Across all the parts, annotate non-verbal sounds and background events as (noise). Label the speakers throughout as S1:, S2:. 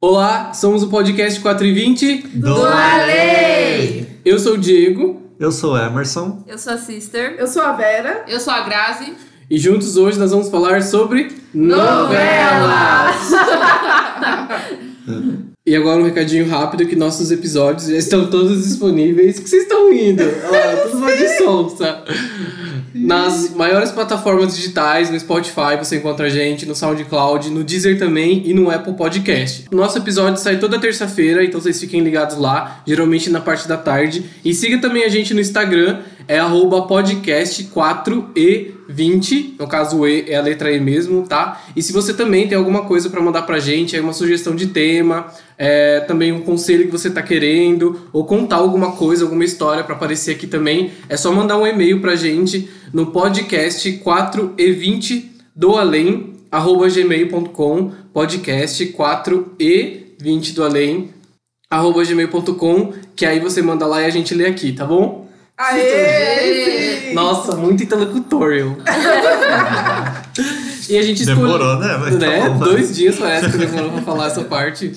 S1: Olá, somos o podcast 4 e 20.
S2: Do Alei!
S1: Eu sou o Diego
S3: Eu sou o Emerson.
S4: Eu sou a Sister.
S2: Eu sou a Vera.
S4: Eu sou a Grazi.
S1: e juntos hoje nós vamos falar sobre
S2: Novelas!
S1: E agora um recadinho rápido que nossos episódios já estão todos disponíveis. Que vocês estão indo? Olha lá, tudo vai de solta. Nas maiores plataformas digitais, no Spotify você encontra a gente, no SoundCloud, no Deezer também e no Apple Podcast. Nosso episódio sai toda terça-feira, então vocês fiquem ligados lá, geralmente na parte da tarde. E siga também a gente no Instagram, é podcast4e20, no caso o E é a letra E mesmo, tá? E se você também tem alguma coisa pra mandar pra gente, aí uma sugestão de tema, é, também um conselho que você tá querendo, ou contar alguma coisa, alguma história pra aparecer aqui também, é só mandar um e-mail pra gente no podcast 4e20 do além, arroba gmail.com, podcast 4e20 do além, arroba gmail.com, que aí você manda lá e a gente lê aqui, tá bom?
S2: Aê! sim!
S1: Nossa, muito interlocutor eu. e a gente escolheu
S3: Demorou, né? Mas
S1: né?
S3: tá bom. vai.
S1: Dois dias parece que demorou pra falar essa né? parte.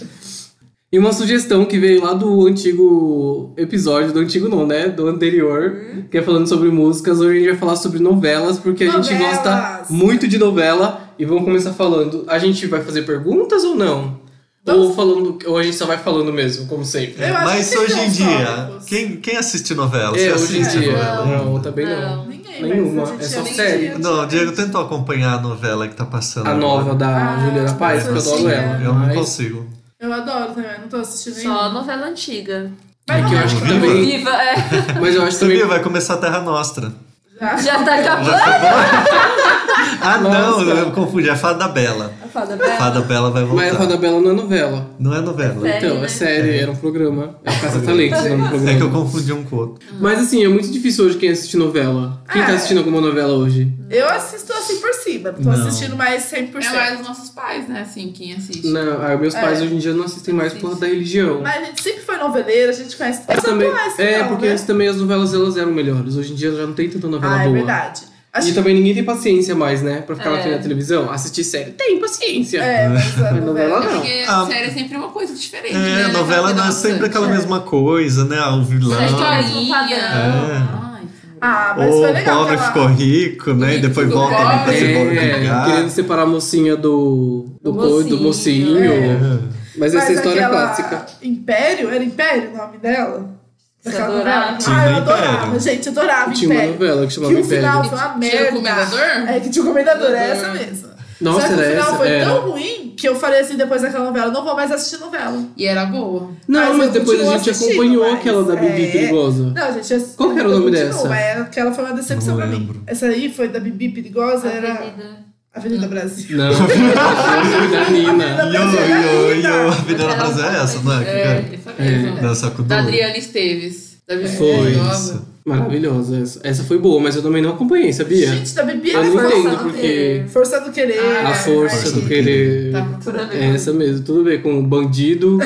S1: E uma sugestão que veio lá do antigo episódio, do antigo não, né? Do anterior,
S2: Uhum.
S1: que é falando sobre músicas. Hoje a gente vai falar sobre novelas, porque a gente gosta
S2: Novelas!
S1: muito de novela. E vamos começar falando. A gente vai fazer perguntas ou não? Ou, falando, ou a gente só vai falando mesmo, como sempre?
S2: Eu acho
S3: É, Mas
S2: que tem
S3: hoje em
S2: uns
S3: dia,
S2: tópicos.
S3: quem, quem assiste novela?
S1: É,
S3: Você
S1: hoje em
S3: assiste né?
S1: dia.
S3: novela?
S1: Não, também não.
S4: Não.
S2: Ninguém
S1: Nenhuma,
S2: mas hoje em
S1: é
S2: dia
S1: só
S2: nem
S1: série.
S2: tinha.
S3: Não, Diego tentou acompanhar a novela que tá passando.
S1: A
S3: agora.
S1: nova da
S2: Ah,
S1: Juliana Paz, que eu
S2: eu
S1: adoro
S2: sim,
S1: ela.
S3: Eu não
S1: mas-
S3: consigo.
S2: Eu adoro também, não tô assistindo
S4: Só
S2: nenhum.
S4: a novela antiga.
S1: É que eu acho que
S3: Viva.
S1: também.
S4: Viva!
S5: (laughs)
S4: É.
S1: Mas eu acho
S3: Você
S1: também.
S3: viu? Vai começar a Terra Nostra.
S2: Já.
S4: Já tá acabando.
S2: (laughs)
S3: Ah, não,
S1: Nossa.
S3: eu confundi. É Fada Bela.
S4: A fada bela.
S5: É
S3: Fada Bela vai voltar.
S1: É. Mas a Roda Bela não é novela.
S3: Não é novela.
S4: Sério?
S1: Então, é
S4: né?
S1: sério, era um programa. É o Caça Talentos o nome do
S3: É que eu
S1: programa.
S3: confundi um com o outro.
S1: Mas assim, é muito difícil hoje quem assiste novela. Quem tá
S2: Ah, é.
S1: assistindo alguma novela hoje?
S2: Eu assisto assim por cima, não tô
S3: Não.
S2: assistindo mais 100%.
S5: É mais os nossos pais, né? Assim, quem assiste.
S1: Não, ah, meus
S2: É.
S1: pais hoje em dia não assistem mais por causa da religião.
S2: Mas a gente sempre foi noveleira, a gente conhece
S1: Mas
S2: tanto
S1: também,
S2: mais que
S1: é,
S2: não,
S1: porque
S2: né?
S1: antes também as novelas elas eram melhores. Hoje em dia já não tem tanta novela
S2: Ah, é
S1: boa.
S2: verdade.
S1: E
S2: Acho que
S1: também ninguém tem paciência mais, né? Pra ficar lá
S4: É.
S1: na televisão, assistir série. Tem paciência.
S2: é, mas a
S1: Mas novela
S2: novela...
S5: É
S1: não.
S5: porque
S3: Ah.
S5: série é sempre uma coisa diferente. né?
S3: É, novela não é sempre aquela
S2: É.
S3: mesma coisa, né? Ah, O vilão.
S4: Essa história
S5: Não.
S4: do
S3: É.
S4: padrão.
S5: um Ai,
S2: Ah, mas
S3: Ou
S2: foi
S3: o
S2: legal
S3: pobre
S2: aquela-
S3: ficou rico, né? E
S5: Rico
S3: depois
S5: ficou
S3: volta ali pra né?
S5: pobre.
S3: se
S1: É, querendo
S3: voltar.
S1: separar a mocinha do. do
S4: Do
S1: coi- do mocinho.
S4: mocinho.
S1: Mas, essa história é
S2: aquela
S1: clássica.
S2: Império? Era Império o nome dela?
S4: Você
S2: Daquela
S4: adorava?
S2: novela?
S3: Tinha
S2: Ah, eu
S3: uma Império.
S2: adorava, gente, eu adorava
S1: Tinha uma
S2: Império. um
S1: novela que chamava
S2: que o
S1: Império.
S2: final foi uma
S5: Tinha o
S2: merda.
S5: comendador?
S2: É, que tinha o comendador, é
S3: Uhum.
S2: essa mesmo.
S1: Nossa,
S2: Só que
S1: era
S2: o final
S1: essa?
S2: foi
S1: Era.
S2: tão ruim que eu falei assim depois daquela novela, não vou mais assistir novela.
S5: E era boa.
S1: Não, mas,
S2: Mas eu
S1: depois a
S2: continuo
S1: gente
S2: assistindo,
S1: acompanhou
S2: mas
S1: aquela da Bibi
S2: é-
S1: Perigosa.
S2: Não, gente, essa-
S1: Qual que era o nome
S2: continuo,
S1: dessa?
S2: Mas aquela foi uma decepção
S3: Não
S2: pra
S3: lembro.
S2: mim. Essa aí foi da Bibi Perigosa, era
S4: Avenida.
S2: Avenida Brasil.
S1: Não, da Nina.
S3: Yo, yo, yo. A Avenida
S4: Era
S3: Brasil é essa, não é?
S5: É, essa mesmo.
S3: Da Saco
S5: Da
S2: Tá
S3: Duro.
S5: Adriana Esteves. Da Bibi
S1: Foi
S5: Perigosa.
S3: Isso.
S1: Maravilhosa essa. Essa foi boa, mas eu também não acompanhei, sabia?
S2: Gente, da Bibi
S1: Eu
S2: era
S1: não
S2: força,
S1: entendo
S4: do
S1: porque
S2: força do querer.
S5: Ah,
S1: a força
S3: Força
S1: do
S3: do
S1: querer.
S5: Tá procurando
S1: É essa mesmo, tudo bem com
S2: (laughs)
S1: bandido,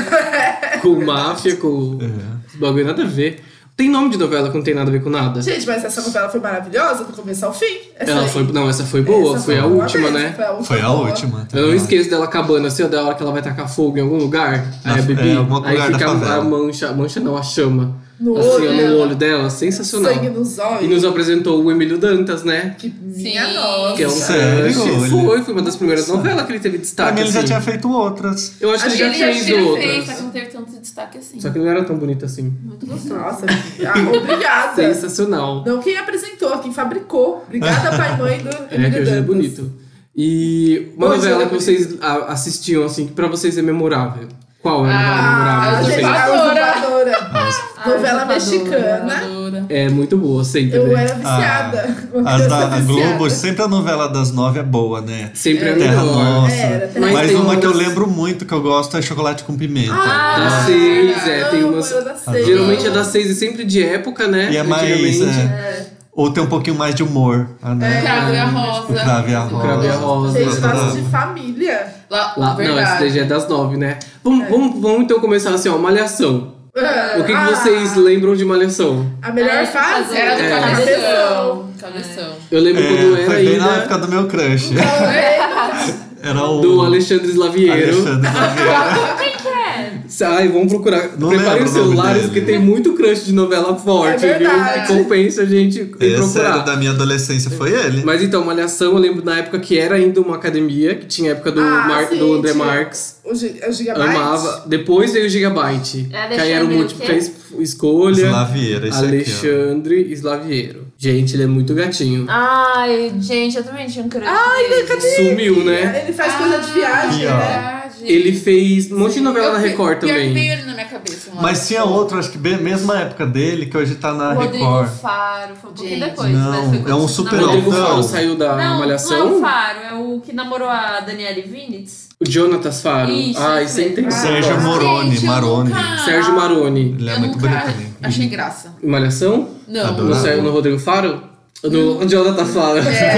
S1: com máfia, com
S3: É.
S1: os bagulho, nada a ver. Tem nome de novela que não tem nada a ver com nada.
S2: Gente, mas essa novela foi maravilhosa, do começo ao fim. Essa
S1: Ela
S2: aí.
S1: foi, não, essa foi boa,
S2: Essa
S1: foi a
S2: boa
S1: última,
S2: mesmo,
S1: né?
S2: Foi a última.
S3: Foi a
S2: boa.
S3: última. tá
S1: Eu não esqueço dela acabando assim, ó, da hora que ela vai tacar fogo em algum lugar.
S3: Na-
S1: aí a Bibi,
S3: é, algum
S1: aí
S3: lugar da
S1: fica a,
S3: favela.
S1: a mancha, a mancha não, a chama.
S2: No
S1: assim,
S2: olho,
S1: ó, no
S2: dela,
S1: olho dela, sensacional.
S2: sangue nos
S1: E
S2: olhos.
S1: nos apresentou o Emílio Dantas, né?
S2: Que minha
S5: Sim.
S2: nossa.
S1: Que é um
S3: Sério?
S1: crush.
S3: Olha.
S1: Foi, foi uma das primeiras novelas que ele teve
S3: Pra
S1: destaque.
S3: mim ele já
S1: assim.
S3: tinha feito
S2: (laughs)
S3: outras.
S1: Eu acho que ele já
S5: Ele já
S1: fez
S5: tinha feito, só que
S1: outras.
S5: não teve tanto destaque assim.
S1: Só que não era tão bonito assim.
S5: Muito gostoso.
S2: Nossa, ah, obrigada.
S1: Sensacional.
S2: Não quem apresentou, quem fabricou. Obrigada, pai e mãe do
S1: É, que
S2: Emílio
S1: hoje é
S2: Dantas.
S1: bonito. E uma
S2: Hoje é
S1: novela
S2: era
S1: que vocês a- assistiam, assim, que pra vocês é memável. Qual é a novela
S5: Ah,
S2: Ah,
S1: memorável? de
S2: gente,
S1: vocês?
S2: a usurpadora. Novela
S4: Ai,
S2: mexicana.
S5: Dura.
S1: É muito boa, sempre,
S2: Eu
S1: né?
S2: era viciada.
S6: Ah,
S2: Uma
S3: As
S2: criança
S3: da a
S2: viciada.
S3: Globo, sempre a novela das nove é boa, né?
S1: Sempre é
S3: Terra
S1: melhor.
S3: Nossa.
S2: Era, Terra
S1: Mas
S3: Mas
S1: tem
S3: uma que eu
S1: outras.
S3: lembro muito que eu gosto é Chocolate com Pimenta.
S1: Da
S4: Ah,
S1: seis, é,
S2: Não,
S1: tem umas...
S2: eu da seis.
S1: Geralmente é das seis e sempre de época, né?
S3: E é mais.
S1: Antigamente.
S3: é, Ou tem um pouquinho mais de humor. Ah, né?
S2: É.
S5: Cravo e a Rosa.
S3: O Cravo e a Rosa.
S1: Cravo e a Rosa.
S2: Gente, laços
S1: né?
S2: de
S3: Adorava.
S2: família.
S5: Lá,
S1: Lá, não, esse
S5: verdade.
S1: daí já é das nove, né?
S2: É.
S1: Vamos, vamos, vamos então começar assim, ó, Malhação.
S2: Ah,
S1: O que, que
S2: ah,
S1: vocês lembram de Malhação?
S2: A melhor
S4: Era do
S2: fase
S5: Era do
S1: É.
S2: cabeção.
S5: cabeção. Cabeção.
S1: Eu lembro quando
S3: É,
S1: era
S3: foi bem na
S1: ainda
S3: época do meu
S1: (laughs)
S3: crush.
S2: Então,
S3: Era o
S1: do Alexandre Slaviero.
S3: Alexandre Xavier.
S1: Ai, vamos procurar.
S6: Não
S1: Preparem
S6: lembro
S1: os
S6: o nome
S1: celulares,
S6: dele.
S1: porque tem muito crush de novela forte,
S2: É verdade.
S1: viu? Compensa a gente ir
S6: É sério,
S1: procurar.
S6: da minha adolescência foi ele.
S1: Mas então, Malhação, eu lembro na época que era ainda uma academia, que tinha a época do,
S2: Ah,
S1: Mar-
S2: sim,
S1: do André
S2: tinha.
S1: Marques.
S2: O, gi- o Gigabyte?
S1: Amava. Depois veio o Gigabyte.
S4: Alexandre
S1: que aí era um
S4: o
S1: múltipla
S4: quê?
S1: es- escolha.
S6: Slaviera, isso aqui,
S1: Alexandre Slaviero. Gente, ele é muito gatinho.
S4: Ai, gente, eu também tinha um crush. Ai, cadê?
S1: Sumiu, né?
S2: Ele faz coisa de viagem,
S6: E, ó.
S2: né?
S5: Verdade.
S1: Ele fez um monte de novela
S5: Eu
S1: na
S5: vi-
S1: Record
S5: pior que
S1: também.
S5: veio ele na minha cabeça.
S6: ó.
S5: mano.
S6: Mas tinha outro, acho que bem, mesma época dele, que hoje tá na
S4: Rodrigo
S6: Record.
S4: Faro, foi um pouquinho
S5: Gente,
S4: depois. mas
S6: não,
S4: foi quando
S6: é um
S4: se
S6: super
S4: namorou.
S1: Rodrigo
S6: Não.
S1: Faro saiu da
S4: Não,
S1: Malhação.
S4: não é o Faro, é o que namorou a Daniele Vinitz.
S1: O Jonatas Faro. Ah,
S4: Isso,
S1: Ai,
S4: isso
S1: sem
S4: mesmo.
S1: tem
S6: Sérgio
S1: dó.
S6: Moroni,
S5: Gente, eu
S6: Maroni.
S5: nunca-
S1: Sérgio Maroni.
S6: Ele é
S5: eu
S6: muito
S5: nunca
S6: bonito também.
S5: (laughs) Achei graça.
S1: Malhação?
S5: Não.
S6: Adoro.
S1: No,
S6: Bravo.
S1: Sérgio, no Rodrigo Faro? No o Jonatas Faro. (laughs)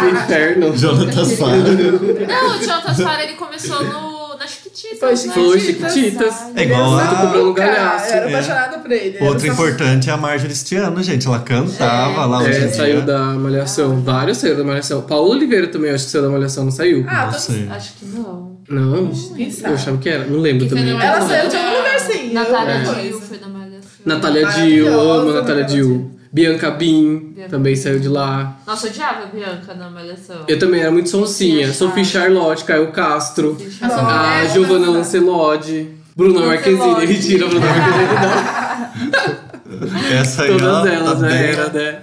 S1: Que inferno.
S6: Jonathan Faro.
S4: Não, o Jonathan Faro ele começou no, na Chiquititas.
S2: Foi
S4: né?
S1: Foi Chiquititas.
S6: É igual
S2: Ele
S1: Tô
S6: a.
S1: cobrando
S2: Cara,
S1: galhaço.
S2: eu era
S6: É.
S2: apaixonada por ele.
S6: Outra
S2: Era só-
S6: importante é a Marjorie Stiano, gente. Ela cantava lá um
S1: É,
S6: dia.
S1: saiu da Malhação. Vários saíram da Malhação. Paulo Oliveira também, eu acho que saiu da Malhação, não saiu?
S2: Ah,
S6: Não
S2: tô-
S6: sei.
S4: Acho que não.
S1: Não?
S2: quem
S1: Eu
S2: sabe?
S1: achava que era. Não lembro
S5: Que
S1: também.
S5: fenômeno.
S2: Ela saiu de um algum lugar sim.
S1: É.
S4: Natália
S2: alguma
S4: Dill
S2: coisa.
S4: foi da Malhação.
S1: Natália Dill,
S2: Maravilhosa,
S1: eu amo a Natália
S2: Natália
S1: Dill.
S2: Dill.
S1: Bianca Bin
S4: Bianca
S1: também
S4: Bin.
S1: saiu de lá.
S4: Nossa, eu odiava a Bianca na Malhação.
S1: Eu também era muito sonsinha.
S4: Sim,
S1: Sophie
S4: Charlotte.
S1: Charlotte, Caio Castro,
S4: Sim,
S2: Nossa.
S4: Charlotte.
S1: a
S2: É,
S1: Giovanna
S2: nossa.
S1: Lancelotti, Bruna
S4: Lancelotti.
S1: Marquezine. (laughs) Mentira, Bruna Marquezine não.
S6: Essa aí
S1: Todas
S6: ela
S1: elas,
S6: tá bem-
S1: né? Era, né?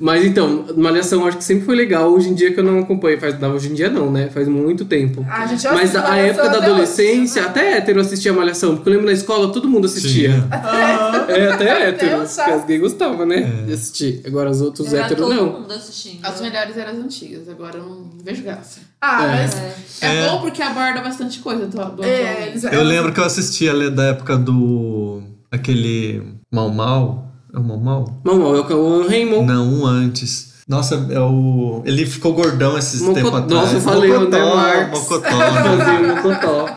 S1: Mas então, Malhação acho que sempre foi legal. Hoje em dia que eu não acompanho. Faz, não, hoje em dia não, né? Faz muito tempo.
S2: Ah, gente, eu
S1: Mas
S2: assisto
S1: a
S2: Malhação
S1: época da
S2: até hoje.
S1: adolescência, até hétero assistia Malhação. Porque eu lembro na escola, todo mundo assistia.
S6: Tinha.
S1: É, até hétero.
S2: Deus,
S1: Porque as gays gostavam, né?
S6: É.
S1: De assistir. Agora os outros
S4: Era
S1: héteros
S4: todo
S1: não.
S4: mundo assistindo.
S5: As melhores eram as antigas, agora eu não vejo graça.
S2: Ah,
S1: É.
S2: mas...
S4: É.
S5: É,
S6: É.
S5: bom porque aborda bastante coisa do, do
S2: É,
S5: atualmente.
S2: eles-
S6: Eu lembro que eu assistia ali da época do. aquele. Mal Mal. É o Mal Mal?
S1: Mamão, é o Cauã (laughs) Raymond.
S6: Não, um antes. Nossa, é o. Ele ficou gordão esses
S1: Moco-
S6: tempos
S1: Nossa,
S6: atrás.
S1: eu falei,
S6: Mocotó,
S1: André Marques.
S6: Mocotó.
S1: Fazia um mocotó.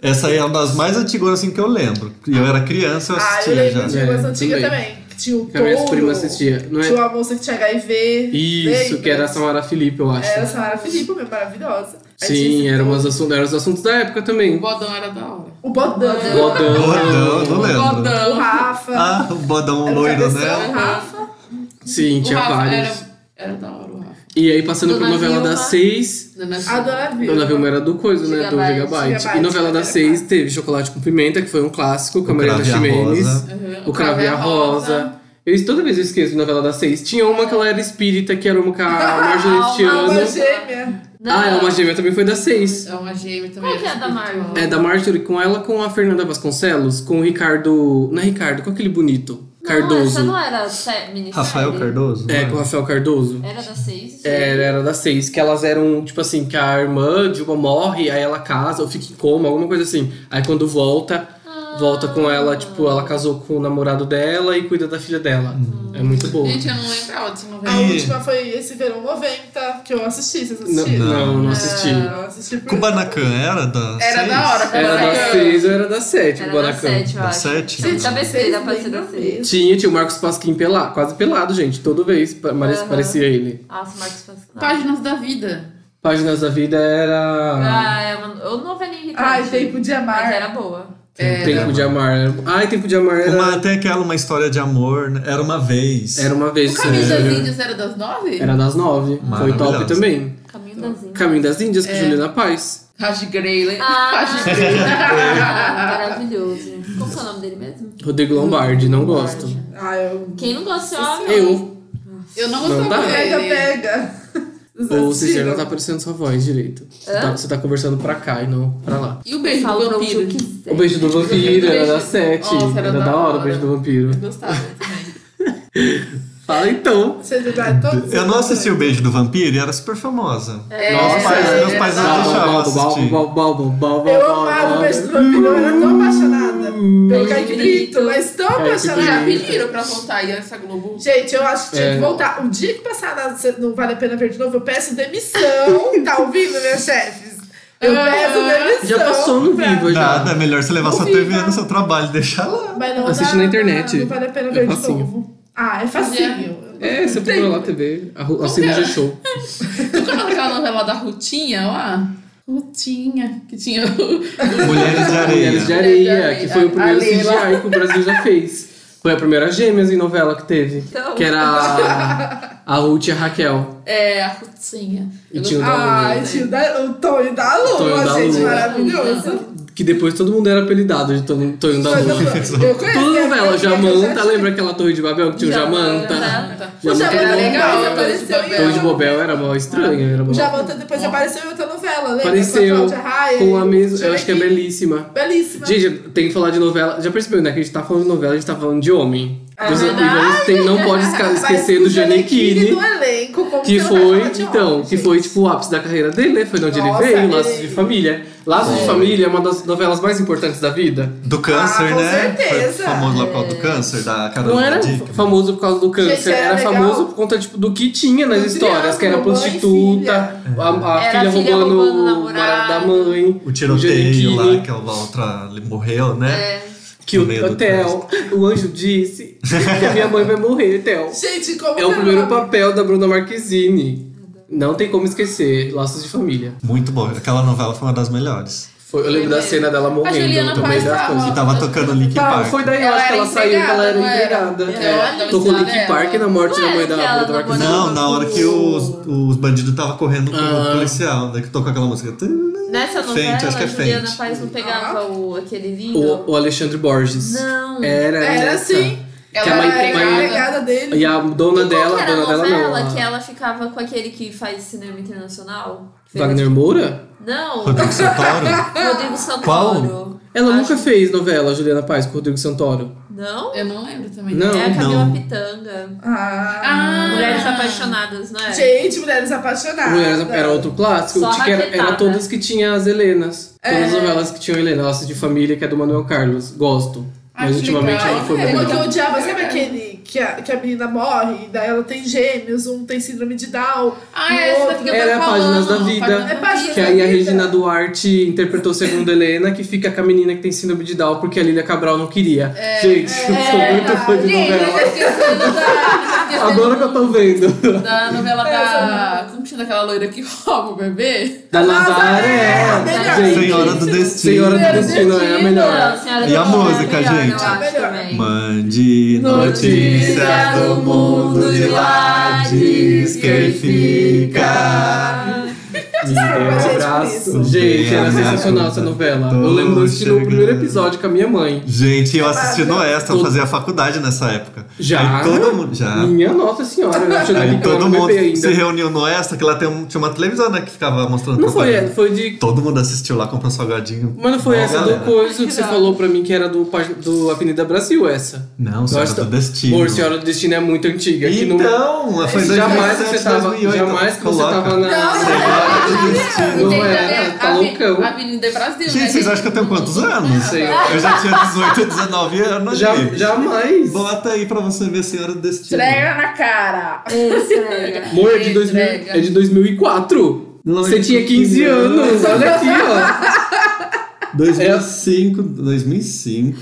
S6: Essa aí é uma das mais antigas assim que eu lembro. E eu era criança, eu
S2: Ah,
S6: assistia
S2: eu lembro
S6: já.
S2: de umas
S1: É,
S2: antigas
S1: também.
S2: também. Que tinha o
S1: Que as minhas
S2: Touro,
S1: primas assistiam. Não é?
S2: Tinha uma moça que tinha HIV.
S1: Isso,
S2: lembra?
S1: que era a Samara Felipe, eu acho.
S2: Era a Samara Filipe, meu, maravilhosa. Aí tinha
S1: Sim,
S2: esse
S1: eram
S2: touro.
S1: os, assuntos, eram os assuntos da época
S5: O
S1: também.
S5: bodão era da hora.
S2: O Bodão.
S1: Bodão.
S6: Bodão, não lembro.
S2: O
S5: Bodão.
S2: Rafa.
S6: Ah, o bodão
S2: era o
S6: loiro,
S2: Cabeção,
S6: né?
S2: O Rafa.
S1: Sim,
S5: O
S1: tinha
S5: Rafa
S1: é vários.
S5: era, era da hora, o Rafa.
S1: E aí, passando
S4: Dona
S1: por novela
S4: Vilma.
S1: das seis,
S5: Não, não é
S2: A
S5: assim.
S2: Dona Vilma.
S1: Dona Vilma era do coisa, né? Do
S4: Gigabyte.
S1: Gigabyte. E
S2: Gigabyte,
S1: novela das
S2: Gigabyte.
S1: seis teve Chocolate com Pimenta, que foi um clássico, com a Mariana
S6: Crave a Rosa.
S1: Ximenes.
S5: Uhum.
S1: O Cravo e a Rosa. Eu, toda vez eu esqueço de novela das seis. Tinha uma que ela era espírita, que era uma com a Marjorie
S4: Alma
S2: Alma
S1: Stiano.
S2: gêmea.
S4: Não.
S1: Ah, é uma gêmea também foi das seis.
S5: É uma gêmea também.
S4: Qual que é a da Marvel?
S5: espiritual.
S1: É da Marjorie com ela, com a Fernanda Vasconcelos, com o Ricardo. Não é Ricardo, com aquele bonito.
S4: Não,
S1: Cardoso.
S4: Essa não era sé- minissérie.
S6: Rafael Cardoso?
S1: É,
S6: né?
S1: com o Rafael Cardoso.
S4: Era da seis.
S1: É, ele era das seis, que elas eram, tipo assim, que a irmã de uma morre, aí ela casa, ou fica em coma, alguma coisa assim. Aí quando volta, volta
S4: Ah.
S1: com ela, tipo, ela casou com o namorado dela e cuida da filha dela. É muito boa.
S5: Gente, eu não lembrava dessa novela.
S2: A
S6: E-
S2: última foi esse verão 90, que eu assisti. Vocês
S1: Não,
S2: assistiram?
S1: não, não
S4: É.
S1: assisti.
S2: Eu assisti por...
S6: Kubanacan era da.
S5: Era
S6: seis?
S5: da hora,
S1: Era das seis ou era das sete,
S4: Era
S1: o
S4: da
S1: Guanacan.
S4: sete, eu
S6: Da
S4: acho.
S6: sete?
S4: Gente,
S2: Gente,
S4: talvez
S2: vocês
S4: seja pra ser da
S2: lembram
S4: seis.
S2: mesmo?
S1: Tinha, tinha o Marcos Pasquim pelado, quase pelado, gente. Toda vez pa- pare-
S4: Aham.
S1: parecia ele.
S4: Nossa, Marcos Pascal.
S5: Páginas da Vida.
S1: Páginas da Vida era.
S4: Ah, é uma ou novelinha irritante.
S2: Ai, Tempo de
S4: Mas
S2: Amar.
S4: era boa.
S1: Tempo de Amar. Ai, Tempo de Amar era.
S6: Uma, até aquela, uma história de amor, né? era uma vez.
S1: Era um uma vez.
S5: O Caminho das
S1: era-
S5: Índias era das nove?
S1: Era das nove. Foi top
S6: Maravilhosa.
S1: também.
S4: Caminho das Índias.
S1: Caminho das Índias, com Juliana Paz.
S5: Raj né? Grey.
S4: Ah,
S5: Raj Grey.
S4: maravilhoso. Como que é o nome dele mesmo?
S1: Rodrigo Lombardi, não gosto.
S2: Ah, eu...
S4: Quem não gosta, eu amo.
S1: Eu,
S5: Eu
S1: Não
S5: não gostava
S1: dá.
S2: Pega,
S5: dele.
S2: pega. Vocês
S1: ou
S2: assistiram?
S1: Cícero, não tá aparecendo sua voz direito. Você
S4: Hã?
S1: tá, você tá conversando pra cá e não pra lá.
S5: E o beijo
S4: Falo
S5: do
S4: pra onde eu
S5: vampiro?
S4: quiser.
S1: O beijo do vampiro era das sete.
S5: Nossa,
S1: Era da hora o beijo do vampiro.
S5: Gostava também.
S1: Fala então.
S2: Vocês lembraram todos?
S6: Eu não assisti o Beijo do Vampiro e era super famosa.
S5: É,
S6: Meus pais, meus pais não
S1: Balbo,
S6: deixavam
S1: balbo,
S6: assistir.
S1: balbo, balbo, balbo,
S2: Eu
S1: balbo,
S2: amava o
S1: balbo.
S2: beijo do vampiro, eu era tão apaixonada pelo
S4: Beijo
S2: Kaique
S4: Brito.
S2: Brito, mas tão
S1: Kaique
S5: Já
S2: apaixonada.
S1: Brito.
S5: pediram pra voltar aí essa Globo.
S2: Gente, eu acho que tinha
S1: É.
S2: que voltar. O dia que passar na, se não vale a pena ver de novo, eu peço
S1: (laughs)
S2: demissão. tá ouvindo, meus chefes? Eu
S5: Ah.
S2: peço demissão.
S1: Já passou no
S2: pra-
S1: Viva já.
S6: Nada, é melhor você levar sua
S2: Ouvi,
S6: TV
S2: tá?
S6: no seu trabalho e deixar lá.
S2: Mas não
S1: Assiste
S2: dá-
S1: na internet.
S2: Não vale a pena
S1: É
S2: ver de
S1: facinho.
S2: novo. Ah, é facinho.
S1: É, você procura lá a TV, a Ru- assina o G-Show.
S5: Tu lembra daquela novela da Rutinha lá? lutinha que tinha o-
S6: Mulheres de
S1: Mulheres de
S6: Areia.
S1: Areia, que foi o primeiro
S5: A Leila.
S1: CGI que o Brasil já fez. Foi a primeira gêmeas em novela que teve.
S4: Então.
S1: Que era a, a Ruth e a Raquel.
S5: é, a Rutinha. Ah,
S1: E tinha um o da
S2: Ai,
S1: Lua.
S2: tio da, o Tonho da
S1: Tonho
S2: Lua,
S1: da
S2: gente,
S1: Lua.
S2: maravilhoso.
S1: Que depois todo mundo era apelidado de Tonho Tonho da
S2: Tonho
S1: Lua.
S2: da Lua. Eu conheço. é
S1: Toda novela,
S2: eu já tinha.
S1: Jamanta, lembra aquela Torre de Babel que tinha o Jamanta?
S4: Jamanta.
S2: O
S1: Jamanta
S2: Jamanta
S1: era
S5: era tá. legal,
S2: depois
S5: apareceu
S2: apareceu
S1: Torre de
S5: Torre
S2: em-
S1: Babel era mó estranha, era mó...
S2: O Jamanta depois apareceu em outra novela, lembra?
S1: Apareceu
S2: Com a Cláudia Raia
S1: Com
S2: e
S1: a
S2: o
S1: mesma... Eu acho que é
S2: Janequim.
S1: belíssima.
S2: Belíssima.
S1: Gente, tem que falar de novela. Já percebeu, né? Que a gente tá falando de novela, a gente tá falando de homem. Então,
S2: É
S1: Os- os
S4: verdade.
S1: homens tem- não pode esca-
S2: Mas
S1: esquecer
S2: o
S1: do
S2: Janequine
S1: Janequine.
S2: do elenco, como
S1: Que
S2: é você não
S1: foi,
S2: vai falar de
S1: então,
S2: homem,
S1: que
S2: gente.
S1: foi tipo o ápice da carreira dele, né? Foi de onde
S2: Nossa,
S1: ele veio, Laços
S2: ele- é.
S1: de Família. Laços de
S6: Sim.
S1: Família é uma das novelas mais importantes da vida.
S6: Do câncer,
S2: Ah, com
S6: né?
S2: certeza.
S6: Foi famoso lá por causa do câncer, da
S1: Não
S6: Carolina
S1: era
S6: Dick.
S1: famoso por causa do câncer,
S2: Gente, era
S1: era,
S2: legal.
S1: famoso por conta tipo, do que tinha nas
S2: Do
S1: histórias, que era a
S2: triângulo, mãe,
S1: prostituta, a, a
S4: Era
S1: filha
S4: a filha
S1: roubando
S4: roubando o
S1: o namorado da
S4: namorado.
S1: mãe, Janequine.
S6: O tiroteio lá, que a outra morreu, né?
S4: É.
S1: que
S6: No
S1: o
S6: meio do
S1: Theo, o anjo disse que a minha mãe vai morrer,
S6: (laughs)
S1: Theo.
S2: Gente, como
S1: É o
S2: que
S1: primeiro
S2: nome?
S1: papel da Bruna Marquezine. Não tem como esquecer, Laços de Família.
S6: Muito bom. Aquela novela foi uma das melhores.
S1: Foi- eu lembro da cena dela morrendo
S6: Ah,
S4: Juliana
S1: no meio
S4: Paz
S1: das
S4: tava-
S1: coisas.
S6: E tava tocando Link
S1: Tá,
S6: Park.
S1: foi daí eu
S5: Ela
S1: acho que
S5: era
S1: ela saiu que ela era empregada.
S5: entregada, não era?
S1: É,
S5: Ela
S1: tocou
S5: estava
S1: Link
S5: nela.
S1: Park na morte da
S4: Não
S1: mãe
S4: era
S1: da
S4: que ela
S1: Bruna da
S4: namorava
S1: Marquezine.
S6: Não, na hora que os, os bandidos estavam correndo com
S1: Ah.
S6: o policial, né? Que tocou aquela música.
S4: Nessa
S6: Fente,
S4: novela,
S6: acho que é
S4: a Juliana
S6: fente.
S4: Paz não pegava o, aquele lindo.
S1: O, é, o Alexandre Borges.
S4: Não.
S1: Era,
S2: Era
S1: nessa.
S2: assim.
S1: Que a
S5: Ela
S1: mãe-
S5: era
S2: era
S1: mãe-
S5: empregada.
S2: empregada dele.
S1: E a dona
S4: E qual
S1: dela,
S4: que
S1: a
S4: era
S1: dona
S4: a
S1: dela
S4: novela
S1: não.
S4: que
S1: a
S4: ela ficava com aquele que faz cinema internacional? Fez- assim?
S1: Wagner Moura?
S6: (laughs)
S4: Não,
S6: Rodrigo Santoro?
S4: Rodrigo Santoro.
S6: Qual?
S1: Ela
S4: Acho-
S1: nunca fez novela, Juliana Paz, com o Rodrigo Santoro.
S4: Não?
S5: Eu não lembro também.
S1: Não.
S4: é a Camila
S6: não.
S4: Pitanga.
S2: Ah.
S4: Mulheres Apaixonadas, não é?
S2: Gente, mulheres apaixonadas.
S1: Mulheres era outro clássico.
S4: Só
S1: Tinha que era, era
S4: raquetada.
S1: todas que tinha as Helenas. Todas as
S2: É.
S1: novelas que tinham Helena. Nossa de Família, que é do Manuel Carlos. Gosto.
S5: Ah,
S1: Mas
S5: que
S1: ultimamente
S5: legal.
S1: ela foi
S5: É,
S1: muito.
S2: Uma que eu
S1: legal.
S2: odiava, sabe aquele que a, que a menina morre, e daí ela tem gêmeos, um tem síndrome de Down.
S5: Ah, é essa daqui que eu
S1: Era
S5: tava
S1: Páginas
S5: falando,
S1: da Vida.
S5: Páginas da
S2: É Páginas
S1: Que
S5: Vida.
S1: aí a Regina Duarte interpretou segundo Helena, que fica com a menina que tem síndrome de Down, porque a Lília Cabral não queria. Gente, eu sou
S5: é,
S1: muito fã de
S5: Gente, eu tô
S1: novela.
S5: esquecendo da...
S1: Agora que eu tô vendo.
S5: (laughs) tô... Da novela
S2: É,
S5: da... Como chama aquela loira que rouba o bebê?
S1: Da Nazaré!
S2: a melhor.
S1: Gente,
S6: Senhora do Destino.
S1: Senhora do
S5: Senhora do
S1: Destino é a
S4: Não,
S1: melhor.
S4: Senhora
S6: E a
S4: do Destino é
S6: música,
S4: melhor, eu
S6: gente?
S4: acho
S2: Melhor.
S4: também.
S6: Mande notícias do mundo de lá, diz quem fica.
S1: Me deu um abraço. Gente, era sensacional essa novela. Eu lembro de eu assistir o primeiro episódio com a minha mãe.
S6: Gente,
S1: É
S6: eu assisti no Extra, eu
S1: Todo-
S6: fazia faculdade nessa época.
S1: Já?
S6: Aí todo mundo. Já.
S1: Minha nossa senhora, eu achei
S6: Aí
S1: que eu era
S6: todo
S1: um
S6: mundo
S1: bebê
S6: se
S1: ainda.
S6: reuniu no Extra, que lá tem um- tinha uma televisão, né? Que ficava mostrando
S1: Não foi,
S6: propaganda.
S1: foi de
S6: Todo mundo assistiu lá, comprou um salgadinho.
S1: Mas não foi
S6: Mó
S1: essa
S6: galera.
S1: do coisa que você falou pra mim que era do, pag- do Avenida Brasil, essa.
S6: Não, Senhora do
S1: Gosta-
S6: Destino.
S1: Por tá- Senhora do Destino é muito antiga. que não-
S6: Então, foi
S1: Esse
S6: 2007,
S1: jamais que você tava-
S6: 2008,
S1: jamais que você
S6: coloca.
S1: tava na-
S6: Senhora
S2: Não,
S6: do
S5: E
S6: Destino.
S1: Não
S5: tem
S1: era,
S5: também é, a
S1: tá
S5: Avi-
S1: loucão.
S5: Avenida Brasil, né?
S6: Gente, vocês acham que eu tenho quantos anos?
S1: Sei.
S6: Eu já tinha 18, 19 anos.
S1: Já,
S6: gente.
S1: jamais.
S6: Bota aí pra você ver Senhora do Destino.
S5: Entrega na cara.
S4: Isso, é.
S1: Amor, é de, 2000,
S5: Entrega.
S1: é de 2004.
S6: Não,
S1: Você
S6: eu
S1: tinha 15 anos, olha aqui, (laughs)
S6: 2005, 2005.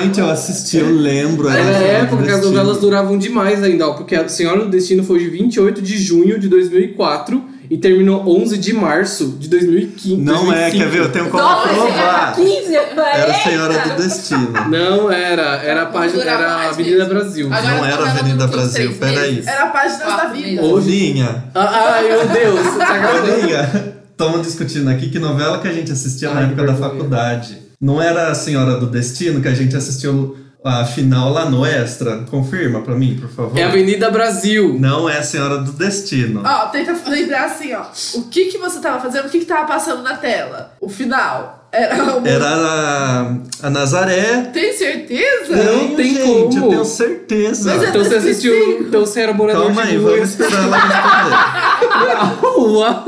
S6: Gente, eu assisti, eu lembro.
S1: ó. Era a
S6: Senhora do
S1: é época que as
S6: Destino.
S1: novelas duravam demais ainda, ó, porque a Senhora do Destino foi de 28 de junho de 2004 e terminou 11 de março de 2015.
S6: Não é, quer ver? Eu tenho como
S4: Nossa,
S6: provar.
S4: 15, eu falei.
S6: Era Senhora do Destino.
S1: Não era, era a
S5: Não
S1: página,
S5: durava
S1: era
S5: mais
S1: Avenida
S5: mesmo.
S1: Brasil.
S5: Agora
S6: Não
S5: tá
S6: era
S5: gravando
S6: Avenida
S5: tudo
S6: Brasil,
S5: três
S6: peraí.
S5: meses.
S2: Era Páginas
S5: Quatro
S2: da Vida.
S5: meses.
S6: Olinha.
S1: Ah, ai, meu Deus, você tá gravando.
S6: Olha, estamos discutindo aqui que novela que a gente assistia na
S1: Ai, que
S6: época da
S1: vergonha.
S6: faculdade. Não era a Senhora do Destino que a gente assistiu a final lá no Extra? Confirma pra mim, por favor.
S1: É Avenida Brasil.
S6: Não é a Senhora do Destino.
S2: Ó, tenta lembrar assim, ó. O que que você tava fazendo? O que que tava passando na tela? O final. Era o...
S6: Era a, a Nazaré.
S2: Tem certeza?
S1: Não tem
S6: gente,
S1: como.
S6: Eu tenho certeza.
S2: Mas é-
S1: Então você assistiu. Então você era morador
S6: Calma
S1: de
S6: aí,
S1: rua. (laughs)
S6: vamos esperar ela responder.
S1: Rua.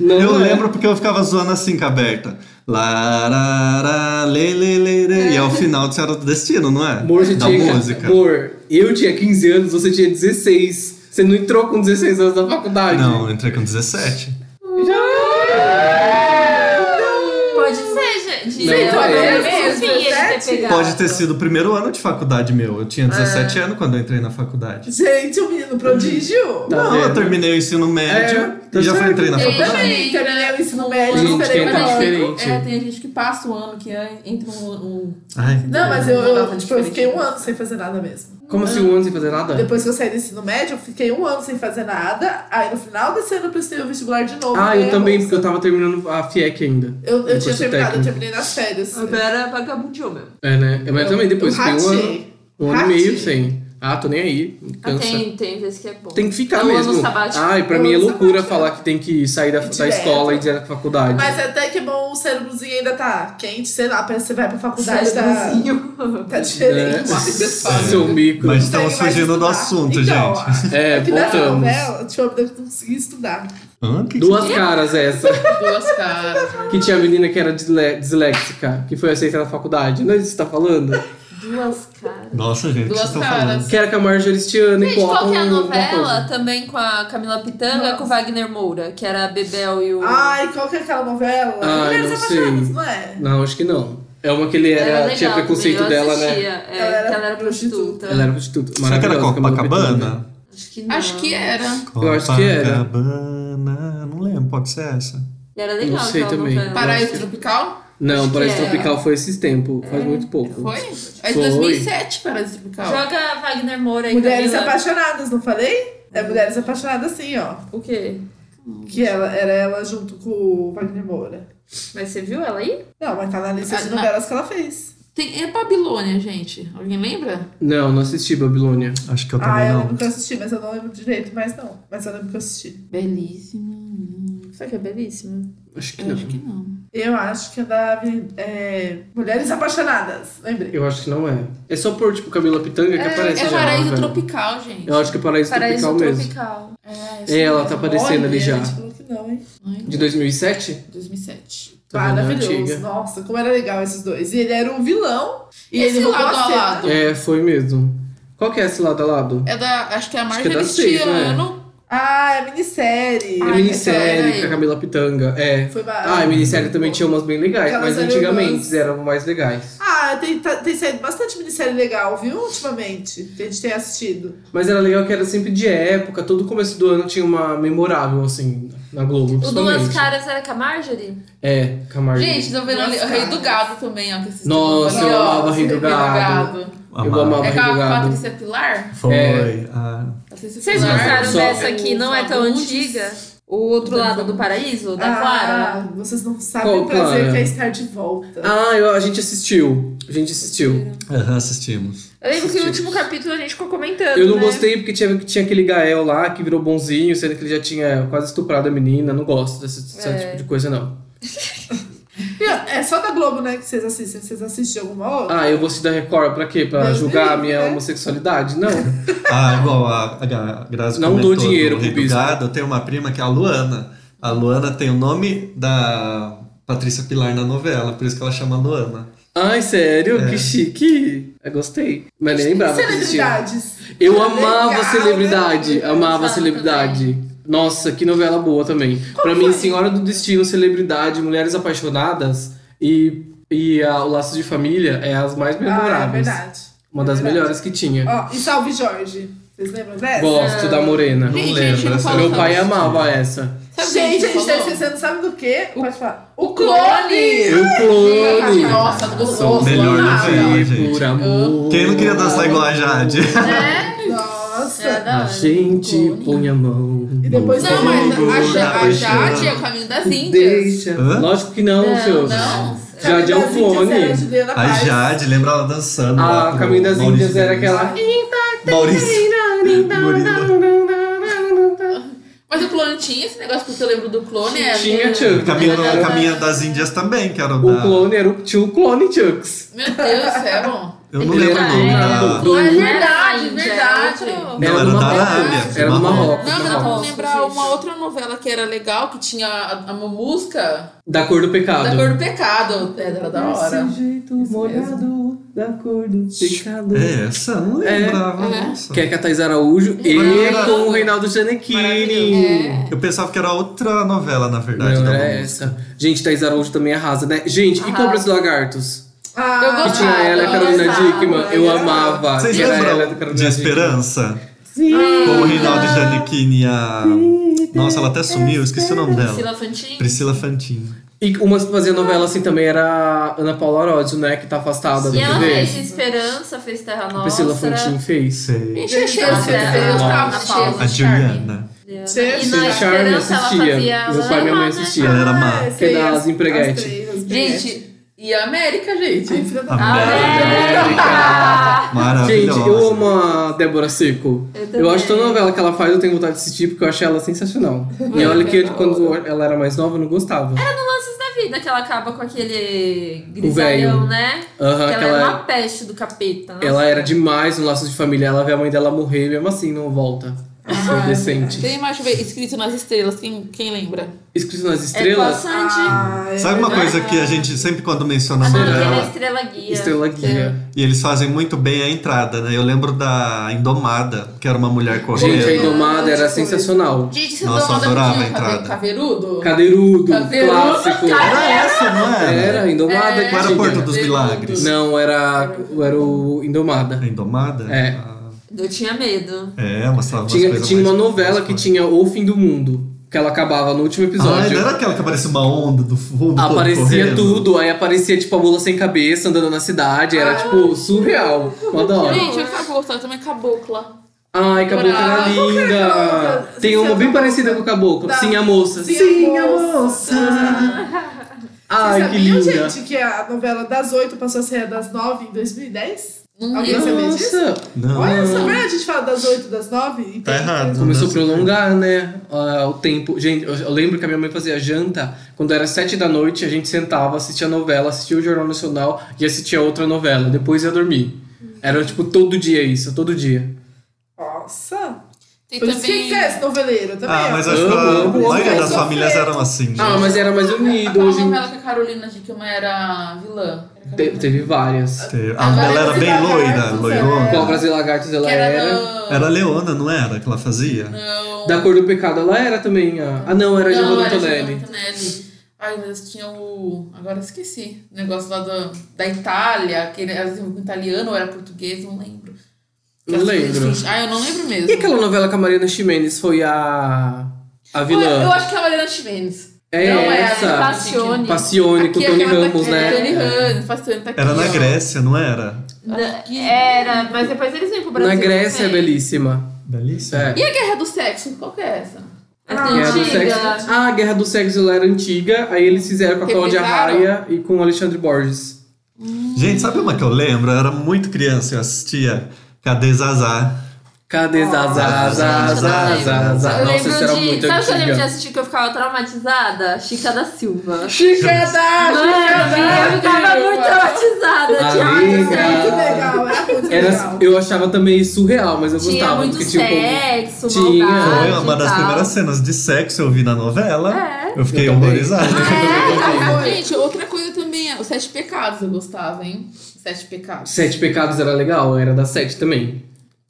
S1: Não
S6: eu
S1: é.
S6: lembro porque eu ficava zoando assim com a Berta. Larará, lê, lê, lê, lê. E é o final de Senhora do Destino, não é?
S1: Amor, você
S6: da
S1: tinha.
S6: música.
S1: Amor, eu tinha 15 anos, você tinha 16. Você não entrou com 16 anos na faculdade.
S6: Não, eu entrei com 17.
S4: Pode ser, gente.
S1: Não,
S4: eu
S1: não
S4: eu
S1: é.
S4: mesmo,
S2: Sim,
S4: enfim, ele ter
S2: sete?
S4: pegado.
S6: Pode ter sido o primeiro ano de faculdade meu. Eu tinha 17
S1: É.
S6: anos quando eu entrei na faculdade.
S2: Gente, o menino prodígio.
S1: Tá
S6: não,
S1: vendo? É,
S6: eu terminei o ensino médio.
S3: Eu já entrei na
S4: Eu
S3: faculdade.
S2: também terminei o ensino médio,
S1: Gente,
S2: esperei
S1: quem
S2: pra
S1: tá
S2: falar.
S1: diferente?
S5: né? É, tem gente que passa o ano que é- entra um. um...
S3: Ai,
S2: Não, mas eu,
S5: Uma
S2: eu,
S5: nota
S2: tipo, eu
S5: diferente.
S2: fiquei um ano sem fazer nada mesmo.
S1: Como assim um ano sem fazer nada?
S2: Depois que eu saí do ensino médio, eu fiquei um ano sem fazer nada. Aí no final desse ano eu prestei o vestibular de novo.
S1: Ah,
S2: ganhei
S1: eu
S2: a
S1: também,
S2: bolsa.
S1: porque eu tava terminando a FIEC ainda.
S2: Eu, eu
S1: no
S2: tinha
S1: curso
S2: terminado, eu
S1: técnico.
S2: terminei nas férias.
S4: A galera vagabundou mesmo.
S1: É, né? Mas eu também depois
S2: eu
S1: fiquei um ano,
S2: ratei.
S1: um ano e meio
S2: Ratei.
S1: sem. Ah, tô nem aí.
S4: Ah,
S1: Cansa.
S4: tem, tem vezes que é bom.
S1: Tem que ficar
S4: É um ano
S1: mesmo.
S4: sabático.
S1: Ai, pra
S2: É um
S1: mim é
S2: ano
S1: loucura
S2: sabático.
S1: falar que tem que sair da,
S2: E
S1: da
S2: direto.
S1: escola e ir direto pra faculdade.
S2: Mas até que é bom o cérebrozinho ainda tá quente, sei lá, parece que você vai pra faculdade, tá,
S4: Cérebrozinho.
S2: tá diferente.
S1: É, (laughs) seu micro.
S3: Mas
S2: Consegue
S3: estamos
S2: mais
S3: fugindo do
S2: Então, estudar.
S3: assunto,
S2: Então,
S3: gente.
S2: (laughs)
S1: É,
S2: que nessa
S1: voltamos.
S2: novela, tipo, eu não consegui estudar.
S3: Hã? Que que-
S1: Duas caras essa.
S5: Duas caras.
S1: Que tinha a menina que era disle- disléxica, que foi aceita na faculdade. Não é isso que você tá falando?
S4: Duas caras.
S3: Nossa,
S6: tá
S3: gente, o que
S5: Duas
S3: vocês estão
S5: caras.
S3: falando?
S1: Que era com a Marjorie Stiano e
S4: Gente, qual
S6: um
S4: que é
S1: colocam
S4: a
S1: alguma coisa.
S4: novela também com a Camila Pitanga e com o Wagner Moura? Que era a Bebel e o.
S2: Ai, qual que é aquela novela?
S1: Ai,
S2: Mulheres
S1: Ah, não sei.
S2: Apaixonadas, não é?
S1: Não, acho que não. É uma que ele era, tinha preconceito dela, né?
S4: É,
S2: Ela era
S4: que ela era prostituta.
S2: prostituta.
S1: Ela era um prostituta.
S3: Será que era
S1: maravilhosa, Camila Pitanga.
S3: Copacabana?
S4: Acho que não.
S5: Acho que é. era.
S1: Eu acho que era.
S3: Copacabana, não lembro, pode ser essa.
S4: E Era legal.
S1: Não sei
S4: aquela
S1: também.
S4: novela.
S5: Paraíso Tropical?
S1: Não,
S4: Acho
S1: Paraíso
S4: que era.
S1: Tropical foi esses tempos, faz muito pouco.
S5: Foi? É de
S1: Foi.
S5: 2007, Paraíso Tropical.
S4: Joga Wagner Moura aí.
S2: Mulheres
S4: Camila.
S2: Apaixonadas, não falei? É Mulheres Apaixonadas sim, ó.
S4: O quê?
S2: Que ela, era ela junto com o Wagner Moura.
S4: Mas você viu ela aí?
S2: Não, mas tá na lista de
S5: Ah, na-
S2: novelas que ela fez.
S5: Tem, é Babilônia, gente. Alguém lembra?
S1: Não, não assisti Babilônia.
S3: Acho que eu
S2: Ah,
S3: também
S2: eu
S3: não.
S2: lembro que eu assisti, mas eu não lembro direito mais não. Mas eu lembro que eu assisti.
S5: Belíssima.
S4: Será que é belíssima?
S1: Acho que
S5: Eu
S1: não.
S5: acho que não.
S2: Eu acho que é da Aven- é, Mulheres Apaixonadas, lembrei.
S1: Eu acho que não é. É só por, tipo, Camila Pitanga que
S2: É,
S1: aparece
S5: É
S1: já.
S5: Paraíso
S1: velho.
S5: Tropical, gente.
S1: Eu acho que é Paraíso,
S4: Paraíso
S1: Tropical mesmo.
S4: Tropical.
S5: É,
S1: É, ela tá aparecendo ali
S2: Olha,
S1: já.
S2: A gente falou que não, hein?
S5: Ai,
S1: De 2007?
S5: 2007.
S1: Tá vendo? É
S2: Maravilhoso.
S1: antiga.
S2: Nossa, como era legal esses dois. E ele era um vilão. E
S5: Esse
S2: ele roubou
S5: lado
S2: a
S5: a
S2: cena.
S5: lado.
S1: É, foi mesmo. Qual que é esse lado a lado?
S5: É da. Acho que é a
S1: Acho que é da
S5: Marjorie
S1: seis, né?
S5: Tirano.
S2: Ah, é minissérie. então,
S1: É
S5: Ai, essa era
S1: minissérie
S5: eu.
S1: com a Camila Pitanga. É.
S2: Foi ba-
S1: Ah, a minissérie também tinha umas bem legais,
S2: Aquelas
S1: mas antigamente
S2: alemãs.
S1: eram mais legais.
S2: Ah, tem, tá- tem saído bastante minissérie legal, viu? Ultimamente, que a gente tem assistido.
S1: Mas era legal que era sempre de época, todo começo do ano tinha uma memorável, assim, na Globo,
S4: O Duas
S1: principalmente.
S4: Caras era com a Marjorie?
S1: É, Camargo.
S5: Gente, tô vendo ali.
S2: Nossa,
S5: O Rei do
S2: cara.
S5: Gado também, ó. Que esses
S1: Nossa,
S5: ali,
S1: eu
S5: ó,
S1: amava
S5: esse
S1: Rei do Gado. eu vou amar.
S5: É
S1: Rei
S5: com
S1: do
S5: a
S1: Gado.
S5: Patrícia Pilar?
S3: Foi.
S1: É.
S3: Ah,
S5: Patrícia
S4: Vocês
S1: Não,
S4: gostaram
S1: só-
S4: dessa aqui? Não é tão
S5: Fagundes.
S4: antiga? O outro lado do paraíso? Da Clara?
S2: Ah, vocês não sabem
S1: Qual
S2: o prazer
S1: Clara?
S2: que é estar de volta.
S1: Ah, eu- a gente assistiu. A gente assistiu.
S3: aham, assistimos.
S4: Eu lembro que
S1: Assisti.
S4: o último capítulo a gente ficou comentando.
S1: Eu não
S4: né?
S1: gostei porque tinha, tinha aquele Gael lá que virou bonzinho, sendo que ele já tinha quase estuprado a menina. Não gosto desse, desse
S4: É.
S1: tipo de coisa, não.
S2: E, ó, É só da Globo, né, que vocês assistem. Vocês assistem alguma outra?
S1: Ah, eu vou se dar Record pra quê? Pra
S2: Deus
S1: julgar a
S2: me livre,
S1: minha
S2: né?
S1: homossexualidade? Não.
S3: Ah, igual a, a Gra- Grazi
S1: Não dou
S3: comentou do
S1: dinheiro pro
S3: Rei do
S1: bispo.
S3: Gado, eu tenho uma prima que é a Luana. A Luana tem o nome da Patrícia Pilar na novela, por isso que ela chama Luana.
S1: Ai, sério? Que chique. Eu gostei. Mas nem lembrava que existia.
S2: Celebridades.
S1: Eu
S2: Legal,
S1: amava
S2: né?
S1: celebridade. Amava
S4: Exato,
S1: celebridade. Nossa, que novela boa também. pra mim, Senhora do Destino, Celebridade, Mulheres Apaixonadas e, e a- o Laço de Família é as mais
S2: Ah, é
S1: memoráveis.
S2: verdade.
S1: Uma das
S2: Verdade.
S1: melhores que tinha.
S2: Ó, e Salve Jorge. Vocês lembram dessa?
S1: Gosto da Morena.
S3: Não
S5: Gente,
S3: lembro.
S5: gente, não
S3: essa
S5: fala
S1: Meu
S3: novela.
S1: pai amava essa.
S5: Sabe o que
S2: Gente, a gente tá
S5: falou?
S2: esquecendo, sabe do quê? Pode falar.
S5: O clone!
S1: Eu clone!
S5: Nossa, né? gostoso.
S1: Sou
S3: Melhor
S1: amada
S3: novela, gente.
S1: por amor.
S3: Quem não queria dançar igual a Jade?
S4: É?
S2: Nossa.
S4: Era da
S1: A
S4: hora.
S1: gente
S4: Clone.
S1: põe a mão.
S2: É. E depois
S5: Não, mas a, a Jade é o caminho das Índias.
S1: Deixa.
S3: Hã?
S1: Lógico que não, seus.
S5: Não.
S1: Jade é o clone.
S3: um A Jade, lembra ela dançando. lá
S1: A
S3: pro
S1: Ah, Caminho das
S3: Maurício
S1: Índias era
S3: Meirelles.
S1: aquela.
S3: Maurício.
S5: Mas o clone tinha esse negócio porque eu lembro do clone. é
S1: Tinha
S5: do-
S1: Chuck. tá
S3: Caminho,
S5: Era-
S3: Caminho das Índias também, que era
S1: O
S3: da-
S1: clone era o tio Clone Chucks.
S5: Meu Deus, isso é
S6: (laughs)
S5: bom.
S3: Eu não
S1: Ele
S3: lembro o
S4: tá
S1: era-
S3: nome
S1: era
S3: da.
S1: do-
S5: Ah, é
S4: Não
S5: verdade,
S4: era da Né, Índia,
S5: verdade.
S4: era outro.
S5: Não,
S3: Não,
S1: Era
S3: era
S1: do
S3: da
S1: Marrocos.
S3: Arábia,
S1: Era do
S3: Marrocos.
S1: Marrocos.
S5: mas
S1: do
S5: eu tava
S1: Marrocos.
S5: lembrar uma outra novela que era legal, que tinha a, a Mamusca
S1: Da cor do
S5: da
S1: pecado.
S5: Cor do Pecado. É, Era da hora.
S1: jeito da cor do pecado.
S3: É, essa eu não lembrava,
S5: É.
S3: nossa.
S1: Que é com a Thais Araújo e
S5: Maravilhoso.
S1: com o Reinaldo Giannichini.
S5: É.
S3: Eu pensava que era outra novela, na verdade. tá
S1: Não,
S3: da
S1: era
S3: Mamu.
S1: essa. Gente, Thais Araújo também arrasa, né? Gente, e
S4: Arrasa.
S1: compra os lagartos?
S2: Ah,
S5: Eu
S1: Que
S5: gosto-
S1: tinha ela e a Carolina
S4: arrasava,
S1: Dickman. Eu amava.
S3: Vocês
S1: E era ela e a
S3: lembram de
S1: Carolina Dickman.
S5: Ah.
S3: Esperança?
S1: Sim.
S3: Com o Reinaldo Giannichini e a Nossa, ela até sumiu, esqueci o nome dela.
S5: Priscila Fantin?
S3: Priscila Fantin.
S1: E uma que fazia novela assim também era a Ana Paula Arósio, né? Que tá afastada
S4: E
S1: da
S4: ela
S1: TV.
S4: fez Esperança, fez Terra
S1: A
S4: Nossa.
S1: Priscila Fantin fez.
S3: Sei.
S5: Gente, eu achei
S4: Nossa,
S5: o filme
S4: ela-
S5: feio, eu
S4: ela-
S5: gostava de
S4: ela-
S5: Sheila.
S3: A Juliana.
S4: E na
S1: Sim, Charme,
S4: Esperança ela
S1: assistia.
S4: fazia
S1: Meu pai e minha mãe
S4: Lana, né?
S1: assistiam.
S3: Ela era má.
S1: Que é das empreguetes.
S5: Gente, e a América, gente?
S2: Ai, filha da...
S4: Ah,
S3: A
S4: é? América!
S1: Gente,
S3: Maravilhosa.
S1: eu amo a Débora Seco.
S4: Eu também.
S1: Eu acho toda novela que ela faz, eu tenho vontade de assistir, porque eu achei ela sensacional. E olha que eu, quando ela era mais nova, eu não gostava.
S4: Lances da vida, que ela acaba com aquele
S1: velho.
S4: grisalhão, né?
S1: Aham,
S4: que
S1: que
S4: ela era
S1: ela, é-
S4: uma peste do capeta. nossa.
S1: ela era demais no laço de família. Ela vê a mãe dela morrer e mesmo assim não volta. Foi decente.
S5: Tem mais, deixa eu ver, escrito nas estrelas, quem, quem lembra?
S1: Escrito nas
S4: É
S1: estrelas,
S4: possante.
S2: Ai,
S3: Sabe uma coisa que a gente sempre quando menciona a
S4: Ah, que
S1: é
S4: era
S3: novela,
S4: estrela guia.
S1: estrela guia.
S3: e eles fazem muito bem a entrada, né? Eu lembro da Indomada, que era uma mulher
S1: Gente, a
S3: correndo.
S1: Indomada era
S2: Nossa,
S1: sensacional.
S5: Gente, você
S3: Nossa,
S5: não
S3: eu adorava
S5: tinha
S3: a
S5: um cave-
S3: entrada.
S5: caveirudo?
S1: Cadeirudo,
S5: Cadeirudo,
S1: clássico.
S3: Era essa, não era?
S1: Era, Indomada.
S5: É.
S1: que
S3: Não era
S1: tinha.
S3: Porto dos Milagres.
S1: Não, era, era o Indomada.
S3: A Indomada?
S1: É.
S3: Ah,
S4: Eu tinha medo.
S3: É, mostrava umas
S1: Tinha,
S3: coisas
S1: tinha uma
S3: mais-
S1: novela
S3: mais
S1: que
S3: fortes.
S1: tinha O Fim do Mundo, que ela acabava no último
S3: Ah, não
S1: episódio.
S3: era aquela que aparecia uma onda do fundo? todo
S1: Aparecia
S3: correndo?
S1: tudo, aí aparecia tipo a mula sem cabeça andando na cidade, era
S2: Ah.
S1: tipo surreal. Uma da hora.
S5: Gente, eu tava gostando também cabocla.
S1: Ai, Caboclo era
S5: Ah,
S2: era
S1: linda.
S2: outra?
S1: Tem
S2: Sim,
S1: uma
S2: a
S1: bem
S2: Cabocla.
S1: parecida com o Caboclo.
S2: Da-
S1: Sim, a moça.
S2: Sim, a moça.
S1: Ai, que
S2: sabiam,
S1: linda.
S2: gente, que a novela das oito passou a ser a das nove em 2010?
S5: Não
S2: Alguém
S5: lembro.
S2: sabia disso?
S1: Nossa,
S3: Não.
S2: Olha, só, a gente fala das oito, das nove? e
S3: Tá
S2: tem-
S3: errado.
S1: começou a
S3: Nossa,
S1: prolongar, né? ah, o tempo. Gente, eu eu lembro que a minha mãe fazia janta quando era sete da noite, a gente sentava, assistia novela, assistia o Jornal Nacional e assistia outra novela. Depois ia dormir. Era tipo todo dia isso, todo dia.
S2: Nossa!
S5: Tem
S2: Por isso que
S5: também...
S2: cresce noveleiro tá também.
S3: Ah,
S2: ó.
S3: mas acho
S1: Eu
S3: que a
S1: amo,
S3: maioria
S2: eu
S3: das
S2: sou
S3: famílias
S2: preto.
S3: eram assim.
S1: Ah,
S3: gente.
S1: mas era mais unido
S5: Aquela
S1: hoje. em-
S5: novela que a Carolina Dickman era vilã.
S1: Te- teve várias.
S3: Teve- A
S5: Agora
S3: novela
S1: é
S3: era
S5: você
S3: bem
S2: tá
S3: loira,
S2: aberto,
S1: Qual
S3: loirona.
S1: Brasil Lagartos ela
S5: Que
S1: era.
S5: era...
S3: Era a Leona, não era? Que ela fazia?
S5: Não.
S1: Da cor do pecado ela era também. A... Ah, não, era Giovanna
S5: Não, era
S1: Antonelli.
S5: Giovanna Antonelli. Ai, mas tinha o. Agora eu esqueci. O negócio lá da, da Itália, que ele era assim, italiano ou era português, não lembro.
S1: Não lembro.
S5: Ah, eu não lembro mesmo.
S1: E aquela novela com a Mariana Ximenes foi a. A
S5: Eu,
S1: vilã.
S5: eu acho que é a Mariana Chimenez.
S1: É
S5: não é a
S1: essa.
S5: Ana
S4: Passione.
S1: Passione com
S5: Aqui, é
S1: Tony
S5: aquela
S1: Ramos,
S5: daqui,
S1: né?
S5: Tony Ramos, Passione tá aqui.
S3: Era na
S5: ó.
S3: Grécia, não era?
S5: Aqui.
S4: Era, mas depois eles vêm pro Brasil.
S1: Na Grécia é
S4: também.
S1: belíssima.
S3: Belíssima.
S1: É.
S5: E a Guerra do Sexo? Qual que é essa?
S4: É
S2: Ah,
S1: Guerra do
S4: antiga.
S1: Sexo. Ah, a Guerra do Sexo ela era antiga, aí eles fizeram com a Cláudia
S5: Reprisaram?
S1: Raia e com o Alexandre Borges.
S3: Gente, sabe uma que eu lembro? Eu era muito criança, eu assistia Cadê Zazá?
S1: Cadê
S4: Ah,
S1: Zazá, Zazá, Zazá, Zazá,
S4: Eu
S1: Nossa, isso era
S4: lembro de.
S1: muito
S4: sabe o que eu lembro de
S1: antiga.
S4: assistir que eu ficava traumatizada? Chica da
S2: Ah,
S4: Silva.
S2: Chicada!
S4: Mano, eu ficava muito traumatizada. Tinha muito
S1: Amiga.
S4: sexo.
S2: é Muito legal, era muito
S1: Era, assim.
S2: legal.
S1: eu achava também surreal, mas eu
S4: Tinha
S1: gostava.
S4: muito
S1: porque tinha um povo-
S4: sexo,
S1: Tinha.
S4: maldade
S3: Foi uma
S4: e
S3: das
S4: tal.
S3: primeiras cenas de sexo eu vi na novela.
S4: É.
S3: Eu fiquei
S1: Eu também.
S3: horrorizado.
S5: Ah, gente, outra coisa também é. Os Sete Pecados eu gostava, hein? Os Sete
S1: (laughs)
S5: Pecados.
S1: Sete Pecados era legal, era da Sete também.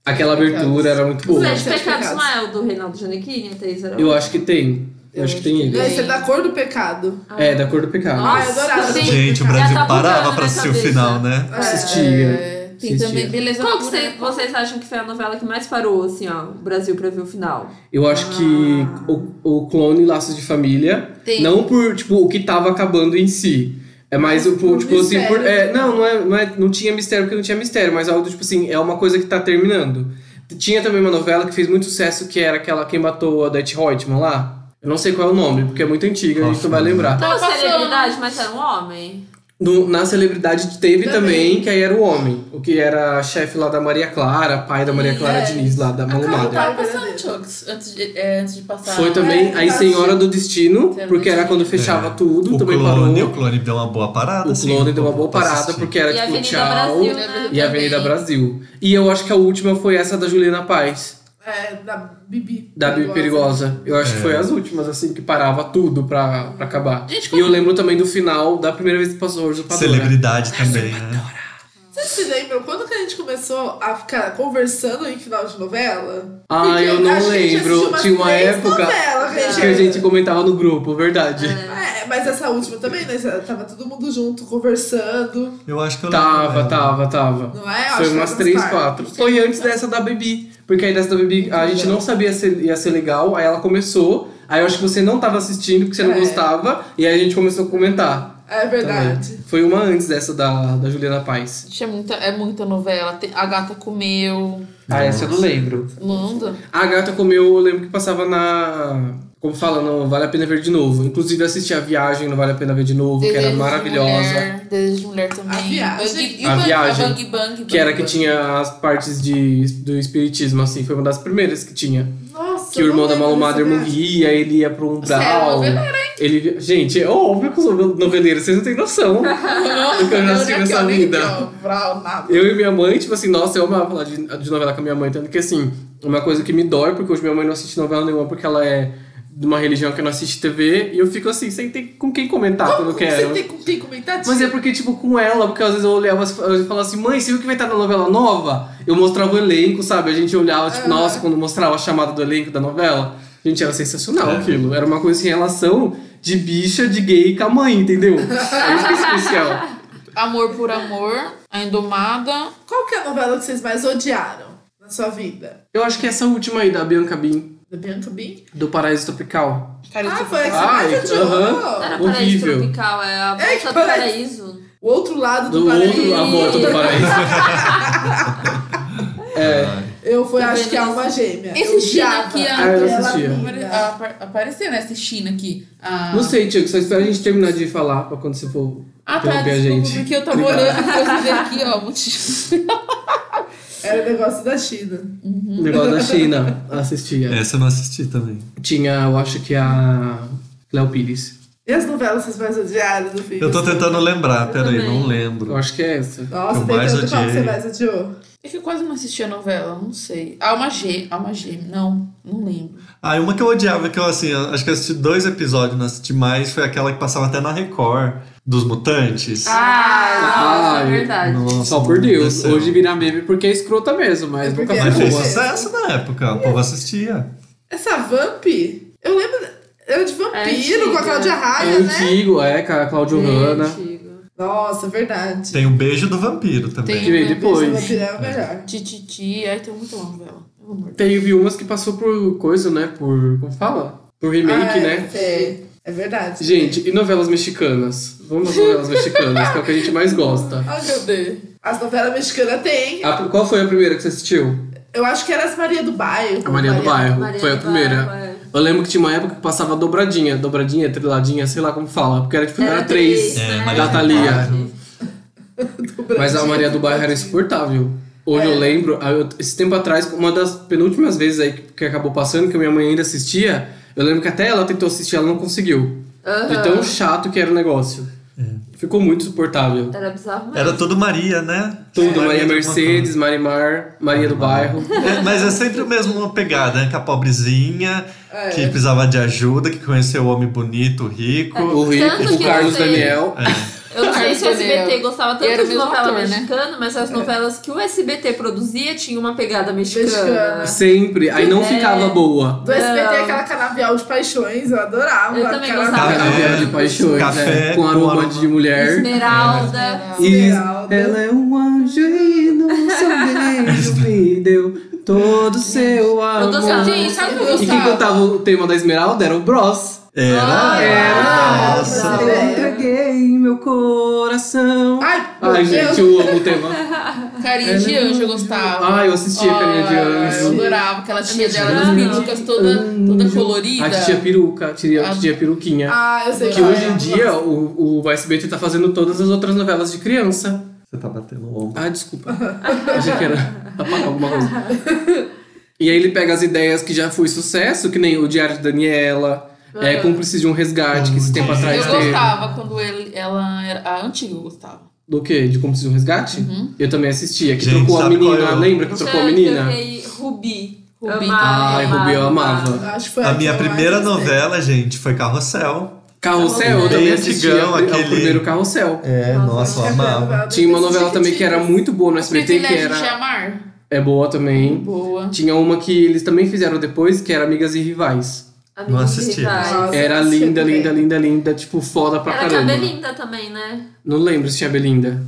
S1: Aquela
S5: Pecados.
S1: abertura era muito
S4: Os
S1: boa.
S4: Sete
S2: Sete
S4: Pecados
S2: Pecados.
S4: não é o do Reinaldo Janequinha, Thaís? Era
S1: Eu
S4: outro?
S1: acho que tem. Eu acho que tem ele.
S2: Esse é da cor do pecado.
S1: É, da cor do pecado.
S2: Nossa, eu adorava.
S4: sim.
S3: Gente, o
S4: Já
S3: Brasil
S4: tá
S3: parava
S4: bugando
S3: pra
S4: na
S3: assistir o
S4: cabeça.
S3: final, né?
S2: É,
S1: Assistia.
S5: É, Tem
S1: Assistia.
S5: também Beleza
S4: Qual que
S5: Pura. né?
S4: cê- vocês acham que foi a novela que mais parou, assim, ó, o Brasil pra ver o final?
S1: Eu acho que
S4: Ah.
S1: o, o clone Laços de Família,
S5: Tem.
S1: não por, tipo, o que tava acabando em si. É mais, o,
S2: por
S1: tipo assim, por,
S2: mistério.
S1: é, não, não, é, não, é- não tinha mistério porque não tinha mistério, mas algo do tipo assim, é uma coisa que tá terminando. Tinha também uma novela que fez muito sucesso, que era aquela Quem Matou a Death Reutemann lá. Eu não sei qual é o nome, porque é muito antiga, a gente não vai lembrar.
S4: Não,
S5: Tava passando.
S4: celebridade, mas era um homem.
S1: No- na celebridade teve também.
S5: Também.
S1: que aí era o homem, o que era chefe lá da Maria Clara, pai da Maria
S5: Sim,
S1: Clara
S5: é.
S1: Diniz, lá da
S5: Acabou,
S1: Malumada.
S5: tava passando Chucks antes de, é, antes de passar.
S1: Foi também
S2: É,
S1: aí
S2: tá
S1: Senhora
S2: assim.
S1: do Destino,
S5: Senhora do
S1: porque era
S5: Destino.
S1: quando fechava
S3: É.
S1: tudo,
S3: O né?
S1: também
S3: clone, o
S1: parou.
S3: clone deu uma boa parada.
S1: O
S3: assim,
S1: clone deu uma boa
S3: pra
S1: parada,
S3: assistir.
S1: porque era
S4: e a
S1: tipo
S4: Avenida
S1: tchau.
S4: Brasil, né?
S1: E a Avenida
S5: Também.
S1: Brasil. E eu acho que a última foi essa da Juliana Paz,
S2: É, da Bibi.
S1: da Bibi Perigosa. Eu acho
S3: É.
S1: que foi as últimas, assim, que parava tudo pra, pra acabar.
S5: Gente,
S1: e
S5: como-
S1: eu lembro também do final da primeira vez que passou hoje o Padora.
S3: Celebridade também, né?
S2: Vocês se lembram quando que a gente começou a ficar conversando em final de novela?
S1: Ah,
S2: Porque
S1: eu não
S2: acho que a gente assistiu
S1: lembro.
S2: umas
S1: Tinha uma
S2: três
S1: época
S2: novelas, né?
S1: que a gente comentava no grupo, verdade.
S2: É, mas mas essa última também, né? Tava todo mundo junto, conversando,
S3: Eu acho que eu
S1: Tava,
S3: lembro.
S1: tava, tava.
S2: não é?
S1: Foi
S2: Eu acho que
S1: umas
S2: essas
S1: três,
S2: partes.
S1: quatro. Foi antes dessa da Baby. Porque aí dessa da Baby a gente não sabia se ia ser legal, aí ela começou. Aí eu acho que você não tava assistindo, porque você não
S2: É.
S1: gostava. E aí a gente começou a comentar.
S2: É verdade.
S1: também. Foi uma antes dessa da, da Juliana Paz.
S5: Tinha muita, é muita novela. Tem- a gata comeu.
S1: Ah, essa eu não lembro.
S5: Manda.
S1: A gata comeu, eu lembro que passava na. Como fala, não vale a pena ver de novo. Inclusive, eu assisti a viagem, não vale a pena ver de novo, que era
S5: Desejo de
S1: maravilhosa.
S5: Mulher, Desejo de mulher também.
S2: A viagem.
S5: Bang, e
S1: A
S5: Bang-
S1: viagem,
S5: Bang Bang. Bang
S1: Que era que
S5: Bang.
S1: tinha as partes de, do espiritismo, assim, foi uma das primeiras que tinha.
S2: Nossa, né? é
S1: que o
S2: eu
S1: irmão
S2: não
S1: da é
S2: lembro
S1: Malu
S2: dessa
S1: Mader
S2: viagem.
S1: morria, ele ia pra um
S5: Você era
S1: down.
S2: né?
S5: noveleira,
S1: Ele, vi- gente, é óbvio que eu sou noveleiro, vocês não têm
S2: (laughs)
S1: noção do que eu já assisti
S2: nem
S1: nessa
S2: aqui, ó, nem
S1: vida.
S2: aqui, ó, pra nada.
S1: Eu e minha mãe, tipo assim, nossa, eu amava falar de, de novela com a minha mãe, tanto que assim, uma coisa que me dói, porque hoje minha mãe não assiste novela nenhuma, porque ela é de uma religião que não assiste TV, e eu fico assim, sem ter com quem comentar quando Ah, eu quero.
S2: Você tem com quem comentar?
S1: Mas é porque, tipo, com ela, porque às vezes eu olhava e falava assim, mãe, você viu que vai estar na novela nova? Eu mostrava o elenco, sabe? A gente olhava, tipo, nossa, quando mostrava a chamada do elenco da novela. Gente, era sensacional
S3: É.
S1: aquilo. Era uma coisa assim, relação de bicha, de gay com a mãe, entendeu? É isso que é especial.
S5: Amor por Amor, A Indomada.
S2: Qual que é a novela que vocês mais odiaram na sua vida?
S1: Eu acho que essa última aí, da Bianca Bin,
S2: Da Bianca Bin?
S1: do Paraíso Tropical.
S2: Ah, foi a que você
S1: Ai,
S2: mais odiou.
S1: aham.
S4: Não era paraíso
S1: Horrível.
S4: tropical, é a
S2: É,
S4: volta do
S2: parece-
S4: paraíso.
S2: O outro lado do,
S1: Do outro,
S2: paraíso.
S1: a volta do paraíso. é.
S2: Eu fui,
S4: Tá
S2: acho
S4: vendo
S2: que é
S4: isso?
S2: uma gêmea.
S4: Esse
S2: eu
S4: China
S2: odiava
S4: aqui, ó.
S1: Ah, eu
S2: aquela
S1: assistia.
S2: mina.
S5: Ela apa- Apareceu, né? Essa China aqui. Ah, A...
S1: Não sei, Tiago, só espera a gente terminar de falar pra quando você for
S5: Ah, tá.
S1: interromper a
S5: Desculpa,
S1: gente.
S5: porque eu tava olhando e coisa aqui, ó. muito-
S2: Era o negócio da China.
S1: O negócio da China, assistia.
S3: Essa eu não assisti também.
S1: Tinha, eu acho que a Cleo Pires.
S2: E as novelas que vocês mais odiaram do filme?
S3: Eu tô tentando lembrar,
S4: Eu
S3: peraí,
S4: também.
S3: não
S1: Eu
S3: lembro.
S1: acho que é essa.
S2: Nossa,
S3: Eu
S2: tem
S3: mais
S2: tanto qual que você
S3: odiei.
S2: mais odiou.
S5: (laughs) É que eu quase não assisti a novela, não sei. Alma G, Alma Gêmea. Não, não lembro.
S3: Ah, e uma que eu odiava, que eu assim, eu acho que eu assisti dois episódios, não assisti mais, foi aquela que passava até na Record, dos Mutantes.
S4: Ah,
S1: Ai,
S4: nossa, é verdade.
S3: Nossa,
S1: Só por
S3: não
S1: Deus.
S3: desceu.
S1: Hoje vira meme porque é escrota mesmo, mas
S2: É
S1: nunca
S2: porque
S1: foi
S3: Mas
S2: é
S1: boa.
S3: fez
S2: boa.
S3: sucesso na época, o povo assistia.
S2: Essa Vamp, eu lembro. Era de vampiro
S4: antiga.
S2: com a Cláudia
S1: É
S2: Raia, né?
S1: antigo, é, com a Cláudio Hanna.
S4: Antigo.
S2: Nossa, verdade.
S3: Tem o Beijo do Vampiro também.
S1: Que veio depois.
S2: Essa vampira é a melhor.
S5: Tititi. Ai, tem muita novela. Pelo amor de
S1: Teve umas que passou por coisa, né? Por. Como fala? Por remake,
S2: Ah,
S1: né?
S2: É, é verdade.
S1: Gente, e novelas mexicanas? Vamos nas novelas mexicanas, que é o que a gente mais gosta.
S2: Ai, meu Deus. As novelas mexicanas tem.
S1: A- qual foi a primeira que você assistiu?
S2: Eu acho que era as Maria do Bairro.
S1: A Maria do Bairro.
S4: Maria
S1: foi a
S4: do
S1: primeira.
S4: Bairro, é.
S1: Eu lembro que tinha uma época que passava dobradinha, dobradinha, triladinha, sei lá como fala. Porque era tipo, era,
S4: Era
S1: três.
S4: três,
S3: É,
S4: né?
S3: Maria
S1: do Thalia.
S4: Verdade.
S2: do
S1: Mas a
S2: Brasil.
S1: Maria do Bairro era insuportável. Hoje
S4: É.
S1: eu lembro, ah, eu- esse tempo atrás, uma das penúltimas vezes aí que, que acabou passando, que a minha mãe ainda assistia, eu lembro que até ela tentou assistir, ela não conseguiu. De
S4: Aham.
S1: tão chato que era o negócio.
S3: É.
S1: Ficou muito insuportável.
S4: Era bizarro mesmo.
S3: Era tudo Maria, né?
S1: Tudo, Maria
S3: do
S1: Mercedes, Marimar, Maria do
S4: (laughs)
S1: Bairro.
S3: É, mas é sempre o mesmo uma pegada, né? Que a pobrezinha,
S2: É.
S3: que precisava de ajuda, que conheceu o homem bonito, rico.
S1: O Rico,
S4: Tanto
S1: o
S4: que
S1: Carlos
S4: eu sei.
S1: Daniel.
S4: Eu não sei se o SBT gostava
S5: E era
S4: tanto
S5: o
S4: de
S5: mesmo
S4: novela
S5: ator, né?
S4: mexicana, mas as novelas que o SBT produzia tinham uma pegada mexicana.
S2: Mexicana.
S1: Sempre. Aí não
S4: É.
S1: ficava boa.
S2: Do SBT, aquela canavial de paixões, eu adorava.
S4: Eu também
S2: Aquela-
S4: gostava.
S1: Aquela
S3: Café.
S1: viagem de paixões,
S3: Café
S1: né? Com
S3: com
S1: aroma
S3: aroma.
S1: de mulher.
S4: É, Esmeralda.
S1: E
S2: Esmeralda.
S1: Ela é um anjo e num seu beijo me deu todo o seu
S4: Eu
S1: amor.
S5: Tá,
S4: gostava. Gente, sabe o que eu
S1: E quem
S5: gostava?
S1: cantava o tema da Esmeralda era o Bros.
S3: Era,
S4: Ah,
S1: Era,
S4: era.
S3: nossa.
S2: Era.
S1: eu entreguei meu coração.
S2: Ai, meu
S1: Ai,
S2: Deus.
S1: gente, eu amo o tema.
S5: Carinha de anjo, eu gostava.
S1: Ai, eu É, né? Ah, assistia Carinha de Anjo.
S5: Eu adorava aquela tia dela, das
S4: Anjo.
S5: perucas toda, toda colorida.
S1: A tia peruca, tia,
S5: Ah.
S1: tia peruquinha.
S2: Ah, eu sei
S1: Que
S2: qual
S1: hoje
S2: é.
S1: em dia o, o SBT tá fazendo todas as outras novelas de criança.
S3: Você tá batendo o ombro.
S1: Ah, desculpa. Achei que era apagar alguma coisa. E aí ele pega as ideias que já foi sucesso, que nem o Diário de Daniela, é, Cúmplices de um Resgate,
S3: Hum,
S1: que esse tempo
S3: Eu
S1: atrás
S5: Ah. Eu
S1: teve.
S5: gostava quando ele, ela era. A antiga eu gostava.
S1: Do quê? De Cúmplices de um Resgate?
S5: Uhum.
S1: Eu também assistia, que
S3: Gente,
S1: trocou a
S3: sabe qual é
S1: menina.
S3: eu-
S1: Lembra que trocou a menina?
S4: Chanca e Rubi.
S5: Rubi.
S4: Amava,
S1: Ai, Rubi, eu amava.
S2: Acho que foi
S3: A
S2: que
S3: minha
S2: eu mais
S3: primeira
S2: gostei.
S3: novela, gente, foi Carrossel.
S1: Carrossel, eu
S4: Bem
S1: também assistia.
S3: antigão,
S1: ao
S3: aquele-
S1: primeiro Carrossel.
S3: É,
S4: nossa,
S2: Acho que foi a novela
S1: Tinha uma novela
S2: Chiquititas.
S1: também que era muito boa no
S5: O
S1: SBT, que
S5: Privilégio de
S1: era...
S5: Amar.
S1: É boa também.
S5: Boa.
S1: Tinha uma que eles também fizeram depois, que era Amigas e Rivais.
S4: Amigos
S3: assisti.
S4: Irritais.
S2: Nossa,
S1: Era
S2: eu assisti
S1: linda,
S2: também.
S1: linda, linda, linda, tipo, foda pra
S4: Ela que é a
S1: caramba.
S4: Belinda também, né?
S1: Não lembro se tinha Belinda.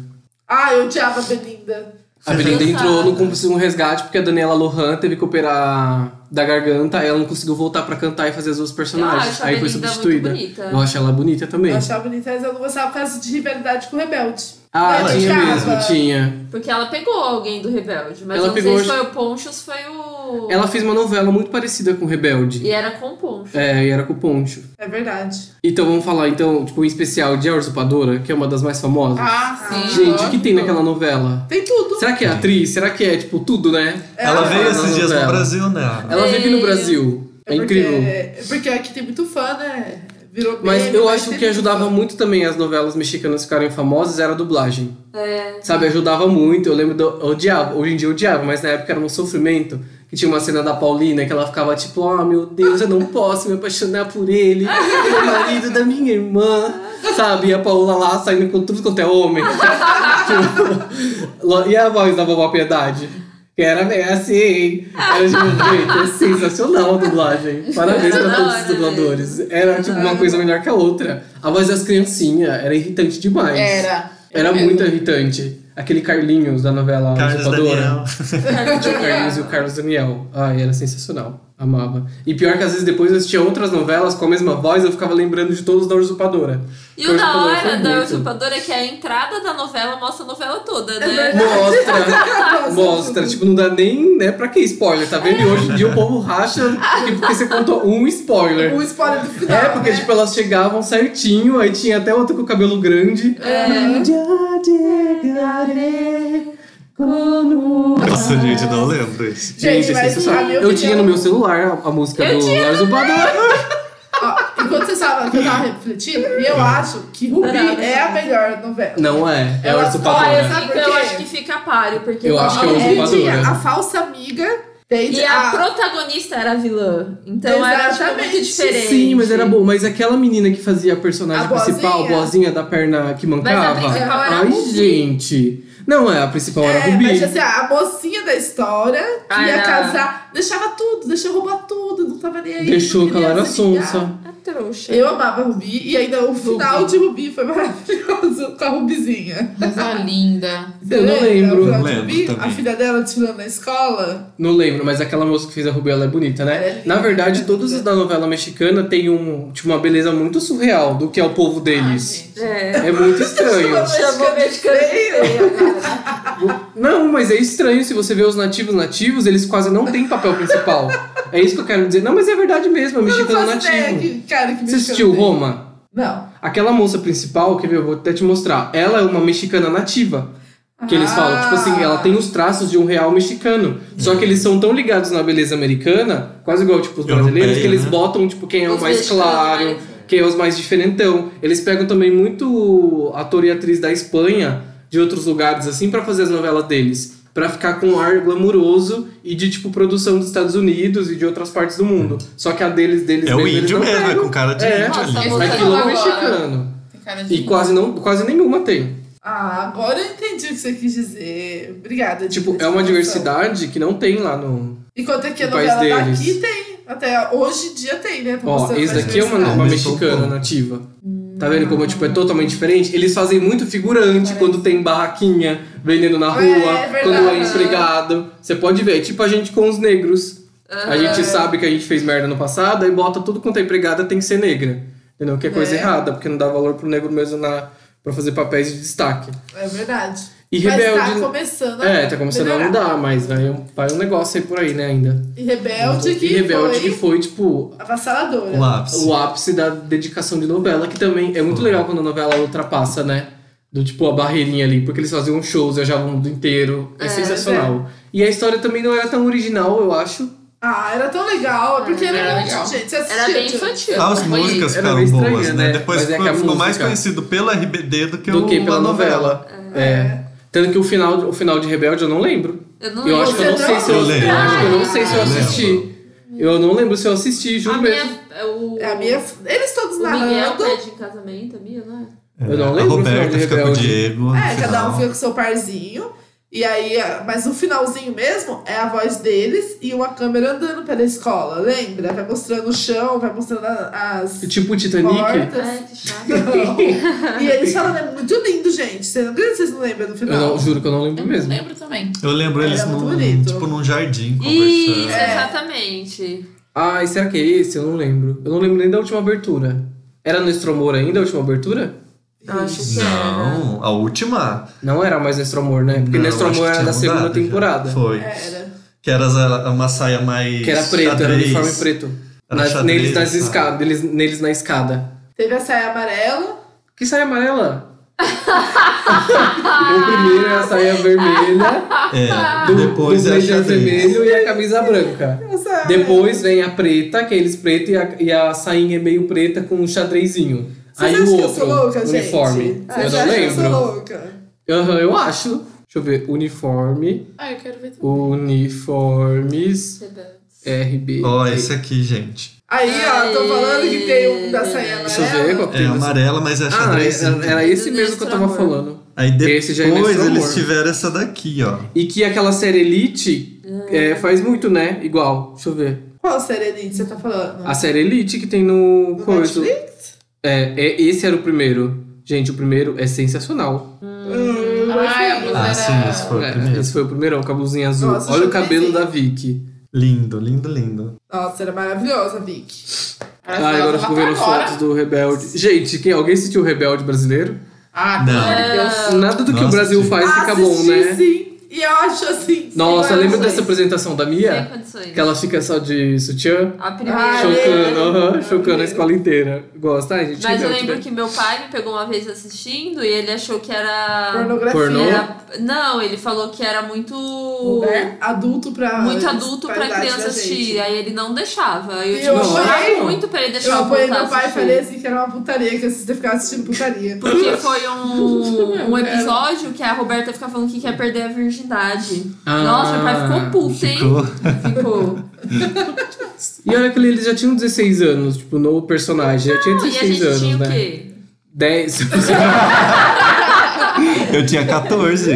S2: Ah, eu odiava a Belinda.
S1: A Belinda
S4: Engraçado.
S1: entrou no Cúmplice um Resgate porque a Daniela Lohan teve que operar da garganta, aí ela não conseguiu voltar pra cantar e fazer as duas
S4: Eu
S1: personagens.
S4: acho a
S1: Aí foi
S4: Belinda muito
S1: substituída.
S4: bonita.
S1: Eu acho ela bonita também.
S2: Eu achava bonita, mas eu não gostava por causa de rivalidade com o Rebelde.
S1: Ah,
S3: Ela
S1: tinha
S2: odiava.
S1: mesmo, tinha.
S4: Porque ela pegou alguém do Rebelde.
S1: Ela
S4: Mas eu não
S1: pegou
S4: sei se
S1: hoje-
S4: foi o Ponchos, foi o.
S1: Ela fez uma novela muito parecida com Rebelde.
S4: E era com o Poncho.
S1: É, e era com o Poncho.
S2: É verdade.
S1: Então vamos falar, então, tipo, em especial de A Usurpadora, que é uma das mais famosas.
S5: Ah, sim.
S1: Gente, o que tem
S5: lógico.
S1: naquela novela?
S2: Tem tudo.
S1: Será que é atriz? Será que é, tipo, tudo, né?
S3: Ela veio
S1: ela
S3: esses
S1: na
S3: dias
S1: novela.
S3: no Brasil, né?
S1: Ela vive no
S4: É. Veio.
S1: Brasil. É
S2: porque-
S1: incrível.
S2: Porque aqui tem muito fã, né? Virou
S1: Mas
S2: meme,
S1: eu acho
S2: tem
S1: que
S2: muito
S1: ajudava
S2: fã.
S1: muito também as novelas mexicanas ficarem famosas era a dublagem.
S4: É.
S1: Sabe, ajudava muito. Eu lembro do eu odiava, hoje em dia eu odiava, mas na época era um sofrimento. Que tinha uma cena da Paulina que ela ficava tipo, ah, meu Deus, eu não posso me apaixonar por ele. Ele é o marido da minha irmã. Sabe, e a Paula lá saindo com tudo quanto é homem. (laughs) Tipo, lo- e a voz da vovó Piedade? Que era meio assim. Era tipo, gente, é sensacional a dublagem. Parabéns pra
S4: Da
S1: todos
S4: hora,
S1: os dubladores. Era tipo uma coisa melhor que a outra. A voz das criancinhas era irritante demais.
S5: Era.
S1: Era
S5: mesmo.
S1: muito irritante. Aquele Carlinhos da novela
S3: Carlos
S1: Usurpadora.
S3: Daniel.
S1: Tinha o Carlinhos e o Carlos Daniel. Ai, era sensacional. Amava. E pior que às vezes depois eu assistia outras novelas com a mesma voz, eu ficava lembrando de todos da Usurpadora.
S4: E
S1: Porque a
S4: o da
S1: Usurpadora foi
S4: hora da
S1: muito.
S4: usurpadora é que a entrada da novela mostra a novela toda,
S2: É
S4: né?
S2: verdade.
S1: Mostra,
S2: Nossa, (laughs)
S1: mostra.
S2: tudo.
S1: Tipo, não dá nem, né, pra que spoiler, tá vendo? E hoje em dia o povo racha porque, porque você contou um spoiler.
S2: O spoiler do final.
S1: É, porque
S2: né?
S1: tipo, elas chegavam certinho, aí tinha até outra com o cabelo grande.
S4: É.
S1: Já chegarei quando
S3: Nossa, gente, não lembro isso.
S1: Gente,
S2: Gente, mas
S1: sensacional.
S2: a minha
S1: Eu tinha
S2: opinião-
S1: no meu celular a, a música
S4: Eu
S1: do
S4: tinha
S1: Lars Upador.
S2: Ó, enquanto vocês estavam que eu tava refletindo, e eu acho que Rubi
S4: Caralho.
S2: é a melhor novela.
S1: Uhum. Não é, é
S2: Ela-
S1: Lars
S4: Olha,
S1: Upador.
S2: Sabe por
S4: fica- eu
S2: quê?
S4: acho que fica páreo, porque
S1: Eu acho que é
S4: ela-
S1: um
S2: Ele
S1: usurpadora.
S2: tinha a falsa amiga, entende?
S4: E a
S2: A-
S4: protagonista era a vilã. Então era tipo, muito
S2: Exatamente.
S4: diferente.
S1: Sim, mas era bom. Mas aquela menina que fazia a personagem
S2: A
S1: principal,
S2: boazinha?
S1: a boazinha da perna que mancava.
S4: principal era a
S1: Ai,
S4: Rubi.
S1: gente. Não é, a principal era a
S2: É,
S1: Rubi.
S2: mas assim, a mocinha da história que
S4: Ah,
S2: ia
S4: era-
S2: casar, deixava tudo, deixava roubar tudo, não tava nem aí.
S1: Deixou
S2: não
S1: que ela
S2: queria
S1: era
S2: se ligar.
S1: sonsa.
S4: A trouxa.
S2: Eu amava a Rubi e ainda o final de Rubi foi (laughs) maravilhoso com a Rubizinha.
S5: Coisa
S1: (laughs)
S5: linda.
S2: Você
S1: Eu não
S2: lembra
S1: lembro.
S2: o final de
S3: Lembro
S2: Rubi?
S3: também.
S2: A filha dela tirando na escola.
S1: Não lembro, mas aquela moça que fez a Rubi, ela é bonita, né?
S2: Ela é linda,
S1: Na
S2: ela
S1: verdade,
S2: é
S1: todos os
S2: linda.
S1: da novela mexicana têm um, tipo, uma beleza muito surreal do que é o povo deles.
S5: Ah, gente.
S4: É.
S1: é muito
S2: (laughs)
S1: estranho.
S4: Chamou o mexicano de feia, cara.
S1: Não, mas é estranho se você vê os nativos nativos, eles quase não têm papel principal. é isso que eu quero dizer. Não, mas é verdade mesmo, é
S2: Eu não
S1: mexicano
S2: faço ideia
S1: nativo.
S2: que cara que
S1: Você
S2: mexicano
S1: assistiu
S2: tem.
S1: Roma?
S2: Não.
S1: Aquela moça principal, quer ver? Eu vou até te mostrar. Ela é uma mexicana nativa. Que eles
S2: Ah.
S1: falam, tipo assim, ela tem os traços de um real mexicano. Só que eles são tão ligados na beleza americana, quase igual, tipo, os
S3: Europeia,
S1: brasileiros, que eles
S3: né?
S1: botam, tipo, quem é o
S4: Os
S1: mais
S4: mexicanos,
S1: claro,
S4: né?
S1: quem é os mais diferentão. Eles pegam também muito ator e atriz da Espanha, de outros lugares, assim, pra fazer as novelas deles. Pra ficar com um ar glamuroso e de, tipo, produção dos Estados Unidos e de outras partes do mundo. Só que a deles, deles
S3: É o
S1: eles
S3: índio
S1: não
S3: mesmo, é
S1: pegam.
S3: com cara de
S1: É.
S3: índio
S4: Nossa,
S3: ali.
S4: amor.
S1: Mas aquilo é
S5: Agora.
S1: mexicano.
S5: Tem cara de
S1: E quase, não, quase nenhuma tem.
S2: Ah, agora eu entendi o que você quis dizer. Obrigada.
S1: Tipo,
S2: Dina,
S1: é uma
S2: explicação.
S1: diversidade que não tem lá no.
S2: Enquanto aqui é a
S1: no país
S2: novela
S1: deles.
S2: daqui tem. Até hoje em dia tem, né? Tá
S1: Ó,
S2: mostrando
S1: esse
S2: mais
S1: daqui é uma,
S2: diversidade.
S1: uma
S3: Mas
S1: mexicana
S3: tocou.
S1: nativa.
S2: Hum.
S1: Tá vendo como tipo, é totalmente diferente? Eles fazem muito figurante quando tem barraquinha vendendo na rua,
S2: É, é
S1: quando é
S2: verdade.
S1: empregado. Você pode ver, é tipo a gente com os negros. A gente sabe que a gente fez merda no passado, aí bota tudo quanto é empregada tem que ser negra. Entendeu? Que é coisa
S2: É.
S1: errada, porque não dá valor pro negro mesmo na, pra fazer papéis de destaque.
S2: É verdade.
S1: E
S2: Mas
S1: rebelde. né?
S2: tá começando a
S1: é, tá começando a
S2: melhorar.
S1: mudar, mas vai um, vai um negócio aí por aí, né, ainda.
S2: E rebelde que
S1: e rebelde que
S2: foi
S1: foi, tipo,
S2: avassaladora.
S6: um
S3: O ápice.
S1: o ápice da dedicação de novela, que também é muito legal quando a novela ultrapassa, né? Do tipo a barreirinha ali, porque eles faziam shows, viajavam o mundo inteiro. É,
S4: É,
S1: sensacional. E a história também não era tão original, eu acho.
S2: Ah, era tão legal. é Porque era,
S5: Era
S2: um monte
S5: legal.
S2: de gente. Você
S4: Era bem
S2: assistia,
S4: infantil.
S3: Ah, as
S5: Foi-
S3: músicas
S1: era meio
S3: ficaram
S1: estranha,
S3: boas,
S1: né?
S3: né? Depois
S1: Mas é que a
S3: ficou ficou mais
S1: música-
S3: conhecido pela RBD do que,
S1: do
S3: o-
S1: que pela
S3: a
S1: novela. É. Tanto que o final, o final de Rebelde eu não lembro.
S4: Eu não
S1: Eu acho que eu não
S2: Você
S1: sei
S2: não?
S1: se é eu,
S3: Eu lembro.
S1: eu acho que eu não sei se eu
S3: Eu
S1: assisti. Eu não lembro se eu assisti, juro
S4: a
S1: mesmo.
S4: minha, o,
S2: É a minha... Eles todos
S4: o Miguel
S2: narrando.
S4: pede em casamento, a minha, não é?
S1: Eu não
S3: É,
S1: lembro o
S3: A
S1: final
S3: Roberta
S1: de
S3: fica com o
S1: Rebelde.
S3: Diego. no
S2: É, cada um
S3: final.
S2: fica com seu parzinho. E aí, a- mas o finalzinho mesmo é a voz deles e uma câmera andando pela escola, lembra? Vai mostrando o chão, vai mostrando a- as
S1: Tipo o Titanic.
S2: portas.
S4: Ai, que
S1: (laughs)
S4: chato.
S2: Não. e eles falam, é muito lindo, gente. Vocês não, vocês não lembram do
S1: Eu
S2: final?
S1: não, juro que eu não lembro
S5: Eu não
S1: mesmo.
S5: lembro também.
S6: Eu lembro
S2: Era
S6: eles
S2: é muito
S6: num,
S2: bonito.
S6: tipo, num jardim
S4: Isso,
S1: é
S2: É.
S6: conversando.
S4: exatamente.
S1: Ai, será que é esse? Eu não lembro. Eu não lembro nem da última abertura. Era no Estromor ainda a última abertura?
S4: Acho que era.
S6: Não, a última.
S1: Não era mais Nestro Amor, né? Porque
S6: não,
S1: Nestro Amor
S6: acho que
S1: era
S6: tinha
S1: da segunda
S6: mudado já.
S1: temporada.
S6: Foi.
S2: É, Era.
S6: Que era za- uma saia mais.
S1: Que era preto, era
S6: xadrez.
S1: uniforme preto.
S6: Era
S1: Nas-
S6: xadrez, tá.
S1: neles, nas
S6: sabe?
S1: escadas, neles, neles na escada.
S2: Teve a saia amarela.
S1: Que saia
S2: (laughs)
S1: amarela? o primeiro é a saia vermelha,
S6: É,
S1: do,
S6: depois
S1: do
S6: é a
S1: blazer
S6: xadrez.
S1: vermelho e a camisa branca.
S2: A saia
S1: Depois vem a preta, que é eles preto, e a, e a sainha é meio preta com um xadrezinho.
S2: Vocês
S1: Aí o
S2: acham
S1: outro,
S2: que eu sou louca,
S1: uniforme.
S2: gente? É, Vocês
S1: eu não
S2: acham que eu sou
S1: lembro.
S2: louca?
S1: Aham, eu acho. Deixa eu ver. Uniforme,
S5: Ah, eu quero ver também.
S1: uniformes, RB.
S6: Ó, esse aqui, gente.
S2: Aí, ó, tô falando que tem um da saia amarela.
S1: Deixa eu ver qual que
S6: É
S1: tem dessa-
S6: amarela, mas é
S1: Ah,
S6: xadrez. sim.
S1: era, era esse
S4: Do
S1: mesmo que eu tava
S4: Destro Amor.
S1: falando.
S6: Aí depois
S1: Esse já é Nestor
S6: eles
S1: Amor.
S6: tiveram essa daqui, ó.
S1: E que aquela série Elite
S2: Ah.
S1: é, faz muito, né? Igual. Deixa eu ver.
S2: Qual série Elite você tá falando?
S1: A série Elite que tem no,
S2: No
S1: coisa.
S2: Netflix?
S1: É, é, esse era o primeiro. Gente, o primeiro é sensacional.
S2: Hum,
S5: Ai,
S4: é
S5: a blusa
S6: Ah,
S5: era...
S6: sim, esse foi o
S1: É,
S6: primeiro.
S1: esse foi o primeiro, com a blusinha azul.
S2: Nossa,
S1: Olha o
S2: já
S1: cabelo
S2: fiz,
S1: da
S2: hein?
S1: Vicky.
S6: Lindo, lindo, lindo.
S2: Nossa, era maravilhosa, Vic.
S1: Ah, agora eu fico vendo fotos do Rebelde. Gente, quem, alguém assistiu o Rebelde brasileiro?
S5: Ah,
S6: Não.
S5: pelo amor de Deus.
S1: Nada do que
S6: Nossa,
S1: o Brasil
S6: gente.
S1: faz fica bom,
S2: Assisti,
S1: né?
S2: sim. E eu acho assim...
S1: Nossa,
S2: sim,
S1: lembra
S2: eu
S1: dessa
S2: acho.
S1: apresentação da
S4: Sem
S1: Mia?
S4: condições.
S1: Que ela fica só de sutiã?
S4: A
S2: Ah,
S4: primeira.
S1: Chocando,
S2: lembro.
S1: aham, chocando a escola inteira. Gosta, ai, gente.
S4: Mas eu
S1: rebelde,
S4: lembro
S1: né?
S4: que meu pai me pegou uma vez assistindo e ele achou que era.
S2: Pornografia. né?
S1: Pornô?
S4: era- Não, ele falou que era muito.
S2: Lugar adulto pra...
S4: Muito adulto
S2: pra
S4: pra
S2: idade Ah, da
S4: criança
S2: gente.
S4: assistir. Aí ele não deixava. Eu,
S2: E
S4: tipo,
S2: eu
S4: chorava
S1: é?
S2: apoiei.
S4: muito pra ele deixar
S2: Eu apoiei
S4: voltar
S2: meu pai e
S4: assistir.
S2: falei assim que era uma putaria, que você ficava assistindo putaria.
S4: Porque foi um, um episódio que a Roberta fica falando que quer perder a virgindade.
S1: Ah.
S4: Nossa, meu pai ficou puto, hein?
S6: Ficou.
S4: Ficou.
S1: E olha que eles já tinham 16 anos, tipo, no personagem. Já tinha
S4: E a
S1: 16
S4: gente
S1: anos,
S4: tinha o
S1: né?
S4: quê?
S2: (laughs)
S1: 10.
S6: Eu tinha
S1: (laughs)
S6: 14.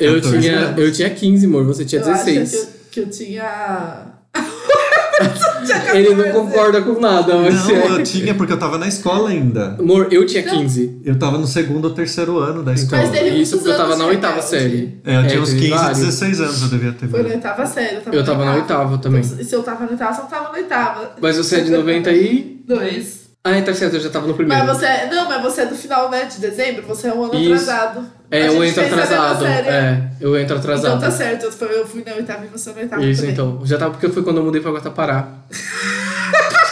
S1: eu,
S6: 14
S1: tinha, eu tinha 15, amor. Você tinha
S2: Eu acho que
S1: 16.
S2: eu- que eu tinha...
S1: Ele não concorda com nada, mas. é.
S6: Não, eu tinha porque eu tava na escola ainda.
S1: Amor, eu tinha 15.
S6: Eu tava no segundo ou terceiro ano da escola.
S2: Mas teve
S1: Isso
S2: muitos
S1: porque eu tava
S2: anos
S1: na
S2: de
S1: oitava
S2: rebelde.
S1: série.
S6: É, eu tinha uns
S1: teve
S6: 15,
S1: vários.
S6: 16 anos eu devia ter
S2: Foi na
S6: vindo.
S2: oitava série. Eu tava,
S1: Eu tava na oitava também.
S2: E Então, se eu tava na oitava, você não tava na oitava.
S1: Mas você é de 90 e.
S2: Dois.
S1: Ah, tá certo, eu já tava no primeiro.
S2: Mas você, não, mas você é do final, né, de dezembro, você é um ano
S1: Isso.
S2: atrasado. A
S1: É, eu
S2: gente
S1: entro
S2: fez a mesma
S1: atrasado.
S2: série.
S1: É, eu entro
S2: Então
S1: atrasado.
S2: tá certo, eu fui, eu fui na oitava e você na oitava
S1: Isso
S2: também.
S1: então. Já tava porque foi quando eu mudei pra (laughs) Guatapará.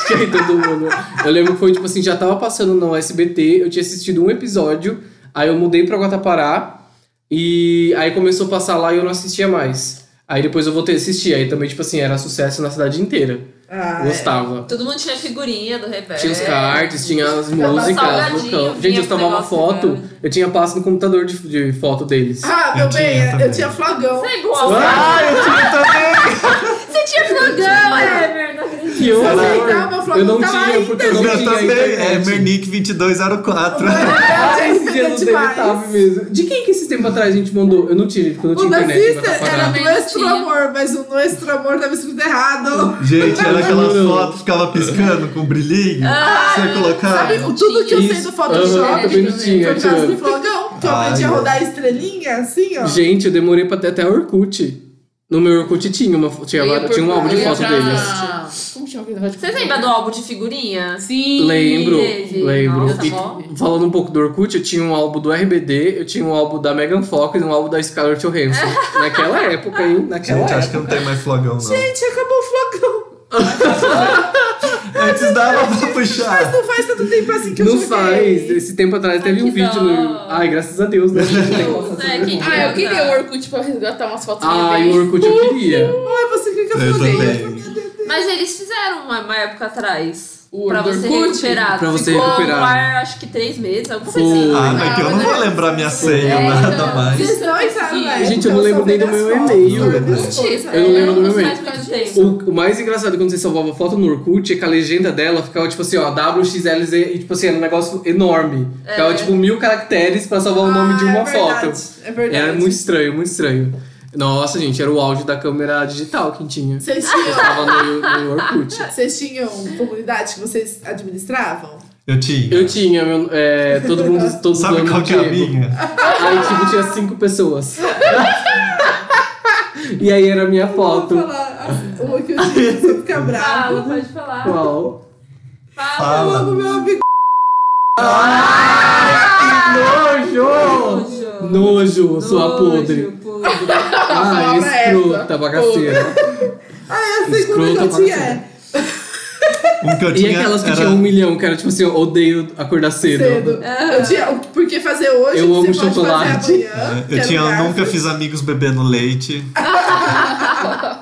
S1: Que aí todo mundo. né? Eu lembro que foi tipo assim, já tava passando no SBT, eu tinha assistido um episódio, aí eu mudei pra Guatapará e aí começou a passar lá e eu não assistia mais. Aí depois eu voltei a assistir, aí também tipo assim, era sucesso na cidade inteira.
S2: Ah, é.
S1: Gostava.
S4: Todo mundo tinha figurinha do É. Rebelde.
S1: Tinha os cards, tinha as
S4: Tava
S1: músicas,
S4: salgadinho,
S1: vulcão.
S4: vinha
S1: Gente, eu
S4: com
S1: tomava
S4: negócio
S1: foto,
S4: dela.
S1: eu tinha passo no computador de, de foto deles.
S2: né? Ah, meu
S6: Eu tinha
S2: bem, eu
S6: também.
S2: tinha flagão. (laughs)
S4: Você é igual.
S1: Ah!
S6: eu tinha também!
S4: Você tinha flagão, Ever. não é acredito.
S1: que eu,
S2: aceitava, eu falava,
S1: eu não
S2: tá lá
S1: tinha,
S2: ainda,
S1: porque eu não
S6: Eu
S1: tinha
S6: também! É
S1: internet.
S6: Mernick
S1: (laughs)
S6: 2204.
S2: Ah,
S1: É, Esse dia não teve TAV mesmo. De quem que esse tempo atrás a gente mandou? Eu não tive, porque eu não
S2: O
S1: tinha internet. tá
S2: nazista
S1: pra
S2: era
S1: parar.
S2: do
S4: Também
S2: Nuestro
S4: tinha.
S2: Amor, mas o Nuestro Amor tava escrito errado.
S6: Gente, era aquela
S1: Juro.
S6: foto que ficava piscando com brilhinho.
S1: Ah,
S6: Você colocar.
S2: Sabe, tudo que eu sei
S1: Isso.
S2: do
S1: Aham,
S2: Photoshop
S1: também não tinha,
S2: foi por causa
S1: tirando.
S2: do flagão, que eu aprendi a
S6: Ai,
S2: rodar estrelinha, assim, ó.
S1: Gente, eu demorei pra ter até Orkut. No meu Orkut tinha, uma, tinha,
S5: Eu ia
S1: vários- tinha um
S5: procurar,
S1: álbum de
S5: eu ia
S1: foto
S5: pra-
S1: deles.
S5: Como chama aquele negócio de
S4: Vocês lembram do álbum de figurinha?
S5: Sim.
S1: Lembro,
S4: Teve.
S1: lembro.
S4: Nossa,
S1: E
S4: mó.
S1: falando um pouco do Orkut, eu tinha um álbum do RBD, eu tinha um álbum da Megan Fox e um álbum da Scarlett Johansson. Naquela época, hein? Naquela
S6: Gente, acho que
S1: época.
S6: não tem mais flogão, não.
S2: Gente, acabou o flagão.
S6: Antes dava pra puxar.
S2: Não faz tanto tempo assim que eu
S1: Não
S2: joguei.
S1: faz. Esse tempo atrás teve
S4: Ai,
S1: um
S4: que
S1: vídeo
S4: dó.
S1: no... Ai, graças a Deus, né?
S4: Deus, é, quem
S5: Ah, eu queria o
S4: lembra?
S5: Orkut pra resgatar umas fotos
S1: Ai,
S5: minhas.
S1: o Orkut eu queria.
S2: Ai, você quer é que eu
S6: Eu
S2: falei?
S6: também.
S4: Mas eles fizeram uma, uma época atrás.
S5: O
S4: pra você
S5: Orkut?
S4: recuperar.
S1: Pra você
S4: Ficou
S1: recuperar.
S4: no ar, acho que três meses, alguma
S1: Foi.
S4: coisa assim.
S6: Ah,
S1: Ah,
S6: mas que eu não
S5: mas
S6: vou
S5: é-
S6: lembrar minha senha,
S4: É,
S6: nada
S4: então.
S6: mais.
S2: Vocês não entraram na
S1: Gente,
S2: época,
S1: eu não lembro
S2: só
S1: nem
S2: vi
S1: do
S2: nas
S1: meu
S2: fotos,
S1: e-mail.
S2: eu vi as
S4: Gente,
S2: fotos.
S4: isso é-
S1: Eu não lembro do meu
S4: faz
S1: e-mail.
S4: muito tempo.
S1: O, o mais engraçado é quando você salvava foto no Orkut é que a legenda dela ficava tipo assim, ó, WXLZ, e tipo assim, era um negócio enorme. Ficava tipo mil caracteres pra salvar o nome de
S2: É. Ah,
S1: uma
S2: é verdade,
S1: foto.
S2: É verdade.
S1: Era muito estranho, muito estranho. Nossa, gente, era o áudio da câmera digital que tinha.
S2: Vocês
S1: Eu
S2: tinham,
S1: tava no, no Orkut.
S2: vocês tinham comunidade que vocês administravam?
S6: Eu tinha.
S1: Eu tinha, meu, é, todo mundo. Todo
S6: Sabe
S1: mundo
S6: qual que é a
S1: Diego.
S6: minha?
S1: Aí, tipo, tinha cinco pessoas. e aí era a minha
S2: Eu
S1: foto.
S2: vou falar assim, uma que eu tinha, você
S1: (laughs)
S2: fica
S4: Fala,
S2: bravo.
S4: Ah, pode falar.
S1: Qual?
S4: Fala.
S2: Ah, Eu amo
S6: Fala.
S2: meu amigo.
S1: Nojo!
S4: Nojo.
S1: Nojo, sua
S4: Nojo,
S1: podre.
S4: podre.
S1: Ah,
S2: palavra é
S1: escrota, bagaceira.
S2: Eu sei como Ah, que eu
S1: Escroto,
S2: tinha.
S1: parceiro.
S2: é.
S6: Um que eu
S1: E
S6: tinha
S1: aquelas que
S6: era...
S1: tinham um milhão, que era tipo assim, eu odeio acordar cedo.
S2: Cedo. Eu tinha o porque fazer hoje,
S1: Eu
S2: que
S1: amo
S2: você pode
S1: chocolate. É,
S2: fazer amanhã. que
S6: É, Eu
S2: era
S6: tinha
S2: um garfo.
S6: Nunca Fiz Amigos Bebendo Leite.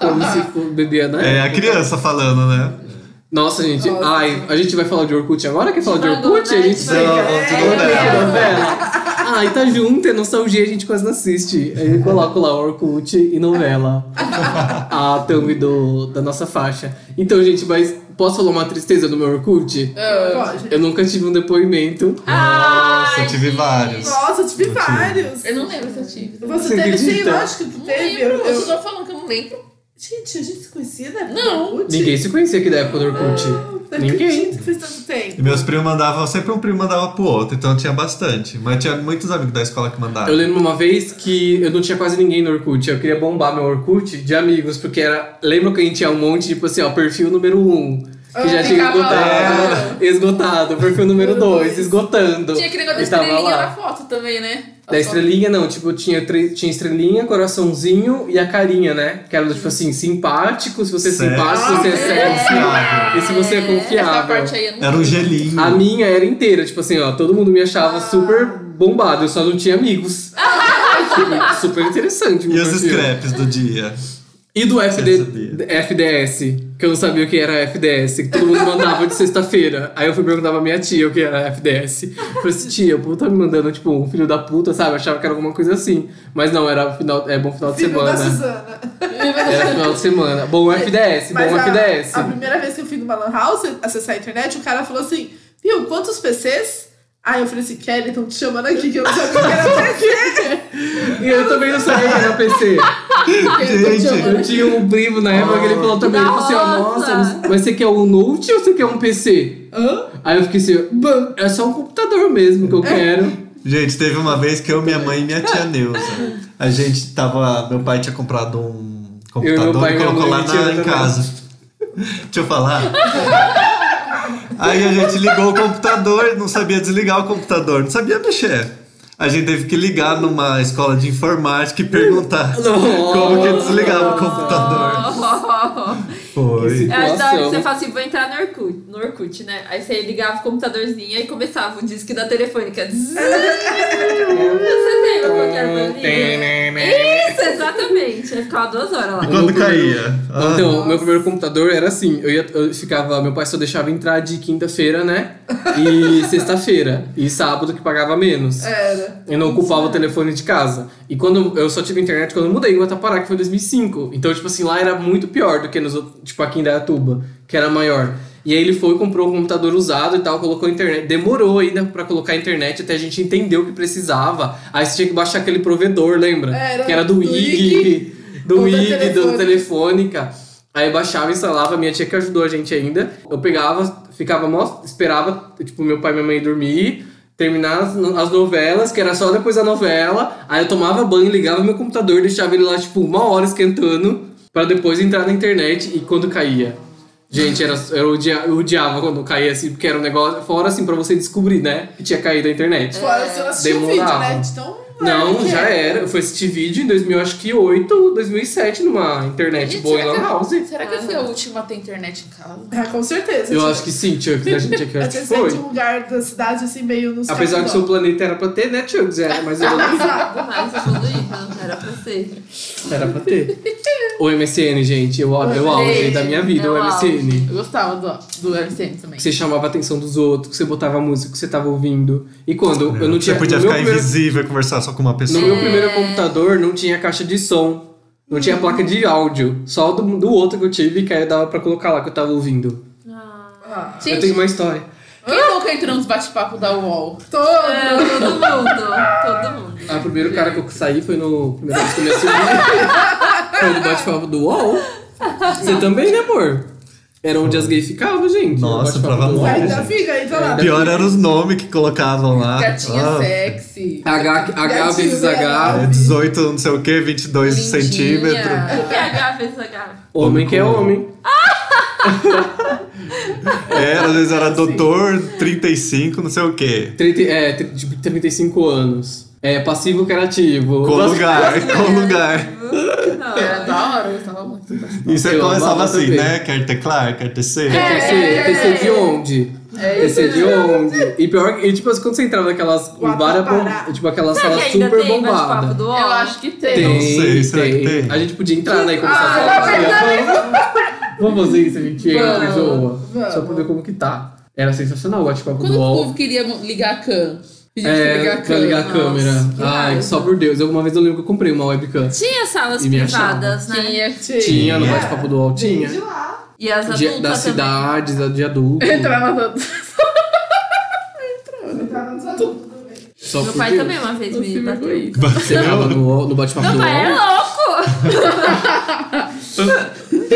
S1: Como se for bebia, né?
S6: É a criança falando, né?
S1: Nossa, gente.
S2: Nossa.
S1: Ai, a gente vai falar de Orkut agora? Quer falar de
S4: Divagou,
S1: Orkut?
S4: né?
S1: A gente
S6: Não,
S1: vai.
S6: tudo
S4: é,
S6: bem.
S4: é.
S1: novela. Ai, tá junto, é nostalgia, a gente quase não assiste. Aí eu coloco lá Orkut e novela. A thumb do, da nossa faixa. Então, gente, mas posso falar uma tristeza do meu Orkut?
S2: Pode.
S1: Eu nunca tive um depoimento.
S6: Nossa,
S4: Ai,
S6: eu tive
S4: gente.
S6: vários.
S2: Nossa, eu tive
S6: Eu tive.
S2: vários.
S5: Eu não lembro se eu tive.
S2: Você
S1: Você
S2: teve, sim,
S1: acredita?
S2: lógico que
S5: Não
S2: teve.
S5: lembro,
S2: eu-
S5: eu tô falando que eu não lembro.
S2: Gente, a gente se conhecia né? na época
S5: Não.
S2: do Orkut?
S1: Ninguém se conhecia aqui da época do Orkut.
S2: Não
S1: Ninguém.
S2: acredito que fez tanto tempo.
S6: E meus primos mandavam, sempre um primo mandava pro outro, então eu tinha bastante. Mas tinha muitos amigos da escola que mandavam.
S1: Eu lembro uma vez que eu não tinha quase ninguém no Orkut. Eu queria bombar meu Orkut de amigos, porque era. Lembra que a gente tinha um monte, tipo assim, ó, perfil número 1. Um, que já tinha
S5: Ah, ficava lá.
S1: esgotado. Esgotado. Perfil número 2, esgotando.
S5: Tinha aquele negócio da
S1: Eu tava
S5: estrelinha
S1: lá.
S5: na foto também, né?
S1: Da estrelinha, não, tipo, tinha, três- tinha estrelinha, coraçãozinho e a carinha, né? Que era tipo assim, simpático, se você é
S6: Sério?
S1: simpático, se você é
S5: Ah,
S1: sério,
S6: é.
S1: e se você é
S5: Essa
S1: confiável.
S5: parte aí eu não
S6: Era um gelinho.
S1: A minha era inteira, tipo assim, ó, todo mundo me
S2: Ah.
S1: achava super bombado, eu só não tinha
S2: (laughs)
S1: amigos. Tipo, super interessante.
S6: E
S1: meu
S6: os
S1: perfil.
S6: scraps do dia.
S1: E do FD,
S6: Você sabia?
S1: FDS, que eu não sabia o que era FDS, que todo mundo mandava de sexta-feira. Aí eu fui perguntar pra minha tia o que era FDS. Falei assim, tia, o povo tá me mandando, tipo, um filho da puta, sabe? Eu achava que era alguma coisa assim. Mas não, era final, é bom final de
S2: Filho da
S1: semana.
S2: Suzana.
S1: Era final de semana. Bom FDS,
S2: Mas
S1: bom é
S2: a,
S1: FDS.
S2: a primeira vez que eu fui numa lan house acessar a internet, o cara falou assim, viu, quantos PCs? Aí eu falei assim, Kelly, estão te chamando aqui, que eu não sabia o
S1: (laughs)
S2: que era PC.
S1: E eu também não sabia que era PC.
S6: Gente,
S1: Eu tinha um primo na época que ele falou também, ele falou assim, ó,
S4: Nossa.
S1: nossa, mas você quer um Note ou você quer um PC?
S2: Hã?
S1: Aí eu fiquei assim, "Bom, é só um computador mesmo que eu quero.
S6: gente, teve uma vez que eu, minha mãe e minha tia Neuza. A gente tava. Meu pai tinha comprado um
S1: Eu e meu
S6: computador
S1: pai
S6: e
S1: e minha
S6: colocou
S1: mãe
S6: lá
S1: e tia
S6: na, em
S1: Neuza.
S6: casa. Deixa eu falar. Aí a gente ligou o computador, não sabia desligar o computador, não sabia mexer. A gente teve que ligar numa escola de informática e perguntar como que desligava o computador. Foi.
S4: Oh. Eu acho da hora que
S1: Situação.
S4: você fala assim, vou entrar no Orkut, no Orkut, né? Aí você ligava o computadorzinho e começava o disco da telefônica. (laughs) Zzz. você lembra qual que era o barulhinho? Isso, exatamente. Aí ficava duas horas lá.
S6: E quando caía? Ah,
S1: Então, meu primeiro computador era assim, eu, ia, eu ficava, meu pai só deixava entrar de quinta-feira,
S2: (laughs)
S1: né? E sexta-feira. E sábado que pagava menos.
S2: Era.
S1: Eu não ocupava o telefone de casa. E quando eu só tive internet quando eu mudei em Guatapará, que foi em 2005. Então, tipo assim, lá era muito pior do que nos outros, tipo aqui em Dayatuba, que era maior. E aí ele foi, comprou um computador usado e tal, colocou a internet. Demorou ainda pra colocar a internet até a gente entender o que precisava. Aí você tinha que baixar aquele provedor, lembra?
S2: Era
S1: que era do,
S2: do
S1: IG, (laughs) do
S2: ou da
S1: IG, do
S2: Telefônica.
S1: Telefônica. Aí baixava, instalava, minha tia que ajudou a gente ainda. Eu pegava, ficava mó, esperava, tipo, meu pai e minha mãe dormir, terminar as, as novelas, que era só depois da novela. Aí eu tomava banho, ligava meu computador, deixava ele lá, tipo, uma hora esquentando, pra depois entrar na internet e quando caía. Gente, era, eu, odia- eu odiava quando caía assim, porque era um negócio, fora assim, pra você descobrir, né, que tinha caído a internet.
S2: Fora você não assistiu o vídeo,
S1: demorava.
S2: né? Então...
S1: Não, já era. Eu fui assistir vídeo em 2008, 2007, numa internet
S5: Gente,
S1: boa em
S5: será
S1: Lan House.
S5: que- Será que eu
S4: Ah,
S5: fui a última a ter internet em casa?
S2: Ah, com certeza.
S1: Eu
S2: tinha-
S1: acho que sim, Chucks, a gente
S2: (laughs)
S1: aqui
S2: Eu
S1: acho que
S2: tinha
S1: foi.
S2: de um lugar da cidade, assim, meio nos
S1: Apesar que
S2: capital.
S1: seu planeta era pra ter, né, Chucks? Era, mas eu não
S4: Mas tudo isso, não era pra ser.
S1: era pra ter. O MSN, gente, eu, eu auge da minha vida, o
S4: Eu auge.
S1: MSN.
S5: Eu gostava do, do MCM também.
S1: Que você chamava a atenção dos outros, que você botava a música que você tava ouvindo. E quando eu não tinha.
S6: Você podia
S1: no meu
S6: ficar
S1: primeiro-
S6: invisível e conversar só com uma
S1: No
S6: pessoa.
S1: meu primeiro computador não tinha caixa de som, não tinha placa de áudio, só do, do outro que eu tive que aí dava pra colocar lá que eu tava ouvindo.
S5: Ah,
S1: Eu
S4: Gente,
S1: tenho uma história.
S5: Quem é nunca entrou nos bate-papo da UOL?
S2: Todo.
S4: é, todo mundo, todo mundo.
S1: Ah, o primeiro cara que eu saí foi no primeiro vez que eu me assumi. (laughs) foi no bate-papo do UOL. Você também, né, amor? Era onde as gays ficavam, gente.
S6: Nossa,
S1: No bate-papo
S6: prova
S1: do UOL.
S6: mole.
S2: Vai, da fica, então, entra lá.
S1: É.
S6: Pior eram os nomes que colocavam lá.
S5: Gatinha
S6: Ah,
S5: sexy.
S1: H, H
S2: Gatinho,
S1: vezes H,
S4: né?
S6: é 18, não sei o que, 22
S5: Lindinha.
S6: centímetros.
S4: O que é H fez H?
S1: homem que é homem.
S6: É, às vezes
S4: (laughs)
S6: era doutor 35, não sei o que.
S1: 30, é, tr- tipo, 35 anos. É, passivo que era ativo.
S6: Com lugar, (laughs) com lugar.
S4: Não.
S5: Era É, da hora, eu gostava muito.
S6: E você
S1: Eu
S6: começava
S1: amava
S6: assim,
S1: também.
S6: né? Quer teclar, quer tecer?
S4: É,
S1: Quer TC, TC de onde?
S5: É
S1: TC de onde? E pior, que- e tipo, quando você entrava naquelas várias
S2: Guatapará.
S1: bom, tipo aquelas
S4: Será
S1: salas
S4: que ainda
S1: super
S4: tem bate-papo
S1: bombadas.
S4: do UOL?
S5: Eu acho que tem.
S1: Tem,
S6: Não sei, será que
S1: tem.
S6: tem?
S1: A gente podia entrar, né, e começar
S5: Ah,
S1: a falar. Vamos, vamos fazer isso, a gente entra e zoa.
S5: vamos.
S1: Só pra ver como que tá. Era sensacional o bate-papo
S5: Quando
S1: do
S5: o
S1: UOL.
S5: povo queria mo- ligar a can, pedia pra ligar
S1: É,
S5: a
S1: pra
S5: can.
S1: ligar a
S4: nossa,
S1: câmera.
S4: que
S1: Ai,
S4: raiva.
S1: só por Deus. Alguma vez eu lembro que eu comprei uma webcam.
S4: Tinha salas
S1: E me
S4: privadas, né?
S5: (laughs) Tinha, tinha.
S1: Tinha, no
S6: Tinha.
S1: bate-papo do UOL tinha.
S2: De lá.
S4: E as adultas
S1: De, das
S4: também.
S1: cidades, a de adulto.
S5: Entrava todo.
S2: Eu tava nos adultos também.
S1: Só
S4: Meu
S1: por
S4: pai
S1: Deus.
S4: também uma vez me
S5: filme
S4: bateu.
S5: egoísta.
S1: (laughs) Você tava no, no bate-papo do
S4: Meu
S1: UOL.
S4: pai é louco! Eu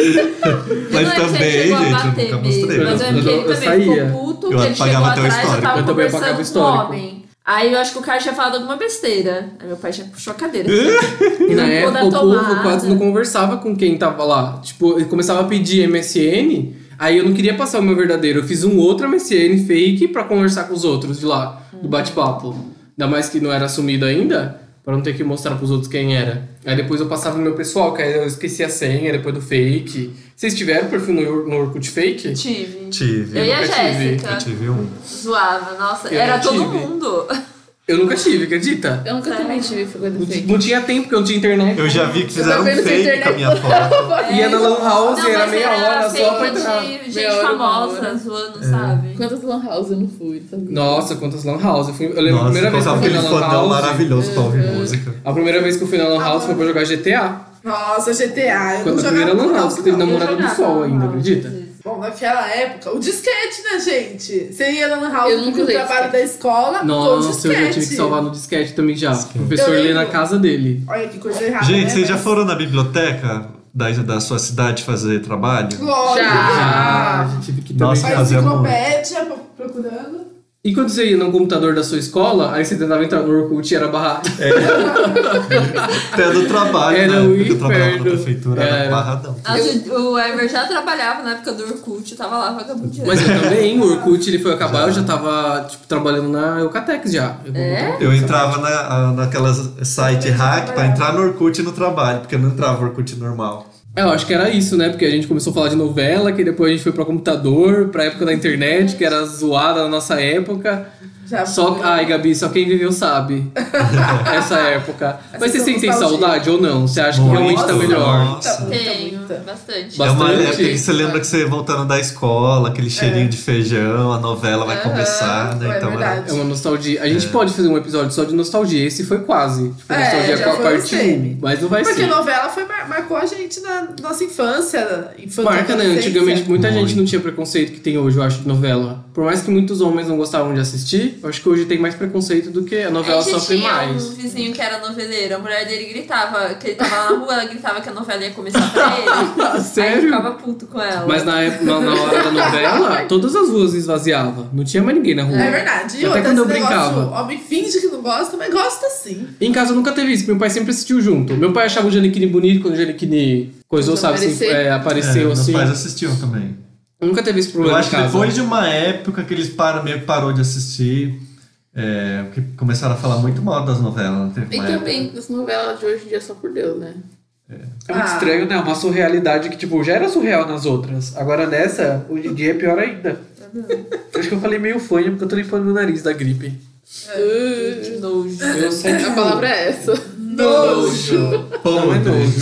S6: Mas
S4: não lembro se ele
S6: também,
S4: chegou a
S6: gente, eu
S4: bater
S6: nunca
S4: mesmo,
S6: mostrei. né?
S4: Mas eu
S1: Eu
S4: lembro que
S1: não-
S4: ele
S1: eu
S4: também
S1: saía.
S4: ficou puto, que
S6: Eu
S4: ele chegou
S6: apagava até o
S4: atrás, eu
S6: histórico.
S4: tava
S1: Eu também apagava o
S4: conversando com
S1: histórico.
S4: um homem. Aí eu acho que o cara tinha falado alguma besteira. Aí meu pai já puxou a cadeira.
S1: E na
S4: Não vou
S1: época
S4: dar
S1: o povo
S4: tomada.
S1: quase não conversava com quem tava lá. Tipo, ele começava a pedir MSN, aí eu não queria passar o meu verdadeiro. Eu fiz um outro MSN fake pra conversar com os outros de lá, do bate-papo. Ainda mais que não era assumido ainda, pra não ter que mostrar pros outros quem era. Aí depois eu passava no meu pessoal, que aí eu esqueci a senha depois do fake. Vocês tiveram perfil no, Or- no Orkut fake?
S4: Tive.
S6: Tive.
S4: Eu e a
S1: nunca tive.
S4: Jéssica.
S6: Eu tive um.
S4: Zoava, nossa.
S1: Eu
S4: era
S1: não
S4: todo
S1: tive.
S4: mundo.
S1: Eu nunca tive, acredita?
S5: Eu nunca também tive assim. figura do
S1: Não, ti-
S5: fake.
S1: não tinha tempo, porque eu não tinha internet.
S6: Eu já vi que fizeram um
S5: vendo sua
S6: fake com a minha foto.
S1: Ia na Lan House,
S4: É, então, Não,
S1: era
S4: mas
S1: meia
S4: era
S1: hora só pra
S4: fake
S1: entrar.
S4: de
S5: Meia
S4: gente
S5: hora, uma
S4: famosa
S5: hora.
S6: É.
S4: zoando, sabe?
S5: Quantas lan house eu não fui? sabia?
S1: Nossa, quantas Lan House. Eu, fui, (laughs) eu lembro a
S6: Nossa,
S1: primeira
S6: eu
S1: vez que eu
S6: colocava
S1: fui
S6: aquele
S1: na Lan
S6: fodão
S1: House.
S6: maravilhoso pra
S4: É.
S6: ouvir música.
S1: A primeira vez que eu fui na Lan House foi pra jogar GTA.
S2: Nossa, GTA. Eu
S1: Quando
S2: não
S1: a primeira
S2: jogava
S1: Lan
S2: muito,
S1: House que teve
S2: não.
S1: namorada do
S4: jogava,
S1: sol ainda,
S4: não.
S1: acredita?
S2: Bom, naquela época, o disquete, né, gente? Você ia na Lan House
S5: Eu nunca
S2: com o
S5: usei
S2: trabalho
S5: disquete.
S2: da escola com o
S1: Nossa, eu
S2: disquete.
S1: já tive que salvar no disquete também já. O
S2: Eu
S1: professor lê
S2: lembro.
S1: na casa dele.
S2: Olha que coisa errada.
S6: Gente,
S2: né?
S6: vocês já
S2: Mas-
S6: foram na biblioteca da, da sua cidade fazer trabalho?
S2: Lógico.
S5: Já. Ah.
S1: já tive que
S6: Nossa,
S1: também.
S2: A
S6: Fazia muito.
S2: enciclopédia pro- procurando.
S1: E quando você ia no computador da sua escola, aí você tentava entrar no Orkut e era barrado.
S6: Até do trabalho,
S1: Era
S6: né?
S1: o
S6: Porque eu trabalhava na
S1: É inferno.
S6: prefeitura,
S1: Era.
S6: era barradão.
S4: Nossa, o Ever já trabalhava na época do Orkut, eu tava lá vagabundinho.
S1: Mas eu também, o Orkut ele foi acabar, eu já tava tipo, trabalhando na Eucatex já. Eu vou
S4: É?
S1: voltar.
S6: Eu entrava na, a- naquelas site hack pra entrar no Orkut no trabalho, porque eu não entrava no Orkut normal.
S1: É, eu acho que era isso, né? Porque a gente começou a falar de novela, que depois a gente foi pra computador, pra época da internet, que era zoada na nossa época.
S2: Já
S1: Só, ai, Gabi, só quem viveu
S6: (laughs)
S1: sabe essa época. Mas vocês
S2: Essa é
S1: sentem
S2: nostalgia.
S1: saudade ou não? Você acha que
S6: Muito,
S1: realmente tá melhor?
S6: nossa.
S2: Muita,
S4: Tenho,
S2: muita.
S4: bastante.
S1: Ba-
S6: É uma
S1: Bastante.
S6: época que você lembra que você voltando da escola, aquele cheirinho de feijão, a novela vai
S5: Aham,
S6: começar, né?
S2: é
S6: Então era...
S2: verdade.
S1: É uma nostalgia. A gente pode fazer um episódio só de nostalgia. Esse foi quase. Tipo,
S2: É,
S1: nostalgia
S2: já
S1: com a
S2: foi
S1: parte
S2: um semi.
S1: 1. Mas não vai
S2: Porque
S1: ser.
S2: novela foi, mar- marcou a gente na nossa infância. infância
S1: Marca, né?
S2: adolescência.
S1: Antigamente muita gente
S6: Muito.
S1: não tinha preconceito que tem hoje, eu acho, de novela. Por mais que muitos homens não gostavam de assistir, eu acho que hoje tem mais preconceito do que a
S2: É,
S1: novela
S4: a gente
S1: sofre
S4: tinha
S1: mais.
S4: um vizinho que era noveleiro, a mulher dele gritava, que ele tava lá na rua, ela gritava que a novela ia começar
S1: (laughs)
S4: pra ele. Aí ele
S1: Sério?
S4: ficava puto com ela.
S1: Mas na, época, na na hora da novela, todas as ruas esvaziavam. Não tinha mais ninguém na rua.
S2: É verdade. E
S1: Até
S2: outra,
S1: quando eu
S2: esse
S1: brincava.
S2: Negócio, homem finge que não gosta, mas gosta sim.
S1: Em casa nunca teve isso, meu pai sempre assistiu junto. Meu pai achava o Janequine bonito quando o Janequine coisou,
S5: Começou a
S1: sabe? Assim,
S5: aparecer.
S1: é, apareceu
S6: é,
S1: assim.
S6: Meus pais assistiam também.
S1: Nunca teve esse
S6: Eu
S1: problema
S6: acho
S1: em
S6: que
S1: casa.
S6: depois de uma época que eles param, meio que parou de assistir, é, porque começaram a falar muito mal das novelas. né, Teve
S5: E
S6: uma
S5: também, as novelas de hoje em dia só por Deus, né?
S1: É muito
S2: Ah.
S1: estranho, né? Uma surrealidade que, tipo, já era surreal nas outras. Agora nessa, o em dia é pior ainda. Acho que eu falei meio fanha porque eu tô limpando meu nariz da gripe.
S5: É,
S4: De nojo.
S1: Eu sei é
S5: A palavra é essa.
S1: nojo.
S6: época.
S1: Não é
S6: Podre.
S1: nojo.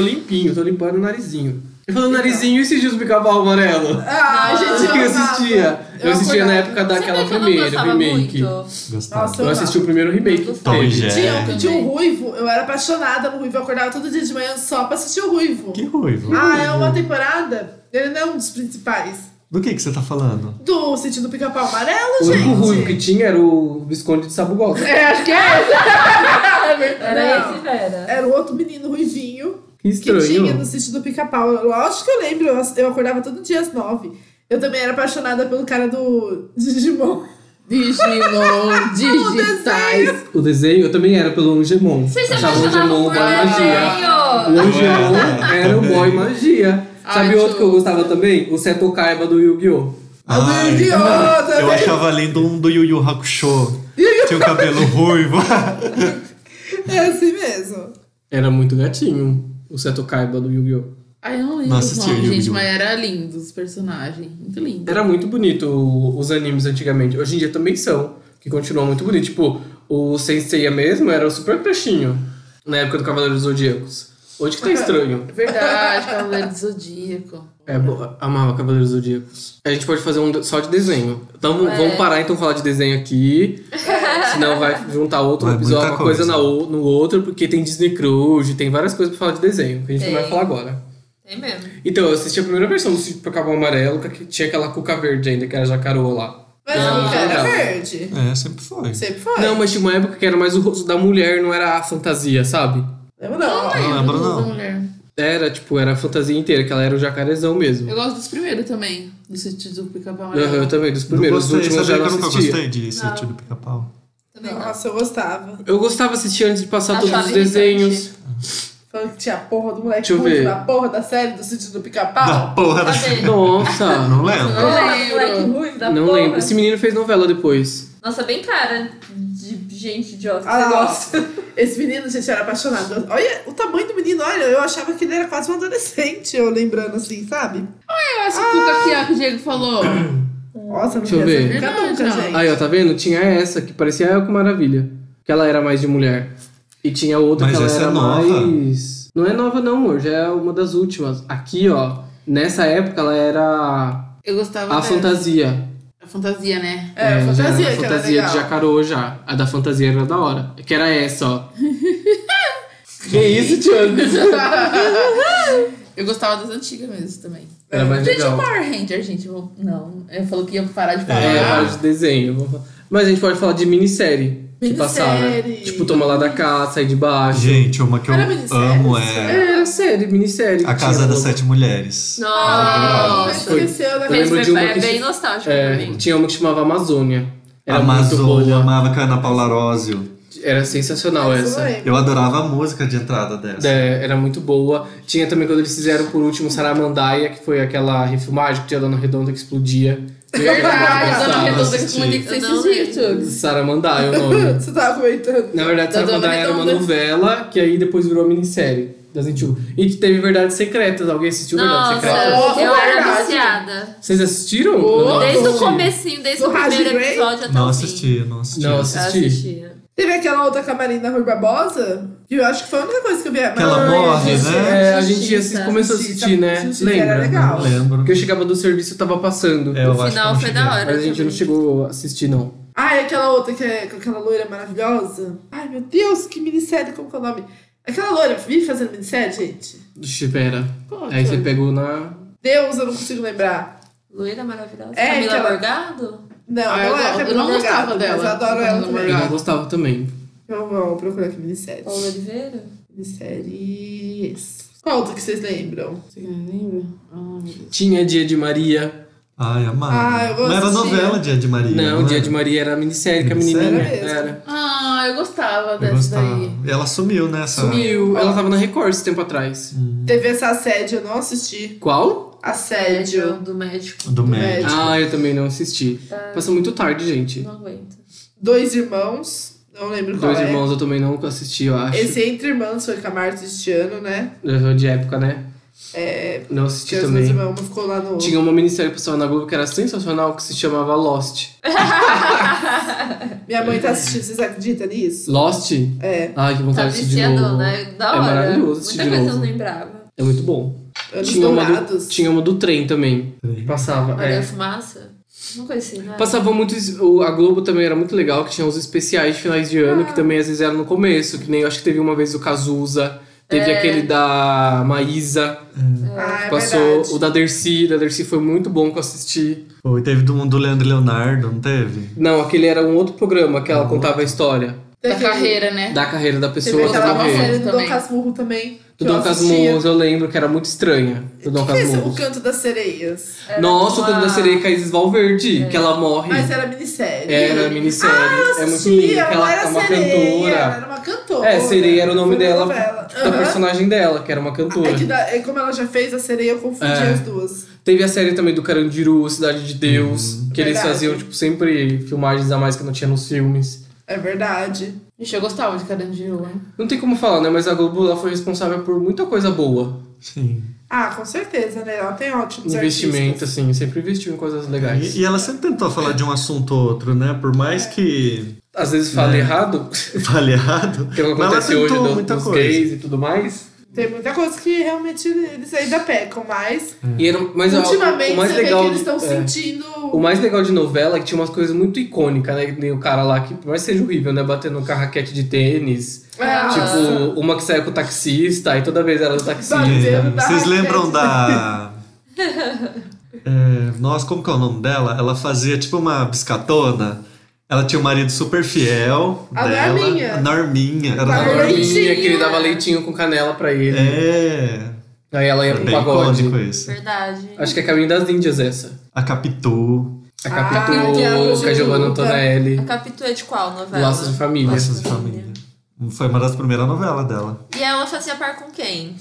S1: limpinho, tô limpando o narizinho. Eu falando narizinho, e esses dias do pica-pau amarelo?
S2: Ah,
S4: Não,
S2: gente,
S1: Onde que eu
S2: amava.
S1: assistia? Eu
S2: Eu
S1: assistia na
S2: acordava.
S1: época daquela
S4: Você vê que eu não
S1: primeira,
S4: gostava
S1: remake.
S4: muito.
S6: Gostava.
S2: Nossa,
S1: Eu assisti o primeiro remake que
S4: Tom
S6: e
S1: teve.
S6: Jerry.
S2: Tinha,
S6: É.
S2: um- tinha um ruivo, eu era apaixonada no ruivo, eu acordava todo dia de manhã só pra assistir o ruivo.
S6: Que ruivo.
S2: Ah, é uma temporada? Ele não é um dos principais.
S6: Do que, que você tá falando?
S2: Do sentido pica-pau amarelo,
S1: O único
S2: gente.
S1: ruim que tinha era o Visconde de Sabugosa.
S5: É, acho que é essa.
S4: Ah, é Era
S2: Não.
S4: esse, Vera.
S2: Era o outro menino ruivinho
S1: Que
S2: que tinha
S1: estranho.
S2: no sítio do pica-pau. Lógico que eu lembro, eu, eu acordava todo dia às nove. Eu também era apaixonada pelo cara do (laughs) Digimon.
S5: Digimon, digitais.
S1: O desenho eu também era pelo Angemon.
S4: Vocês se
S1: Achava o
S4: apaixonavam
S1: Angemon
S4: por
S1: boy magia. O
S4: desenho.
S1: Angemon era o boy magia. Sabe
S5: Ai,
S1: outro que eu
S5: tio.
S1: gostava também? O Seto Kaiba do Yu-Gi-Oh!
S2: Ai,
S6: Ai,
S2: idiota,
S6: Ah, Eu
S2: velho.
S6: achava lindo um do Yu Yu Hakusho. Tinha o cabelo ruivo.
S2: É assim mesmo.
S1: Era muito gatinho, o Seto Kaiba do Yu-Gi-Oh!
S5: Ai, eu não lembro
S6: Não
S5: os
S6: assisti
S5: nomes,
S6: Yu-Gi-Oh!
S5: gente, mas era lindo os personagens. Muito lindo.
S1: Era muito bonito o- os animes antigamente. Hoje em dia também são, que continuam muito bonito. Tipo, o Senseiya mesmo era o super peixinho na época do Cavaleiros Zodíacos. Hoje que tá estranho.
S5: Verdade, Cavaleiro do Zodíaco.
S1: É, bo- amava Cavaleiros Zodíacos. A gente pode fazer um de- só de desenho. Então vamos parar então falar de desenho aqui. Senão vai juntar outro
S6: Vai
S1: episódio,
S6: muita
S1: uma coisa,
S6: coisa.
S1: na o- no outro, porque tem Disney Cruise, tem várias coisas pra falar de desenho, que a gente não vai
S4: Tem.
S1: falar agora.
S4: Tem mesmo.
S1: Então, eu assisti a primeira versão do Sítio Pacabão Amarelo, que tinha aquela cuca verde ainda, que era jacaroa lá.
S2: Mas
S1: Não,
S2: nunca era
S1: não.
S2: verde.
S6: É, sempre foi.
S2: Sempre
S4: Ah,
S2: foi.
S4: é.
S1: Não, mas tinha uma época que era mais o rosto da mulher, não era a fantasia, sabe?
S2: Lembra não?
S6: Não lembro, não.
S1: Era, tipo, era a fantasia inteira, que ela era o jacarezão mesmo.
S5: Eu gosto dos primeiros também, no sentido do pica-pau
S1: Aham,
S5: amarelo.
S1: eu também, dos
S6: Não
S1: primeiros. Os
S6: gostei,
S1: últimos eu
S6: sabia
S1: já
S6: que eu
S1: não
S6: nunca
S1: assistia.
S6: gostei de sentido pica-pau.
S4: Também não.
S2: Nossa, eu gostava.
S1: Eu gostava de assistir antes de passar
S4: Achava
S1: todos os
S4: irritante.
S1: desenhos.
S2: Falando que tinha a porra do moleque
S1: Deixa eu
S2: puto
S1: ver.
S2: na porra da série do sítio do
S6: Da
S2: pica-pau.
S6: porra da.
S4: Tá vendo?
S1: Nossa,
S6: Não lembro.
S4: Moleque ruim (laughs) da
S1: não
S4: porra.
S1: lembro. Esse menino fez novela depois.
S4: Nossa, bem cara de gente idiota que
S2: Ah,
S4: você
S2: lá, ó.
S4: gosta.
S2: Esse menino, gente, era apaixonado. Olha o tamanho do menino, olha, eu achava que ele era quase um adolescente, eu lembrando assim, sabe?
S5: Eu acho que o Cuca aqui, ó, que o Diego falou.
S2: Nossa, não
S1: Deixa eu
S2: queria
S1: ver.
S2: essa nunca,
S5: Verdade,
S2: nunca,
S5: ó.
S2: gente.
S1: Aí, ó, tá vendo? Tinha essa, que parecia a Elco Maravilha. Que ela era mais de mulher. E tinha outra
S6: Mas
S1: que ela
S6: essa é
S1: era
S6: nova.
S1: mais. Não é nova, não, amor. Já é uma das últimas. Aqui, ó. Nessa época, ela era
S5: Eu gostava
S1: a
S5: dessa.
S1: fantasia.
S5: A fantasia, né?
S2: É, a
S1: já
S2: fantasia,
S1: era a
S2: que era
S1: fantasia
S2: legal.
S1: de Jacarô já. A da fantasia era da hora. É Que era essa,
S6: (laughs)
S1: ó. que isso, Tiago?
S5: Eu gostava das antigas mesmo também.
S1: Era mais
S5: gente,
S1: legal.
S5: o Power Ranger, gente. eu vou- Não, eu falou que ia parar de falar.
S1: É, vários de desenho. Vamos falar. Mas a gente pode falar de minissérie que
S2: Minissérie.
S1: passava. Tipo, Toma lá da casa, sai de baixo.
S6: Gente, uma que eu
S2: Era minissérie,
S6: amo
S2: sério?
S6: é
S1: É, era série, minissérie. que
S6: A Casa
S1: tinha
S6: das
S1: no-
S6: Sete Mulheres.
S2: Ah,
S4: Nossa.
S1: Foi.
S2: esqueceu da
S1: Eu lembro de uma
S4: é
S1: que-
S4: bem nostálgico pra
S1: É,
S4: mim.
S1: tinha uma que chamava Amazônia. Era muito
S6: Amazônia,
S1: boa. né?
S6: amava com a Ana Paula Arósio.
S1: Era sensacional
S2: Isso eu
S1: essa.
S2: lembro.
S6: Eu adorava a música de entrada dessa.
S1: É, era muito boa. Tinha também quando eles fizeram por último Saramandaia, que foi aquela refilmagem que tinha a Dona Redonda que explodia.
S5: (laughs) Verdade, a dona
S6: Gostava,
S5: Redonda que
S6: assisti.
S5: comunica que
S4: Eu não
S5: vocês dias,
S1: Saramandaia é o nome.
S2: Você tava comentando.
S1: Na verdade,
S5: Da
S1: Saramandaia
S5: Dona
S1: era uma
S5: Redonda.
S1: novela que aí depois virou uma minissérie das 21. E que teve Verdades Secretas. Alguém assistiu Verdades
S4: Nossa,
S1: Secretas?
S2: Secreto.
S4: eu era
S2: Verdade.
S4: viciada.
S1: Vocês assistiram?
S2: Oh,
S1: Não,
S4: Desde o
S1: assisti.
S4: comecinho, desde o
S2: Do Rádio
S4: primeiro
S2: Grey?
S4: episódio até
S6: Não
S4: o fim.
S6: assisti, não assisti.
S1: Não
S4: Eu
S1: assisti.
S4: assistia.
S2: Teve aquela outra camarina Rui Barbosa, que eu acho que foi a única coisa que eu vi.
S6: Que ela
S2: Mas-
S6: morre, né?
S2: Justiça,
S1: É, a gente
S4: Justiça.
S1: assi- começou a assistir, né?
S2: Justiça
S1: Lembra?
S2: Era legal.
S6: Não lembro.
S1: Porque eu chegava do serviço e tava passando.
S6: É, eu acho
S4: O
S6: que
S4: final
S6: não
S4: foi
S6: cheguei.
S4: da hora.
S1: Mas a gente não
S4: também.
S1: chegou a assistir, não.
S2: Ah, e aquela outra que é com aquela loira maravilhosa. Ai, meu Deus, que minissérie, como que é o nome? Aquela loira, vi fazendo minissérie, gente?
S1: Espera. Aí você pegou na.
S2: Deus, eu não consigo lembrar.
S4: Loira maravilhosa.
S2: É,
S4: Camila
S2: aquela-
S4: Morgado?
S2: Não,
S5: Ah, eu
S2: não é a
S5: go- eu
S2: Camila
S5: não gostava
S2: Morgado,
S5: dela.
S2: Mas eu adoro
S5: Eu
S2: ela
S5: não
S1: Eu
S6: Uhum.
S2: também.
S5: gostava.
S1: não gostava também.
S2: Então vamos procurar aqui minissérie.
S4: Paula Oliveira?
S2: Minisséries. Qual outra que vocês lembram?
S5: Você não lembra? Ah, meu Deus.
S1: Tinha Dia de Maria.
S6: Ai, amava.
S2: Ah, eu
S6: Não era
S2: assistia.
S6: novela Dia de Maria. né?
S1: não, Dia
S6: era?
S1: de Maria era a minissérie que a
S6: Minissérie?
S1: menininha
S2: Era mesmo.
S1: era.
S5: Ah, eu gostava
S6: Eu
S5: dessa
S6: gostava.
S5: daí.
S6: E ela sumiu né, nessa.
S1: Sumiu. Ela tava na Record esse tempo atrás.
S6: Uhum.
S2: Teve essa assédio, eu não assisti.
S1: Qual?
S2: Assédio.
S4: do médico.
S6: Do médico.
S1: Ah, eu também não assisti.
S2: Ah.
S1: Passou muito tarde, gente.
S4: Não aguento.
S2: Dois irmãos. Não lembro qual
S1: Dois
S2: é.
S1: Irmãos eu também não assisti, eu acho.
S2: Esse Entre Irmãs foi com a Marta este ano, né?
S1: De época, né?
S2: É.
S1: Não
S2: Porque
S1: assisti
S2: os meus
S1: também.
S2: irmãos ficou lá no.
S1: Tinha uma minissérie que passava na Globo que era sensacional, que se chamava Lost.
S2: Minha mãe
S1: É.
S2: tá assistindo, vocês acreditam nisso?
S1: Lost?
S2: É.
S1: Ai, que
S4: Tá
S1: vontade de assistir de novo.
S4: viciadona, é da
S1: É
S2: né?
S4: hora.
S1: maravilhoso assistir
S4: Muita
S1: de
S4: coisa eu
S1: novo.
S4: não lembrava.
S1: É muito bom.
S2: Anos
S1: Tinha uma, do,
S2: dourados.
S1: tinha uma do trem também. que Passava.
S4: Maria
S1: É.
S4: Fumaça? Uma coisa assim, né?
S1: Passava muito. es- o- A Globo também era muito legal, que tinha uns especiais de finais de
S2: Ah.
S1: ano, que também às vezes eram no começo, que nem eu acho que teve uma vez o Cazuza, teve aquele da Maísa,
S2: Ah, é
S1: passou
S2: verdade.
S1: o da Dercy, da Dercy foi muito bom que eu assisti.
S6: Pô, e teve do, do Leandro e Leonardo, não teve?
S1: Não, aquele era um outro programa que ela contava a história
S5: Da
S2: Teve-
S5: carreira,
S2: É.
S5: né?
S1: da carreira da
S2: Teve
S1: pessoa que
S2: aquela
S5: Casmurro
S1: morreu.
S2: série do Dom
S5: também.
S2: Casmurro também.
S1: Do
S2: que eu
S1: Dom
S2: assistia.
S1: Casmurro, eu lembro que era muito estranha. Do Dom
S2: Que fez o
S1: Casmurro.
S2: Canto das Sereias.
S4: Era
S1: Nossa, o
S4: uma-
S1: Canto da Sereia Caíses Valverde, que ela morre.
S2: É. Mas era minissérie.
S1: É, Era minissérie. é muito
S2: Assistia,
S1: lindo, que
S2: não
S1: ela
S2: era
S1: é uma
S2: sereia,
S1: cantora.
S2: Era uma cantora.
S1: É, Sereia era o nome
S2: Foi uma
S1: dela, Tipo,
S2: novela.
S1: Da
S2: Aham.
S1: personagem dela, que era uma cantora.
S2: É que da- é como ela já fez a sereia, eu confundi
S1: É.
S2: as duas.
S1: Teve a série também do Carandiru, Cidade de Deus,
S6: Uhum.
S1: que eles
S2: Verdade.
S1: faziam, tipo, sempre filmagens a mais que não tinha nos filmes.
S2: É verdade.
S5: Ixi, eu gostava de Carandiru, hein?
S1: Não tem como falar, né? Mas a Globo ela foi responsável por muita coisa boa.
S6: Sim.
S2: Ah, com certeza, né? Ela tem ótimos
S1: Investimento,
S2: artistas.
S1: assim, sempre investiu em coisas legais.
S6: E, e ela sempre tentou falar de um assunto ou outro, né? Por mais que (laughs)
S1: Às vezes fala
S6: É.
S1: errado, (laughs)
S6: fale errado,
S1: que é o que
S6: mas ela
S1: acontece hoje
S6: tentou
S1: do-
S6: muita
S1: dos
S6: coisa.
S1: gays e tudo mais.
S2: Tem muita coisa que realmente eles ainda pecam, mas
S6: Hum.
S1: E era, mas ó,
S2: ultimamente
S1: o mais
S2: você
S1: legal
S2: vê que eles estão
S1: é.
S2: sentindo.
S1: O mais legal de novela é que tinha umas coisas muito icônicas, né? Que nem o cara lá que, por mais que seja horrível, né? Batendo com a raquete de tênis.
S2: Ah,
S1: Tipo, uma que saia com o taxista e toda vez era do
S2: Barbeiro
S1: taxista.
S2: da
S6: É, Vocês
S2: raquete.
S6: lembram
S2: (laughs)
S6: da. É, nossa, como que é o nome dela? Ela fazia tipo uma biscatona. Ela tinha um marido super fiel.
S2: A
S6: dela,
S2: Norminha.
S6: A Norminha. Era
S2: A
S6: a
S1: A
S6: Norminha.
S1: Norminha, que ele
S4: né?
S1: dava leitinho com canela pra ele.
S6: É.
S1: Aí ela ia
S6: Era
S1: pro
S6: bem
S1: um pagode.
S6: icônico isso.
S4: Verdade.
S1: Acho que é Caminho das Índias essa.
S6: A Capitu.
S1: A
S2: Ah,
S1: Capitu,
S4: que é o
S1: com a Giovanna
S2: Juca.
S1: Antonelli,
S4: A Capitu é de qual novela?
S1: Laços de Família.
S6: Laços de Família. Foi uma das primeiras novelas dela.
S4: E ela fazia par com quem?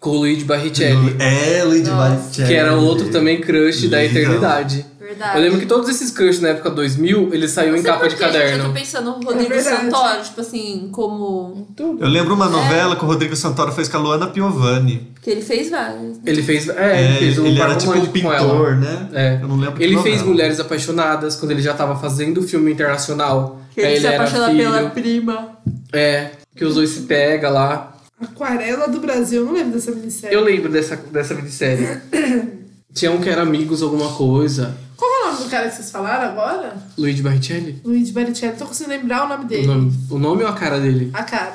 S1: Com o Luigi Barrichelli.
S6: É, Lady Batier.
S1: Que era outro também crush da
S6: Legal.
S1: eternidade.
S4: Verdade.
S1: Eu lembro que todos esses crush na época 2000, eles saíam em
S4: Não sei
S1: capa
S4: por
S1: de
S4: quê, gente, Eu tô
S1: caderno.
S4: pensando no Rodrigo
S2: verdade.
S4: Santoro, tipo assim, como.
S6: Eu lembro
S1: É.
S6: uma novela que o Rodrigo Santoro fez com a Luana Piovani.
S4: Porque ele fez várias. né?
S1: Ele fez. É, ele
S6: É,
S1: fez um
S6: ele
S1: par
S6: era tipo um
S1: romântico com ela.
S6: pintor, né?
S1: É.
S6: Eu não lembro que
S1: Ele
S6: novela.
S1: fez Mulheres Apaixonadas quando ele já tava fazendo filme internacional.
S4: Que ele,
S1: Aí
S4: se
S1: É, era
S4: apaixona
S1: filho.
S4: pela prima.
S1: É, que os dois se pega lá.
S2: Aquarela do Brasil, eu não lembro dessa minissérie.
S1: Eu lembro dessa, dessa
S4: (coughs)
S1: minissérie. Tinha um que era amigos, alguma coisa.
S2: Qual é o nome do cara que vocês falaram agora?
S1: Luigi Barrichelli?
S2: Luigi Baricelli, tô conseguindo lembrar o nome
S1: O
S2: dele.
S1: nome, o nome ou a cara dele?
S2: A cara.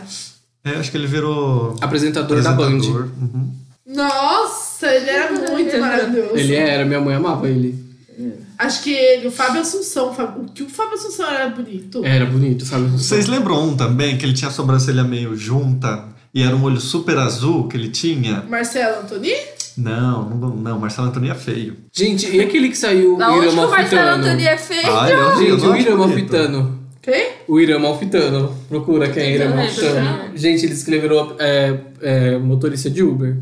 S6: É, acho que ele virou.
S1: Apresentador, da Band.
S6: Uhum.
S2: Nossa, ele era
S5: Uhum. é
S2: muito maravilhoso.
S1: Ele é. era, minha mãe amava ele.
S2: Acho que ele, o Fábio Assunção. o Fábio- O que o Fábio Assunção era bonito.
S1: Era bonito, sabe?
S6: Vocês lembram um também que ele tinha a sobrancelha meio junta e era um olho super azul que ele tinha?
S2: Marcelo Antoni?
S6: Não, não, não Marcelo Antônio é feio.
S1: Gente, e aquele que saiu
S4: Da
S1: o
S4: onde
S1: Irã
S4: que o Marcelo
S1: Malfitano?
S4: Antônio é feio?
S6: Ai, eu não
S1: Gente, é o Irã
S6: bonito.
S1: Malfitano.
S2: Quem?
S1: O Irã Malfitano. Procura quem é Irã
S4: Não lembro, né?
S1: Malfitano. Gente, ele escreveu é, é, motorista de Uber.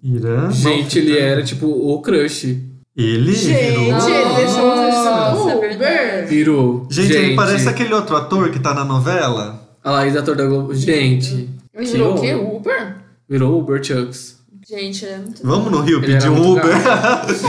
S6: Irã.
S1: Gente, ele
S6: Malfitano.
S1: era tipo o crush.
S6: Ele
S2: Gente,
S6: virou.
S2: ele deixou o
S5: é
S4: Nossa,
S2: Uber.
S4: verdade.
S1: Virou.
S6: Gente, ele parece aquele outro ator que tá na novela.
S1: A Laís, ator da Globo. Gente,
S5: Ele virou o
S1: Que
S5: quê?
S1: horror.
S5: Uber?
S1: virou Uber Chucks.
S4: Gente, é muito.
S6: Vamos no Rio
S1: Ele
S6: pedir
S1: era
S6: um
S1: muito
S6: Uber.
S5: (laughs)
S2: Gente,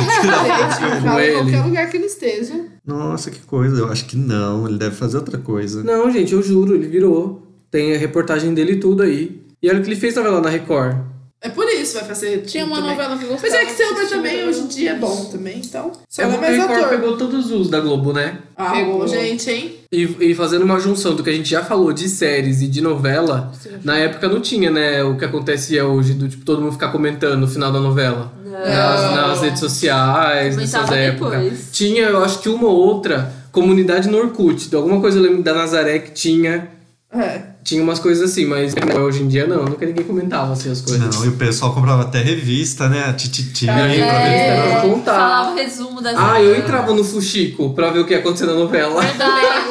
S2: fala em
S1: é Ele.
S2: qualquer lugar que ele esteja.
S6: Nossa, que coisa. Eu acho que não. Ele deve fazer outra coisa.
S1: Não, gente, eu juro, ele virou. Tem a reportagem dele e tudo aí. E olha o que ele fez novela na Record.
S2: É por isso, vai fazer.
S5: Tinha uma
S2: também.
S5: novela né? que eu gostava.
S2: Mas é que ser Uber
S5: assisti
S2: também
S5: muito.
S2: hoje em dia é bom também, então. Só
S1: É
S2: não
S1: bom que
S2: é
S1: a
S2: mais
S1: Record
S2: ator.
S1: pegou todos os da Globo, né?
S2: Ah,
S5: Pegou.
S2: gente, hein?
S1: E, e fazendo uma junção do que a gente já falou de séries e de novela, na época não tinha, né? O que acontecia hoje, do tipo, todo mundo ficar comentando no final da novela. Nas, nas redes sociais,
S4: Comentava
S1: nessas épocas.
S4: depois.
S1: Tinha, eu acho que uma ou outra comunidade no Orkut. De alguma coisa eu lembro da Nazaré que tinha.
S2: É.
S1: Tinha umas coisas assim, mas hoje em dia não, nunca ninguém comentava assim as coisas.
S6: Não, e o pessoal comprava até revista, né? Tititi.
S1: Ah, é.
S4: É,
S1: pra contar.
S4: falava o resumo das
S1: Ah, eu entrava no Fuxico pra ver o que ia acontecer na novela.
S5: Ah, Eu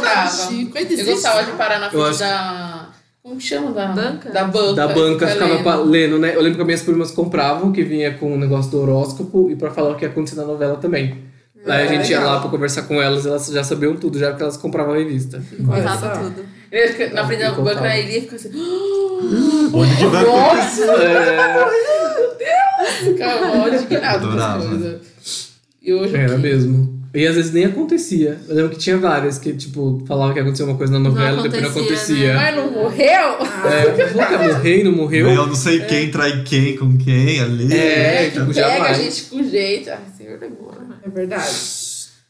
S4: Verdade.
S5: gostava.
S2: Chico,
S5: Eu gostava de parar na
S1: Eu
S5: frente
S1: acho-
S5: da. Como que chama? Da
S4: Banca?
S5: Da banca.
S1: Da banca
S5: Fica
S1: ficava
S5: lendo.
S1: pa- lendo, né? Eu lembro que as minhas primas compravam, que vinha com o negócio do horóscopo e pra falar o que ia acontecer na novela também. Aí a gente ia lá pra conversar com elas, elas já sabiam tudo, já porque elas compravam a (laughs) revista.
S4: Contava
S2: Olha só.
S4: tudo.
S5: Ele fica- Na frente da
S1: Ficou
S5: banca
S1: calmo.
S5: ele ia ficar assim.
S6: Onde que vai acontecer?
S1: É,
S5: Ficava mal admirado com as
S1: (laughs)
S6: Adorava.
S5: coisas. E hoje.
S1: É. Era mesmo. E às vezes nem acontecia. Eu lembro que tinha várias que, tipo, falava que aconteceu uma coisa na novela e depois não
S4: acontecia,
S1: acontecia. né?
S5: Mas não morreu?
S2: Ah,
S1: É, falou que ia morrer e não morreu.
S6: Eu não sei quem trai quem com quem ali.
S1: É, tipo,
S5: Pega a
S1: jamais.
S5: gente com jeito. Ai, senhor né? demora.
S2: É verdade.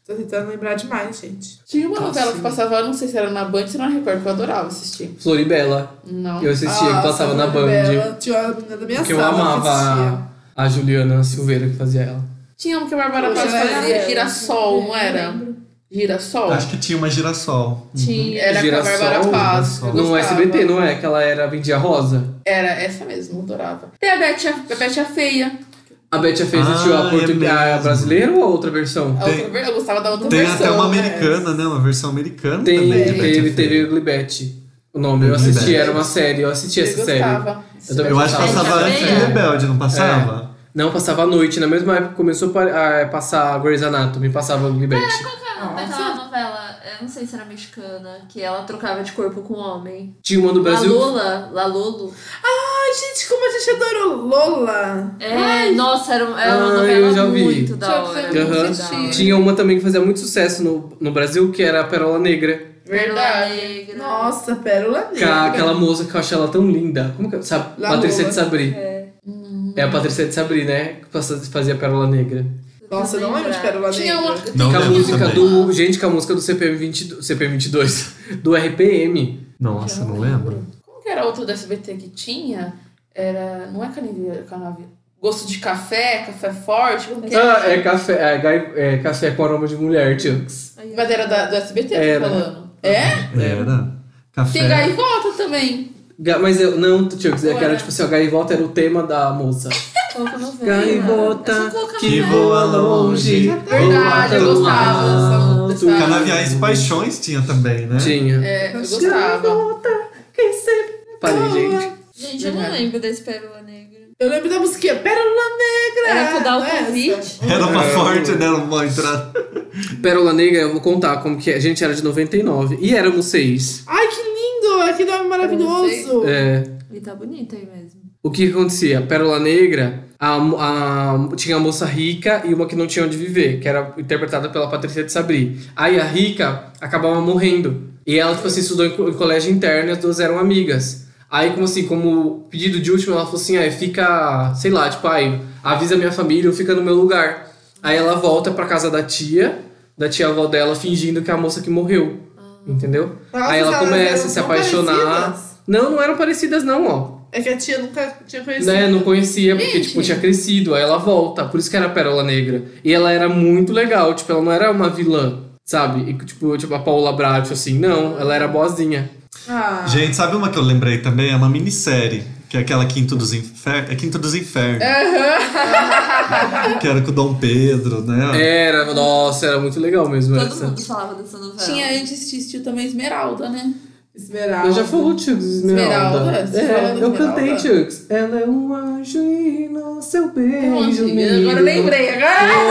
S2: Tô tentando lembrar demais, gente.
S5: Tinha uma novela que passava, não sei se era na Band ou na Record, que eu adorava assistir.
S1: Floribela.
S5: Não.
S1: Eu assistia, que
S2: Nossa,
S1: passava na Band.
S2: Bela, Tinha uma menina da minha
S1: Porque eu
S2: sala né,
S1: amava
S2: assistia.
S1: a, a Juliana Silveira que fazia ela.
S5: Tinha uma que a Bárbara
S2: Poxa,
S5: Paz
S2: era
S5: fazia,
S2: ela.
S5: Girassol, não era? Girassol?
S6: Acho que tinha uma girassol.
S5: Tinha. Era
S1: Girassol,
S5: com a Bárbara Paz. eu
S1: No
S5: gostava.
S1: SBT, não é? Que ela era, vendia rosa.
S5: Era essa mesmo, eu adorava. Tem a Bete, a, a Bete a Feia.
S1: A Betia fez
S6: Ah,
S1: assistiu a,
S6: é
S1: portu- a
S6: mesmo.
S1: brasileira ou a outra versão?
S5: A
S6: Tem-
S5: outra ver- eu gostava da outra
S6: Tem
S5: versão.
S6: até uma
S5: né?
S6: americana, né? Uma versão americana
S1: Tem,
S6: também. de Betty
S1: teve,
S6: a Feia.
S1: teve Libete. O nome, eu
S6: Libete.
S1: assisti, era uma série, eu assisti
S5: Eu
S1: essa série.
S5: gostava.
S1: Eu também
S6: Eu acho que
S4: Betty a
S6: passava antes de
S4: Feia.
S6: Rebelde, não passava?
S1: Não, passava à noite, na mesma época que começou a a passar Grey's Anatomy, passava Libete.
S4: Não, daquela novela, eu não sei se era mexicana, que ela trocava de corpo com um homem.
S1: Tinha uma do
S4: La
S1: Brasil.
S4: Lola, La Lolo.
S2: Ai, gente, como a gente adorou Lola.
S4: É, nossa, era, um- era uma
S1: Ah,
S4: novela
S1: eu já vi.
S4: muito da
S5: Só que
S4: hora.
S5: você não
S4: muito
S1: Aham.
S4: da hora.
S5: assistia.
S1: Tinha uma também que fazia muito sucesso no, no Brasil, que era a Perola Negra.
S4: Pérola
S5: Verdade.
S4: Negra.
S2: Nossa, Pérola
S1: Que a-
S2: Negra.
S1: aquela moça que eu achei ela tão linda. Como que é? Sa-
S2: La
S1: Patrícia
S2: Lola.
S1: de Sabri.
S4: É.
S5: Hum.
S1: É a Patrícia de Sabri, né? Que passa- fazia Pérola Negra.
S2: Nossa, eu não lembro de Pérola Negra.
S5: Tinha uma.
S6: Não
S1: Com a
S6: lembro
S1: música
S6: também.
S1: do. Gente, com a música do CPM 22. CPM 22 (laughs) do RPM.
S6: Nossa, não lembro.
S5: Como que era outra do SBT que tinha? Era. Não é canivia, canavia. Gosto de café, café forte, como que
S1: Ah,
S5: era?
S1: é café, é, gai- é café com aroma de mulher, Chunks.
S4: Aí,
S5: Mas era da, do SBT, eu
S1: Era.
S5: tô falando. É?
S6: Era.
S5: Tem
S6: Café.
S5: gaivota também.
S1: Ga- Mas eu. Não, Chunks, é que era
S5: Ora.
S1: tipo assim, a gaivota era o tema da moça.
S4: pouco
S5: É
S4: novela.
S1: Gaivota
S4: Essa pouca
S1: que
S4: novela.
S6: voa
S1: voa longe.
S6: longe.
S5: Verdade, eu
S1: voa
S5: gostava dessa-
S1: alto.
S6: Canaviais Paixões tinha também, né?
S1: Tinha.
S5: É, eu gostava.
S1: Quem sempre. Parei, gente.
S4: Gente, eu não lembro desse Pérola Negra.
S2: Eu lembro da musiquinha Pérola Negra.
S4: Era com o
S2: não é essa?
S4: Dalconvite.
S6: Era uma
S1: É.
S6: forte, né? Era uma entrada.
S1: Pérola Negra, eu vou contar como que é. A gente era de 99 e éramos seis.
S2: Ai, que lindo. É que nome maravilhoso.
S1: É.
S4: Ele tá bonito aí mesmo.
S1: O que que acontecia? Pérola Negra, a, mo- a- tinha a moça rica e uma que não tinha onde viver, que era interpretada pela Patrícia de Sabri. Aí a rica acabava morrendo. E ela, tipo assim, estudou em, co- em colégio interno e as duas eram amigas. Aí, como assim, como pedido de último, ela falou assim, aí fica, sei lá, tipo, ai, avisa minha família ou fica no meu lugar. Aí ela volta pra casa da tia, da tia-avó dela, fingindo que é a moça que morreu. Entendeu?
S2: Nossa,
S1: Aí ela
S2: elas
S1: começa
S2: eram
S1: a se
S2: tão
S1: apaixonar.
S2: parecidas.
S1: Não, não eram parecidas não, ó
S2: É que a tia nunca tinha conhecido.
S1: né, não conhecia, porque, tipo, tinha crescido, aí ela volta, por isso que era a Pérola Negra. E ela era muito legal, tipo, ela não era uma vilã, sabe? E, tipo, tipo, a Paula Bracho, assim, não, ela era boazinha.
S2: Ah.
S6: Gente, sabe uma que eu lembrei também? É uma minissérie. Que é aquela Quinto dos Infernos. É Quinto dos Infernos. que era com o Dom Pedro,
S1: É.
S6: né?
S1: Era, nossa, era muito legal mesmo
S4: Todo
S1: essa.
S4: mundo falava dessa novela.
S5: Tinha antes assistiu também Esmeralda, né?
S2: Esmeralda.
S1: Eu já falou Chugs, Esmeralda.
S5: Esmeralda, você
S1: é,
S5: falou da
S1: eu cantei
S5: Esmeralda.
S1: Chugs. Ela é um anjo e no seu
S5: Então,
S1: beijo.
S5: assim,
S1: me
S5: agora eu lembrei, agora é eu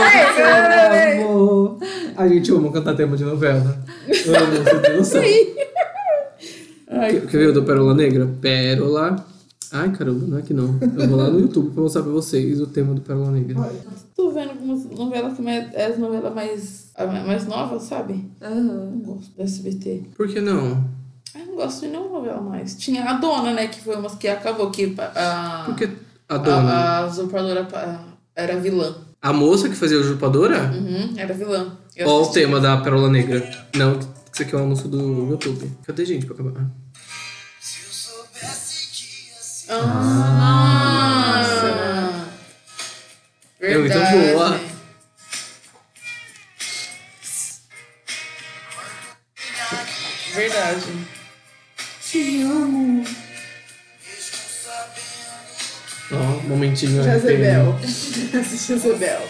S1: deu
S5: lembrei.
S1: seu amor. A gente ama cantar tema de novela. Amo, você tem noção.
S5: Ai,
S1: Quer quer ver o do Pérola Negra? Pérola. Ai, caramba, não é que não. Eu vou lá no YouTube pra mostrar pra vocês o tema do Pérola Negra.
S5: tô vendo algumas novelas que mais- é as novelas mais, a mais novas, sabe?
S4: Aham.
S5: Não gosto do SBT.
S1: Por que não?
S5: Eu não gosto de nenhuma novela mais. Tinha a Dona, né? Que foi uma que acabou, que a,
S1: Porque a dona.
S5: a, a usurpadora pa- era vilã.
S1: A moça que fazia a usurpadora?
S5: Uhum, era vilã. Eu
S1: Ó o
S5: assisti.
S1: tema da Pérola Negra. Não, isso aqui é um anúncio do YouTube. Cadê gente pra acabar? Ah.
S5: Ah,
S1: É muito
S5: Verdade.
S1: boa.
S5: Verdade.
S1: Ó, um momentinho.
S2: (laughs) Jezebel. Assistiu Jezebel.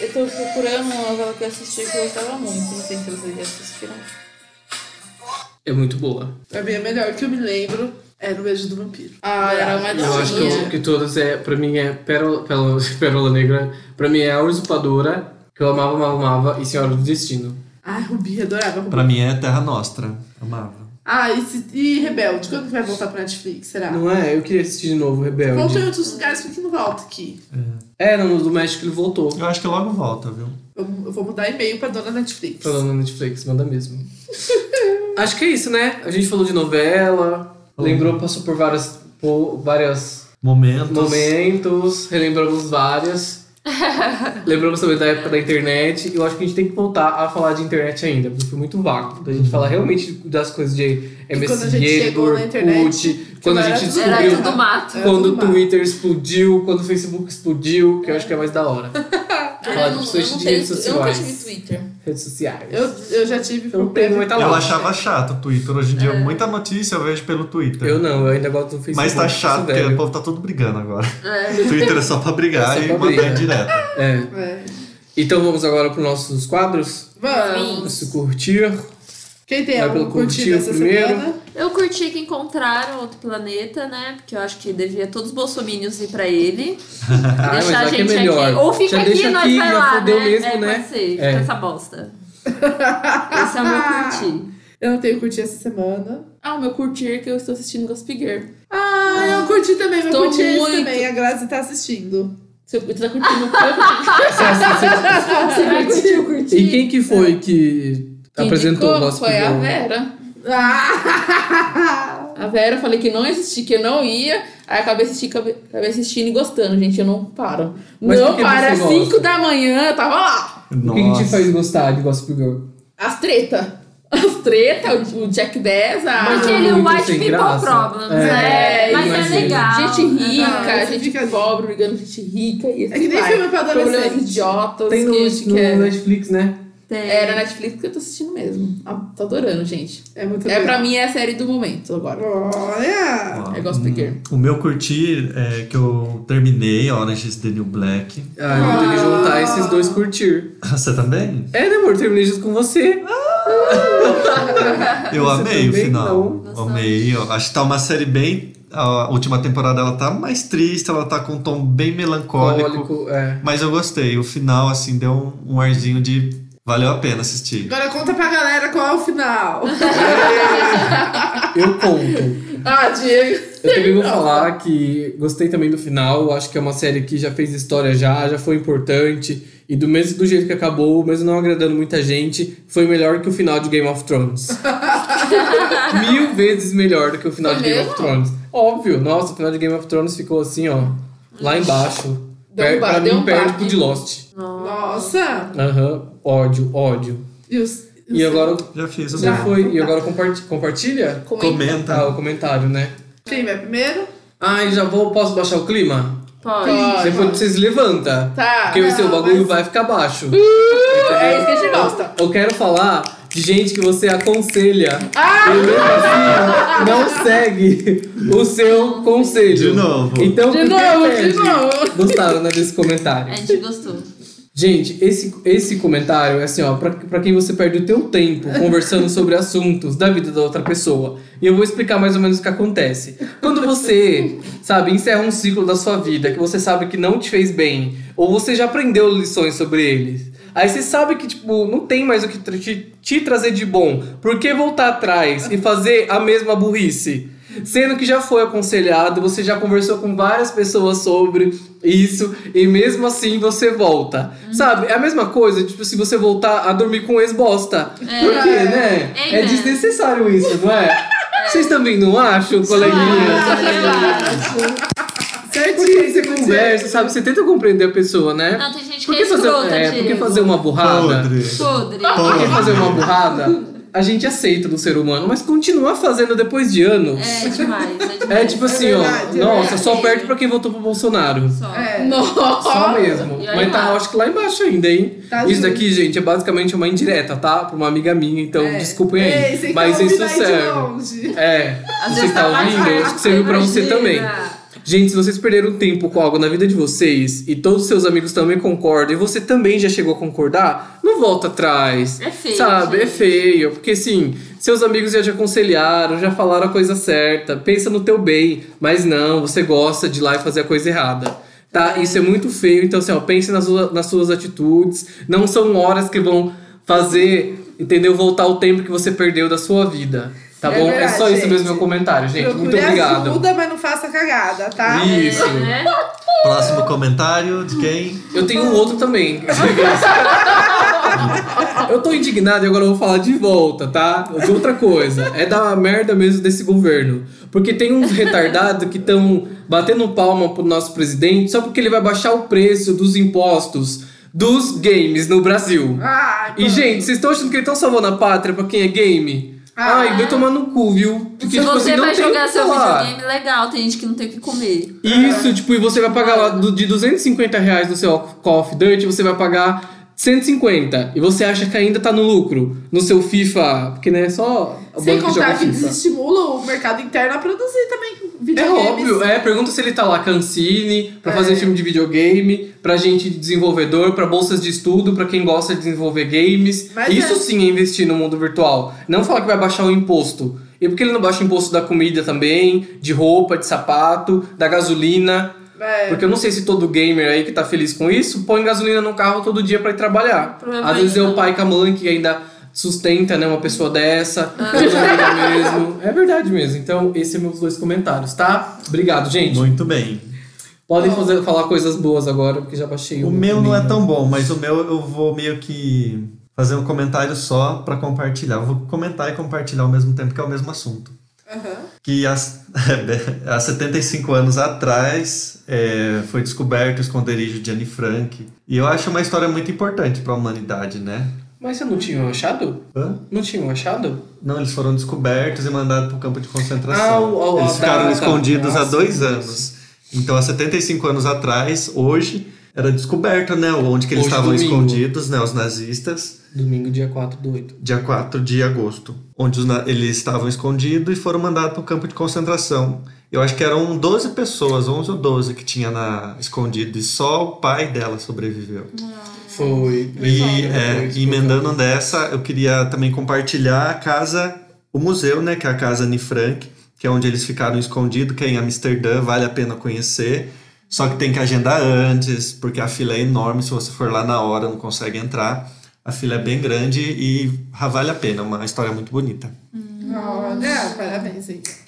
S5: Eu tô procurando uma novela que eu assisti que eu gostava muito. Não sei se vocês já assistiram.
S1: É muito boa.
S2: Pra mim, a melhor que eu me lembro é no Beijo do Vampiro.
S5: Ah, era uma
S1: E Eu acho que, eu-
S5: dancinha.
S1: que todas é. Pra mim é Pérola, Pérola, (laughs) Pérola Negra. Pra mim é a usurpadora, que eu amava, amava, amava, e Senhora do Destino.
S2: Ai, Rubi, adorava Rubi.
S6: Pra mim é Terra Nostra. Amava.
S2: Ah, e, se- e Rebelde? Quando que vai voltar pra Netflix, será?
S1: Não é? Eu queria assistir de novo
S2: Voltou em
S1: Rebelde.
S2: outros lugares, por que não volta aqui?
S1: É, não, do México ele voltou.
S6: Eu acho que logo volta, viu?
S2: Eu, eu vou mudar e-mail pra dona Netflix.
S1: Falando na Netflix, manda mesmo. Acho que é isso, né? A gente falou de novela, lembrou, passou por várias, por várias
S6: Momentos.
S1: momentos, relembramos várias. Lembramos também da época da internet. E eu acho que a gente tem que voltar a falar de internet ainda, porque foi muito vago. Da gente falar realmente das coisas de
S2: quando a
S1: MSN,
S2: gente
S1: do
S2: chegou na internet,
S1: Orkut, quando a
S2: era
S1: gente
S2: tudo-
S4: Era
S1: descobriu
S4: tudo mato.
S2: Era
S1: quando o
S2: tudo mato.
S1: Twitter explodiu, quando o Facebook explodiu, que eu acho que é mais da hora. Falar
S5: eu,
S1: de
S5: não,
S1: pessoas
S5: eu, não
S1: de
S5: tenho,
S1: redes
S5: eu nunca
S1: sociais.
S5: tive Twitter.
S1: Redes sociais.
S2: Eu, eu já tive
S1: Eu não tenho, mas tá lá.
S6: Eu achava chato o Twitter. Hoje em dia, muita notícia eu vejo pelo Twitter.
S1: É. Eu não, eu ainda gosto do Facebook.
S6: Mas tá chato,
S1: sou
S6: porque o
S1: velho.
S6: povo tá todo
S1: (laughs)
S6: brigando agora.
S4: É.
S6: Twitter é só pra
S1: É
S6: brigar
S1: só
S6: e
S1: pra
S6: mandar
S1: briga.
S6: em direto.
S1: É.
S2: É.
S1: Então vamos agora para nossos quadros.
S2: Vamos.
S1: Se curtir.
S2: Quem tem
S1: Vai
S2: algo
S1: pelo curtir
S2: curtido essa
S1: primeiro.
S2: semana?
S4: Eu curti que encontraram outro planeta, né? Porque eu acho que devia todos os bolsominions ir pra ele.
S1: Ah, mas
S4: deixar a
S1: aqui
S4: gente
S1: é melhor.
S4: aqui. Ou fica
S1: Já
S4: aqui
S1: deixa
S4: e nós
S1: aqui,
S4: vai
S1: já
S4: lá,
S1: fodeu
S4: né?
S1: mesmo,
S4: é,
S1: né?
S4: Pode ser, fica
S1: É.
S4: essa bosta. Esse é o meu
S1: (laughs)
S4: curtir.
S2: Eu não tenho curtido essa semana.
S5: Ah, o meu curtir é que eu estou assistindo Gossip Girl.
S2: Ah, eu curti também, mas
S5: Tô
S2: curti esse
S5: muito.
S2: também. A Grazi tá assistindo.
S5: Você você tá curtindo o que eu curti?
S4: (laughs) Você vai curtir o curtir?
S1: E quem que
S4: É.
S1: foi que
S5: Quem
S1: apresentou
S5: indicou
S1: o nosso
S5: Foi a
S1: programa?
S5: Vera.
S2: (laughs) Ah!
S5: A Vera, eu falei que não ia assistir, que eu não ia. Aí acabei assistindo, acabei- acabei assistindo e gostando, gente. Eu não paro.
S1: Mas por
S5: não
S1: que
S5: paro.
S1: você
S5: Às
S1: gosta?
S5: 5 da manhã, eu tava lá.
S1: O que, que te fez gostar de Gossip Girl?
S5: As treta. As treta, o, o Jack 10, a...
S4: Porque ele é o
S1: muito
S4: white
S1: Ah, sem
S4: people
S1: graça.
S4: problems,
S1: É,
S4: né? Mas
S1: mas
S4: é
S1: ele-
S4: legal.
S5: Gente
S2: não,
S5: rica,
S2: você
S5: gente
S2: fica-
S5: pobre brigando com gente rica. E assim
S2: É que nem filme pra
S5: Problemas
S2: adolescente.
S5: idiotas
S1: Tem no,
S5: que a gente
S1: no
S5: quer.
S1: Netflix, né?
S4: Tem.
S5: É, na Netflix que eu tô assistindo mesmo. Ah, tô adorando, gente.
S2: É muito
S5: É,
S2: legal.
S5: pra mim é a série do momento agora.
S2: Olha!
S6: Ó,
S5: Eu gosto de Girl.
S6: O meu curtir é que eu terminei Orange is the New Black. (laughs)
S1: Ah, eu vou ter que juntar esses dois curtir.
S6: Você também?
S1: É, né, amor? Terminei junto com você.
S6: Eu
S1: Você
S6: amei o
S1: também
S6: final.
S4: não.
S6: Amei. Eu Acho que tá uma série bem. A última temporada ela tá mais triste, ela tá com um tom bem melancólico.
S1: Alcoólico, é.
S6: Mas eu gostei. O final, assim, deu um, um arzinho de. Valeu a pena assistir.
S2: Agora conta pra galera qual é o
S5: (laughs)
S2: final.
S1: Eu conto.
S2: ah, Diego.
S1: Eu também vou falar que gostei também do final. Acho que é uma série que já fez história já, já foi importante. E do mesmo do jeito que acabou, mesmo não agradando muita gente, foi melhor que o final de Game of (laughs) Thrones. Mil vezes melhor do que o final
S5: Foi
S1: de Game
S5: mesmo?
S1: of Thrones. Óbvio, nossa, o final de Game of Thrones ficou assim, ó, lá embaixo.
S5: Deu um
S1: Per-
S5: ba-
S1: pra mim,
S5: deu um
S1: perde
S5: baque.
S1: pro de Lost.
S2: Nossa!
S1: Aham, ódio, ódio.
S2: E, os,
S1: E agora
S6: Já fiz o
S1: já
S6: meu.
S1: foi. E agora comparti- compartilha?
S6: Comenta.
S1: Ah, o comentário, né?
S2: Quem vai é primeiro?
S1: Ai, já vou, posso baixar o clima?
S4: Pode.
S5: Pode.
S1: Depois vocês levantam.
S5: Tá.
S1: Porque o seu
S2: Não,
S1: bagulho
S2: mas-
S1: vai ficar baixo.
S5: É isso que a gente gosta.
S1: Eu quero falar de gente que você aconselha
S5: Ah!
S1: e mesmo assim não segue o seu conselho.
S6: De novo.
S1: Então,
S5: De
S1: por que
S5: novo, de
S1: perde?
S5: novo.
S1: Gostaram né, desse comentário?
S4: A gente gostou.
S1: Gente, esse, esse comentário é assim, ó, pra, pra quem você perde o teu tempo conversando sobre assuntos da vida da outra pessoa. E eu vou explicar mais ou menos o que acontece. Quando você, sabe, encerra um ciclo da sua vida que você sabe que não te fez bem, ou você já aprendeu lições sobre eles, aí você sabe que, tipo, não tem mais o que tra- te, te trazer de bom. Por que voltar atrás e fazer a mesma burrice? Sendo que já foi aconselhado, você já conversou com várias pessoas sobre isso, e mesmo assim você volta.
S4: Uhum.
S1: Sabe? É a mesma coisa, tipo, se você voltar a dormir com um ex-bosta. Por quê, né?
S4: É,
S1: É,
S4: né?
S1: desnecessário isso, não
S4: (laughs)
S1: é? Vocês também não acham,
S4: Ah,
S1: coleguinha?
S4: sei lá. Ah.
S1: Porque você conversa, sabe? Você tenta compreender a pessoa, né?
S4: Não, tem gente que
S1: Por
S4: é
S1: que fazer,
S4: escrota,
S1: é, por que
S4: Diego.
S1: fazer uma burrada?
S6: Podre.
S1: Por
S4: Podre.
S1: que
S6: Podre.
S1: fazer uma burrada? A gente aceita do ser humano, mas continua fazendo depois de anos.
S4: É demais, é demais.
S1: É tipo assim,
S2: verdade, é
S1: ó. Nossa,
S4: verdade.
S1: só perde pra quem votou pro Bolsonaro.
S4: Só.
S2: É.
S5: Nossa.
S1: Só mesmo.
S4: E olha
S1: Mas tá,
S4: lá.
S1: acho que lá embaixo ainda, hein?
S2: Tá
S1: isso
S2: junto.
S1: daqui, gente, é basicamente uma indireta, tá? Pra uma amiga minha, então
S2: É.
S1: desculpem aí.
S2: Ei, você
S1: mas
S2: quer ouvir
S1: isso
S2: daí de
S1: serve.
S2: longe.
S1: É.
S4: Às
S1: Você
S4: vezes
S1: tá
S4: tá mais
S1: ouvindo?
S4: fácil,
S1: Isso que serviu pra você
S4: imagina.
S1: também. Gente, se vocês perderam tempo com algo na vida de vocês e todos os seus amigos também concordam e você também já chegou a concordar, não volta atrás.
S4: É feio,
S1: Sabe? É
S4: gente.
S1: feio. Porque assim, seus amigos já te aconselharam, já falaram a coisa certa. Pensa no teu bem. Mas não, você gosta de ir lá e fazer a coisa errada. Tá? Isso é muito feio. Então, assim, ó, pense nas, sua- nas suas atitudes. Não são horas que vão fazer, entendeu? Voltar o tempo que você perdeu da sua vida. Tá
S2: É
S1: bom? é
S2: verdade,
S1: só isso mesmo
S2: gente.
S1: meu comentário, gente. Muito
S2: Procure
S1: obrigado.
S2: ajuda, mas não faça cagada, tá?
S1: Isso.
S4: Né?
S6: Próximo comentário de quem?
S1: Eu tenho um outro também. Eu tô indignado e agora eu vou falar de volta, tá? De outra coisa. É da merda mesmo desse governo. Porque tem uns retardados que estão batendo palma pro nosso presidente só porque ele vai baixar o preço dos impostos dos games no Brasil.
S2: Ai,
S1: E,
S2: mano.
S1: gente, vocês estão achando que ele tá salvando a pátria pra quem é game?
S2: Ah.
S1: Ai, vai tomar no cu, viu? Porque,
S4: Se
S1: tipo,
S4: você
S1: assim, não
S4: vai
S1: tem o
S4: jogar
S1: que
S4: seu
S1: falar.
S4: videogame legal, tem gente que não tem o que comer.
S1: Isso, tipo, e você vai pagar lá do- de 250 reais no seu Call of Duty, você vai pagar 150. E você acha que ainda tá no lucro no seu FIFA, porque né, só o
S2: Sem
S1: banco que joga
S2: contar que
S1: FIFA.
S2: desestimula o mercado interno a produzir também
S1: É
S2: videogames.
S1: óbvio, é, pergunta se ele tá lá, Cancine, pra
S2: É.
S1: fazer filme de videogame, pra gente de desenvolvedor, pra bolsas de estudo, pra quem gosta de desenvolver games.
S2: Mas
S1: Isso
S2: é.
S1: sim é investir no mundo virtual. Não falar que vai baixar o imposto. E por que ele não baixa o imposto da comida também, de roupa, de sapato, da gasolina?
S2: É.
S1: Porque eu não sei se todo gamer aí que tá feliz com isso põe gasolina no carro todo dia pra ir trabalhar.
S4: Provavelmente
S1: Às vezes é o
S4: não.
S1: pai com a mãe que ainda sustenta, né, uma pessoa dessa. gasolina mesmo. É verdade mesmo. Então, esses são meus dois comentários, tá? Obrigado, gente.
S6: Muito bem.
S1: Podem fazer, falar coisas boas agora, porque já baixei um
S6: O meu não é tão bom, mas o meu eu vou meio que fazer um comentário só pra compartilhar. Eu vou comentar e compartilhar ao mesmo tempo, que é o mesmo assunto.
S2: Aham.
S6: Que há, (laughs) há 75 anos atrás é, foi descoberto o esconderijo de Anne Frank. E eu acho uma história muito importante pra humanidade, né?
S1: Mas você não tinha achado?
S6: Hã?
S1: Não tinha achado?
S6: Não, eles foram descobertos e mandados para o campo de concentração.
S1: Ah, o- o-
S6: eles
S1: a
S6: ficaram
S1: data.
S6: escondidos há
S1: Nossa,
S6: dois
S1: nossa.
S6: anos. Então, há 75 anos atrás, hoje, era descoberta, né? Onde que eles
S1: Hoje,
S6: estavam
S1: domingo.
S6: escondidos, né? Os nazistas,
S1: Domingo, dia 4 do 8.
S6: dia 4 de agosto. Onde os na- eles estavam escondidos e foram mandados para o campo de concentração. Eu acho que eram 12 pessoas, 11 ou 12, que tinha na, escondido. E só o pai dela sobreviveu.
S1: Foi.
S6: E é, emendando dessa, eu queria também compartilhar a casa, o museu, né, que é a casa Anne Frank, que é onde eles ficaram escondidos, que é em Amsterdã, vale a pena conhecer. Só que tem que agendar antes, porque a fila é enorme, se você for lá na hora não consegue entrar. A fila é bem grande e ah, vale a pena, é uma história muito bonita.
S2: Olha, parabéns, gente.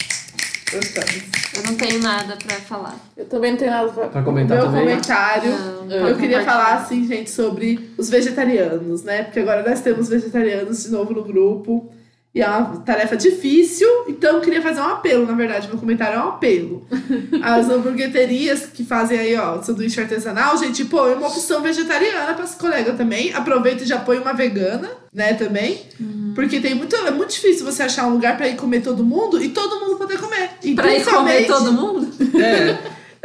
S2: Gostamos.
S4: Eu não tenho nada pra falar.
S5: Eu também não tenho nada pra...
S1: Pra comentar
S2: Meu
S1: também.
S2: comentário.
S4: Não,
S2: Eu
S4: pode
S2: queria
S4: compartilhar.
S2: falar, assim, gente, sobre os vegetarianos, né? Porque agora nós temos vegetarianos de novo no grupo. E é uma tarefa difícil, então eu queria fazer um apelo, na verdade. Meu comentário é um
S4: (laughs)
S2: apelo. As hamburgueterias que fazem aí, ó, sanduíche artesanal, gente, põe uma opção vegetariana para os colegas também. Aproveita e já põe uma vegana, né, também.
S4: Uhum.
S2: Porque tem muito, é muito difícil você achar um lugar para ir comer todo mundo e todo mundo poder comer. E
S4: Pra ir
S2: principalmente-
S4: comer todo mundo?
S1: É,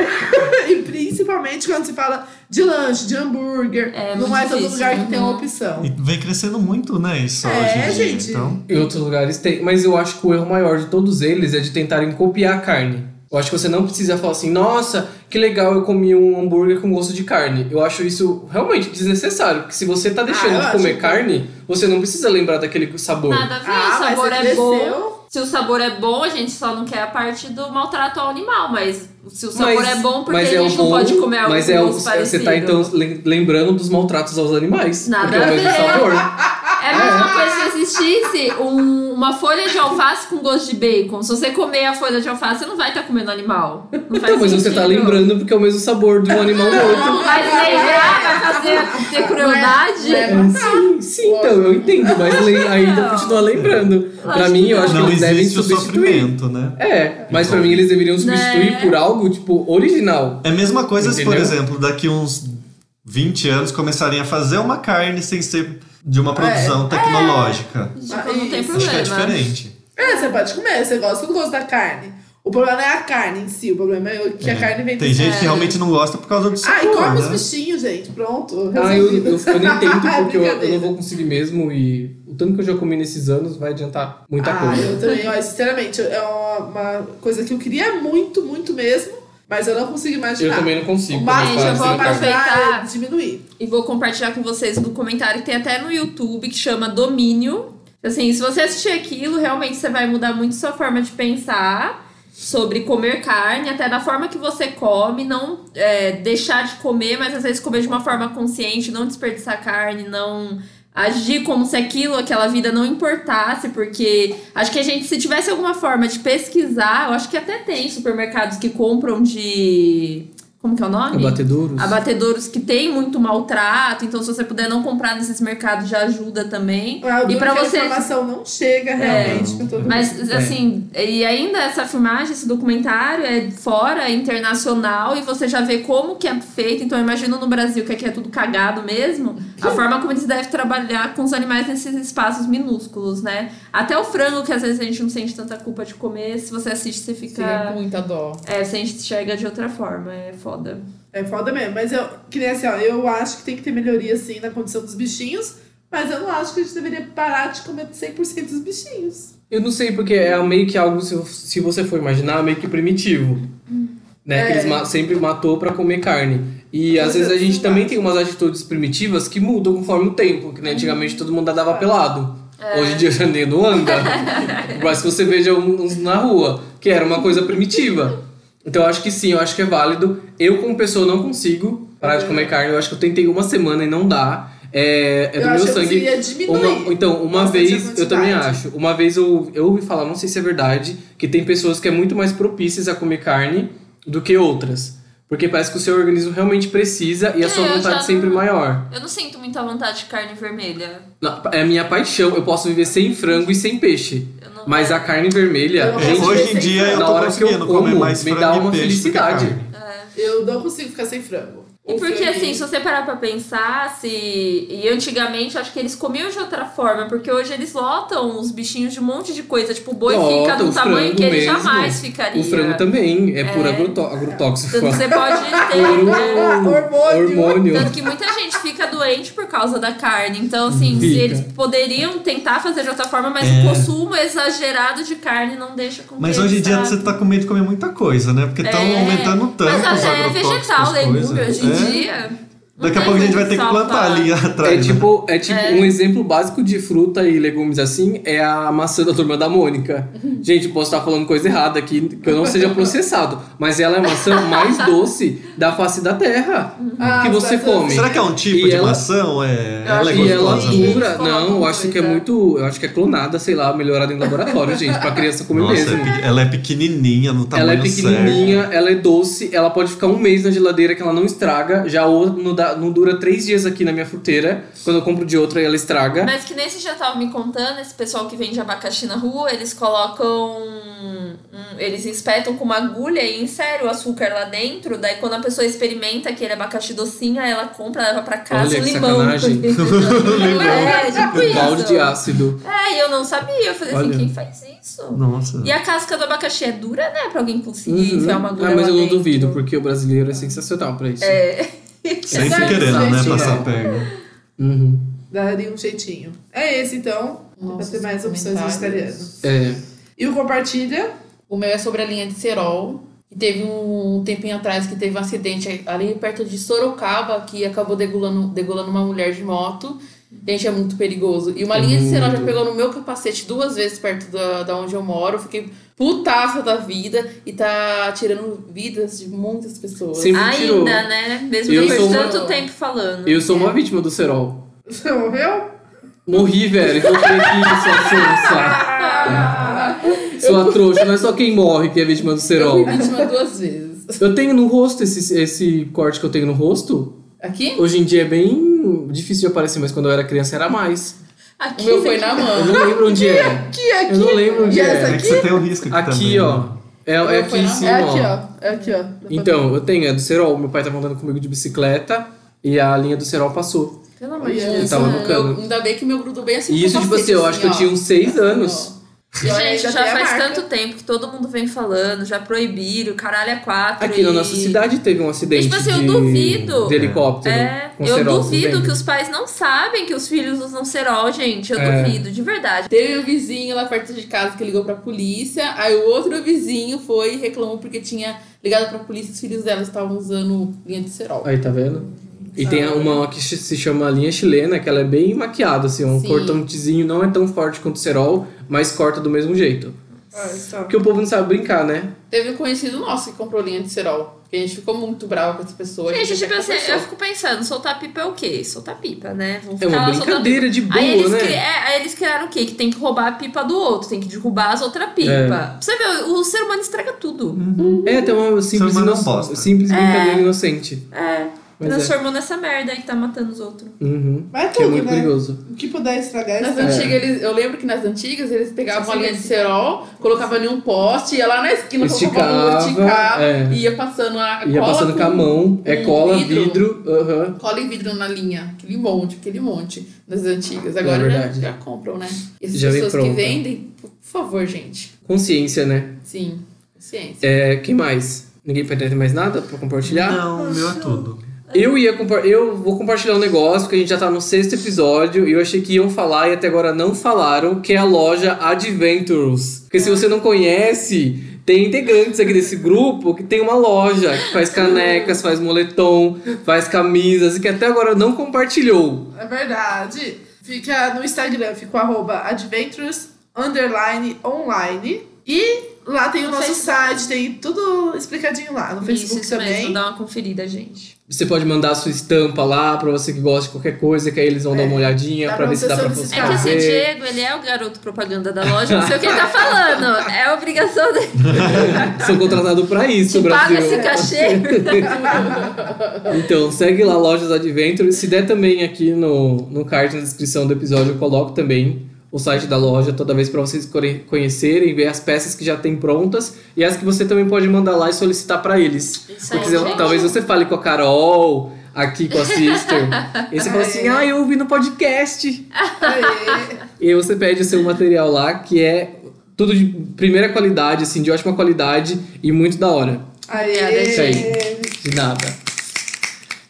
S2: (laughs) e principalmente quando se fala de lanche, de hambúrguer.
S4: É
S2: não
S4: muito
S2: é todo
S4: difícil,
S2: lugar que tem uma
S4: uhum.
S2: opção.
S6: E vem crescendo muito, né, isso
S2: É,
S6: hoje em dia.
S2: gente.
S6: Então,
S1: em outros lugares tem. Mas eu acho que o erro maior de todos eles é de tentarem copiar a carne. Eu acho que você não precisa falar assim, nossa, que legal eu comi um hambúrguer com gosto de carne. Eu acho isso realmente desnecessário, porque se você tá deixando
S2: Ah, eu
S1: de
S2: acho
S1: comer
S2: que-
S1: carne, você não precisa lembrar daquele sabor.
S4: Nada a ver,
S2: Ah,
S4: o
S2: mas
S4: sabor
S2: você
S4: é
S2: cresceu.
S4: bom. Se o sabor é bom, a gente só não quer a parte do maltrato ao animal, mas se o sabor
S1: Mas-
S4: é bom, porque
S1: mas
S4: a
S1: é o
S4: gente não
S1: bom,
S4: pode comer algo
S1: Mas é o,
S4: muito
S1: você tá
S4: parecido.
S1: então lem- lembrando dos maltratos aos animais.
S4: Nada
S1: porque é o
S4: a
S1: mesmo
S4: ver.
S1: sabor.
S4: (laughs) É a mesma coisa se existisse um- uma folha de alface com gosto de bacon. Se você comer a folha de alface, você não vai estar comendo animal. Não faz
S1: Então, mas você tá
S4: sentido.
S1: lembrando porque é o mesmo sabor de um
S4: (laughs)
S1: animal morto.
S4: Mas lembrar vai fazer ter crueldade?
S5: Não é-
S1: É, sim, sim, então, eu entendo, mas le- ainda continua lembrando. Pra mim, eu acho que
S6: não
S1: eles devem
S6: existe o
S1: substituir.
S6: sofrimento, né?
S1: É, mas pra mim eles deveriam substituir
S4: Né?
S1: por algo, tipo, original.
S6: É a mesma coisa se, por
S1: Entendeu?
S6: exemplo, daqui uns 20 anos começarem a fazer uma carne sem ser de uma produção tecnológica.
S4: Tipo, É, não tem
S2: Isso.
S6: Acho que é
S4: problema.
S6: diferente.
S2: É, você pode comer, você gosta do gosto da carne. O problema não é a carne em si, o problema é que a
S6: É.
S2: carne vem
S6: Tem
S2: do
S6: gente que realmente não gosta por causa do sabor,
S2: Ah, e come os
S6: né?
S2: bichinhos, gente. Pronto.
S1: Ah, eu, eu, eu nem
S2: (laughs)
S1: tento
S2: É
S1: porque eu, eu
S2: brincadeira.
S1: não vou conseguir mesmo e o tanto que eu já comi nesses anos vai adiantar muita
S2: ah,
S1: coisa.
S2: eu também, ó, sinceramente, é uma, uma coisa que eu queria muito, muito mesmo, mas eu não consigo
S1: Eu,
S2: imaginar.
S1: também não consigo.
S2: o
S1: comer
S2: máximo
S4: Gente,
S2: que
S1: quase
S2: eu vou
S1: sem carne.
S2: imaginar é
S4: aproveitar.
S2: diminuir.
S4: E vou compartilhar com vocês do comentário que tem até no YouTube que chama Domínio. Assim, se você assistir aquilo, realmente você vai mudar muito sua forma de pensar sobre comer carne, até da forma que você come, não é, deixar de comer, mas às vezes comer de uma forma consciente, não desperdiçar carne, não agir como se aquilo, aquela vida não importasse, porque acho que a gente, se tivesse alguma forma de pesquisar, eu acho que até tem supermercados que compram de. Como que é o nome?
S1: Abatedouros.
S4: abatedouros que tem muito maltrato, então se você puder não comprar nesses mercados já ajuda também.
S2: Ah, o
S4: e
S2: duro
S4: pra
S2: que
S4: você
S2: A informação não chega realmente pra todo mundo.
S4: mas
S1: É.
S4: assim, e ainda essa filmagem, esse documentário é fora, é internacional e você já vê como que é feito. Então eu imagino no Brasil que aqui é tudo cagado mesmo, a forma como eles devem trabalhar com os animais nesses espaços minúsculos, né? Até o frango que às vezes a gente não sente tanta culpa de comer, se você assiste você
S5: Seria
S4: fica,
S5: muita dó.
S4: é, você enxerga de outra forma, é foda.
S2: É foda mesmo. Mas eu, que nem assim, ó, eu acho que tem que ter melhoria sim na condição dos bichinhos, mas eu não acho que a gente deveria parar de comer 100% dos bichinhos.
S1: Eu não sei, porque é meio que algo, se, se você for imaginar, meio que primitivo. Né? Que
S2: É.
S1: eles ma- sempre matou pra comer carne. E às
S2: Mas
S1: vezes
S2: eu
S1: a gente
S2: não
S1: também
S2: acho.
S1: tem umas atitudes primitivas que mudam conforme o tempo.
S2: Uhum.
S1: Que né, antigamente todo mundo andava pelado.
S2: É.
S1: Hoje em dia já nem não
S2: (laughs)
S1: anda. Mas se você veja uns na rua, que era uma coisa primitiva. Então eu acho que sim, eu acho que é válido. Eu, como pessoa, não consigo parar
S2: Uhum.
S1: de comer carne. Eu acho que eu tentei uma semana e não dá. É, é
S2: eu
S1: do
S2: acho
S1: meu sangue.
S2: que eu ia
S1: Uma-
S2: diminuir.
S1: então, uma
S2: bastante a
S1: vez, eu
S2: quantidade.
S1: também acho. Uma vez eu, eu ouvi falar, não sei se é verdade, que tem pessoas que é muito mais propícias a comer carne do que outras. Porque parece que o seu organismo realmente precisa e a
S4: É,
S1: sua
S4: eu
S1: vontade
S4: já
S1: é sempre
S4: não-
S1: maior.
S4: Eu não sinto muita vontade de carne vermelha.
S1: Na- é a minha paixão, eu posso viver sem frango e sem peixe.
S4: Eu não
S1: Mas a carne vermelha,
S2: Eu
S1: gente,
S2: gosto
S6: É, Hoje em dia eu
S1: na
S6: tô
S1: hora que eu
S6: conseguindo comer
S1: como,
S6: mais
S1: me dá
S6: frango e
S1: uma
S6: peixe do que
S1: felicidade.
S6: carne.
S2: Eu não consigo ficar sem frango.
S4: E
S2: O
S4: porque
S2: frango-
S4: assim, se você parar pra pensar, se. E antigamente acho que eles comiam de outra forma, porque hoje eles lotam os bichinhos de um monte de coisa. Tipo, o boi fica
S1: Lota,
S4: do
S1: o
S4: tamanho
S1: frango
S4: que ele
S1: mesmo.
S4: jamais ficaria.
S1: O frango também é, puro
S4: É.
S1: agrotó- agrotóxico.
S4: Tanto que
S1: (laughs)
S4: você pode ter. né?
S2: Ah,
S4: (laughs)
S2: hormônio.
S1: hormônio.
S4: Tanto que muita gente fica doente por causa da carne. Então, assim, se
S1: Fica.
S4: eles poderiam tentar fazer de outra forma, mas
S6: É.
S4: o consumo exagerado de carne não deixa com
S6: Mas
S4: que
S6: hoje em
S4: eles
S6: dia
S4: sabem.
S6: você tá com medo de comer muita coisa, né? Porque estão
S4: É.
S6: aumentando tanto
S4: Mas
S6: os
S4: até
S6: agrotóxicos,
S4: vegetal,
S6: as
S4: legume
S6: coisas.
S4: hoje em
S6: É.
S4: dia. não
S6: Daqui a
S4: tem
S6: pouco a gente vai
S4: como
S6: ter que
S4: salvar.
S6: plantar ali atrás.
S1: É
S6: né?
S1: tipo, é tipo
S4: É.
S1: um exemplo básico de fruta e legumes assim é a maçã da turma da Mônica.
S4: Uhum.
S1: Gente, posso estar falando coisa errada aqui, que eu não seja processado, mas ela é a maçã mais doce da face da terra.
S4: Uhum.
S2: Ah,
S1: que você
S2: mas eu-
S1: come.
S6: Será que é um tipo
S1: E
S6: de
S1: ela-
S6: maçã? ou É...
S4: Eu acho
S6: Ela é
S1: e ela
S6: gostosa.
S4: Sim.
S1: dura.
S4: Coloca
S1: Não, eu
S4: alguma
S1: acho que é
S4: coisa.
S1: muito. Eu acho que é clonada, sei lá, melhorada em
S4: (laughs)
S1: laboratório, gente, pra criança comer
S6: Nossa,
S1: mesmo.
S6: é pe- ela é pequenininha no tamanho
S1: Ela é
S6: certo.
S1: pequenininha, ela é doce, ela pode ficar um mês na geladeira que ela não estraga. Já a outra não, dá- não dura três dias aqui na minha fruteira. Quando eu compro de outra, ela estraga.
S4: Mas que nem você já tava me contando, esse pessoal que vende abacaxi na rua, eles colocam. um- eles espetam com uma agulha e inserem o açúcar lá dentro. Daí quando a pessoa experimenta aquele abacaxi docinha, ela compra, leva pra casa
S1: Olha
S4: o
S1: que
S4: limão.
S1: sacanagem. (laughs)
S4: (laughs) É, tipo
S1: Um balde de
S4: isso.
S1: ácido.
S4: É, e eu não sabia. Eu falei
S1: Olha.
S4: assim, quem faz isso?
S6: Nossa.
S4: E a casca do abacaxi é dura, né? Pra alguém conseguir
S1: Uhum.
S4: enfiar é uma agulha
S1: Ah, mas
S4: lá
S1: eu não
S4: dentro.
S1: duvido, porque o brasileiro é sensacional pra isso.
S4: É.
S6: Sempre
S2: Exato,
S6: querendo, né?
S2: gente,
S6: Passar
S2: é.
S6: a perna.
S1: Uhum.
S2: Daria um jeitinho. É esse, então. pra ter mais opções
S5: comentários.
S2: vegetarianas.
S1: É.
S2: E o compartilha? (laughs)
S5: O meu é sobre a linha de Serol. E teve um tempinho atrás que teve um acidente ali perto de Sorocaba que acabou degolando, degolando uma mulher de moto. Gente, é muito perigoso. E uma linha de Serol já pegou no meu capacete duas vezes perto da, da onde eu moro. Eu Fiquei putaça da vida e tá tirando vidas de muitas pessoas.
S1: Sim. Sempre tirou.
S4: Ainda, né? Mesmo
S1: Eu
S4: depois de
S1: sou uma-
S4: tanto tempo falando.
S1: Eu sou uma vítima do cerol.
S2: Você morreu?
S1: Morri, velho. Vou ter aqui, sua sonsa. Sua trouxa. Não é só quem morre que é vítima do
S5: Eu
S1: cerol.
S5: fui vítima duas vezes.
S1: Eu tenho no rosto esse, esse corte que eu tenho no rosto.
S5: Aqui?
S1: Hoje em dia é bem difícil de aparecer, mas quando eu era criança era mais.
S5: O
S4: Aqui,
S5: meu foi na
S1: Eu
S5: mão.
S1: não lembro onde é.
S2: Aqui, aqui.
S1: Eu não lembro onde
S2: E
S1: é.
S2: essa
S6: É que você tem o risco aqui,
S1: Aqui,
S6: também, né?
S1: ó. É, é aqui em cima,
S2: É
S1: ó.
S2: aqui, ó. É aqui, ó.
S4: Tá
S2: Dá pra
S1: Então, eu tenho, é do Serol. Meu pai tava andando comigo de bicicleta e a linha do Serol passou.
S4: Pelo amor
S2: ver.
S4: de
S2: Olha,
S1: Eu
S4: Deus.
S1: tava
S5: Isso,
S1: no cano.
S5: eu- Ainda bem que meu grudou bem assim.
S1: E
S5: no
S1: isso, tipo assim,
S5: capacete,
S1: eu acho que eu
S5: ó.
S1: tinha uns seis
S4: Tá
S1: anos.
S5: Ó. E eu
S4: Gente,
S2: ainda
S4: já
S2: tem a
S4: faz
S2: marca.
S4: tanto tempo que todo mundo vem falando, já proibiram, caralho é quatro.
S1: Aqui na
S4: e-
S1: nossa cidade teve um acidente
S4: Tipo assim, eu
S1: de,
S4: duvido.
S1: de helicóptero.
S4: É,
S1: né, com
S4: eu
S1: cerol,
S4: duvido
S1: lembra?
S4: que os pais não sabem que os filhos usam cerol, gente. Eu
S1: É.
S4: duvido, de verdade.
S5: Teve um vizinho lá perto de casa que ligou pra polícia. Aí o outro vizinho foi e reclamou porque tinha ligado pra polícia e os filhos dela estavam usando linha de cerol.
S1: Aí, tá vendo? E tem uma que ch- se chama linha chilena, que ela é bem maquiada, assim, um
S5: Sim.
S1: cortantezinho não é tão forte quanto o cerol, mas corta do mesmo jeito.
S2: Ah, está.
S1: Porque o povo não sabe brincar, né?
S5: Teve um conhecido nosso que comprou linha de cerol. Que a gente ficou muito bravo com essa pessoa. a
S4: Gente,
S5: até
S4: tipo assim,
S5: conversou.
S4: eu fico pensando, soltar pipa é o quê? Soltar pipa, né? Vão
S1: É uma brincadeira de boa,
S4: Aí eles,
S1: né?
S4: cri- é, aí eles criaram o quê? Que tem que roubar a pipa do outro, tem que derrubar as outras pipas.
S1: É.
S4: Pra Você vê, o ser humano estraga tudo.
S1: É, tem uma simples,
S6: humano é um
S1: inoc-
S6: bosta.
S1: simples brincadeira inocente.
S4: É,
S1: Mas é.
S4: transformando essa merda aí que tá matando os outros.
S1: Uhum.
S2: Mas é
S4: Tá
S1: Que é
S2: tudo,
S1: muito
S2: né?
S1: perigoso.
S2: O que puder estragar,
S1: É.
S5: Nas
S2: estraga.
S5: antigas, eles, eu lembro que nas antigas eles pegavam
S4: Sim,
S5: uma
S4: sim,
S5: linha de
S4: sim.
S5: cerol, colocavam em um poste, ia lá na esquina, colocava
S1: Esticava,
S5: um esticava,
S1: é.
S5: e ia passando a
S1: Ia
S5: cola
S1: passando com a mão. É
S5: um
S1: cola,
S5: vidro.
S1: vidro. aham.
S5: Cola e vidro na linha, aquele monte, aquele monte das antigas. Agora
S1: É
S5: já,
S1: verdade.
S5: já compram, né? E as
S1: Já vem
S5: pessoas que
S1: pronta.
S5: vendem, por favor, gente.
S1: Consciência, né?
S5: Sim, ciência.
S1: É, quem mais? Ninguém ter mais nada pra compartilhar?
S6: Não, o meu é tudo.
S1: Eu ia compa- eu vou compartilhar um negócio que a gente já tá no sexto episódio e eu achei que iam falar e até agora não falaram, que é a loja Adventures. Porque se você não conhece, tem integrantes aqui desse grupo que tem uma loja que faz canecas, faz moletom, faz camisas e que até agora não compartilhou.
S2: É verdade. Fica no Instagram, fica o arroba adventures underline online. E lá tem o
S4: No
S2: nosso
S4: Facebook.
S2: site, tem tudo explicadinho lá. No Facebook
S4: isso
S2: também.
S4: mesmo, dá uma conferida, gente.
S1: Você pode mandar a sua estampa lá pra você que gosta de qualquer coisa, que aí eles vão
S2: É.
S1: dar uma olhadinha
S2: Dá
S1: pra
S2: pra
S1: ver se
S2: você
S1: dá pra
S2: solicitar.
S4: É que
S1: postar.
S4: assim, o Diego, ele é o garoto propaganda da loja, não sei o que ele
S1: (laughs)
S4: tá falando. É a obrigação dele.
S1: Sou contratado pra isso,
S4: Te paga
S1: Brasil.
S4: esse cachê.
S1: (laughs) Então, segue lá Lojas Adventure. Se der também aqui no, no card, na descrição do episódio, eu coloco também o site da loja toda vez para vocês core- conhecerem, ver as peças que já tem prontas e as que você também pode mandar lá e solicitar para eles.
S4: Isso
S1: Se
S4: aí,
S1: quiser,
S4: gente.
S1: talvez você fale com a Carol, aqui com a
S4: (laughs)
S1: Sister. e você fala assim: ah, eu ouvi no podcast.
S2: Aê.
S1: E aí você pede o seu material lá, que é tudo de primeira qualidade, assim, de ótima qualidade e muito da hora.
S2: Aê.
S1: É Isso aí. De nada.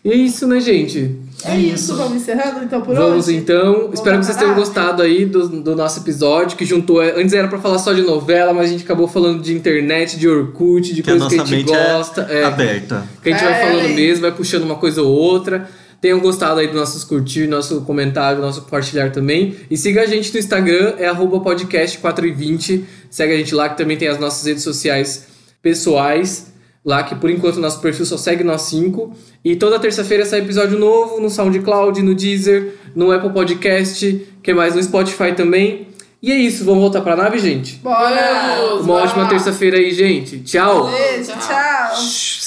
S1: E é isso, né, gente?
S2: É isso, vamos encerrando então por
S1: Vamos
S2: hoje?
S1: então. Espero que vocês tenham
S2: parar?
S1: gostado aí do, do nosso episódio, que juntou. é, Antes era pra falar só de novela, mas a gente acabou falando de internet, de Orkut, de
S6: Que a
S1: coisas que a
S6: nossa
S1: gente
S6: mente é
S1: gosta. É,
S6: Aberta.
S1: que a gente vai
S2: É,
S1: falando
S2: hein?
S1: mesmo, vai puxando uma coisa ou outra. Tenham gostado aí dos nossos curtir, nosso comentário, nosso compartilhar também. E siga a gente no Instagram, é arroba podcast420. Segue a gente lá, que também tem as nossas redes sociais pessoais. Lá que por enquanto o nosso perfil só segue nós cinco. E toda terça-feira sai episódio novo no SoundCloud, no Deezer, no Apple Podcast, que mais no Spotify também. E é isso, vamos voltar pra nave, gente?
S2: Bora!
S5: Vamos!
S1: Uma ótima terça-feira aí, gente. Tchau!
S2: Beijo, tchau.
S1: Shhh.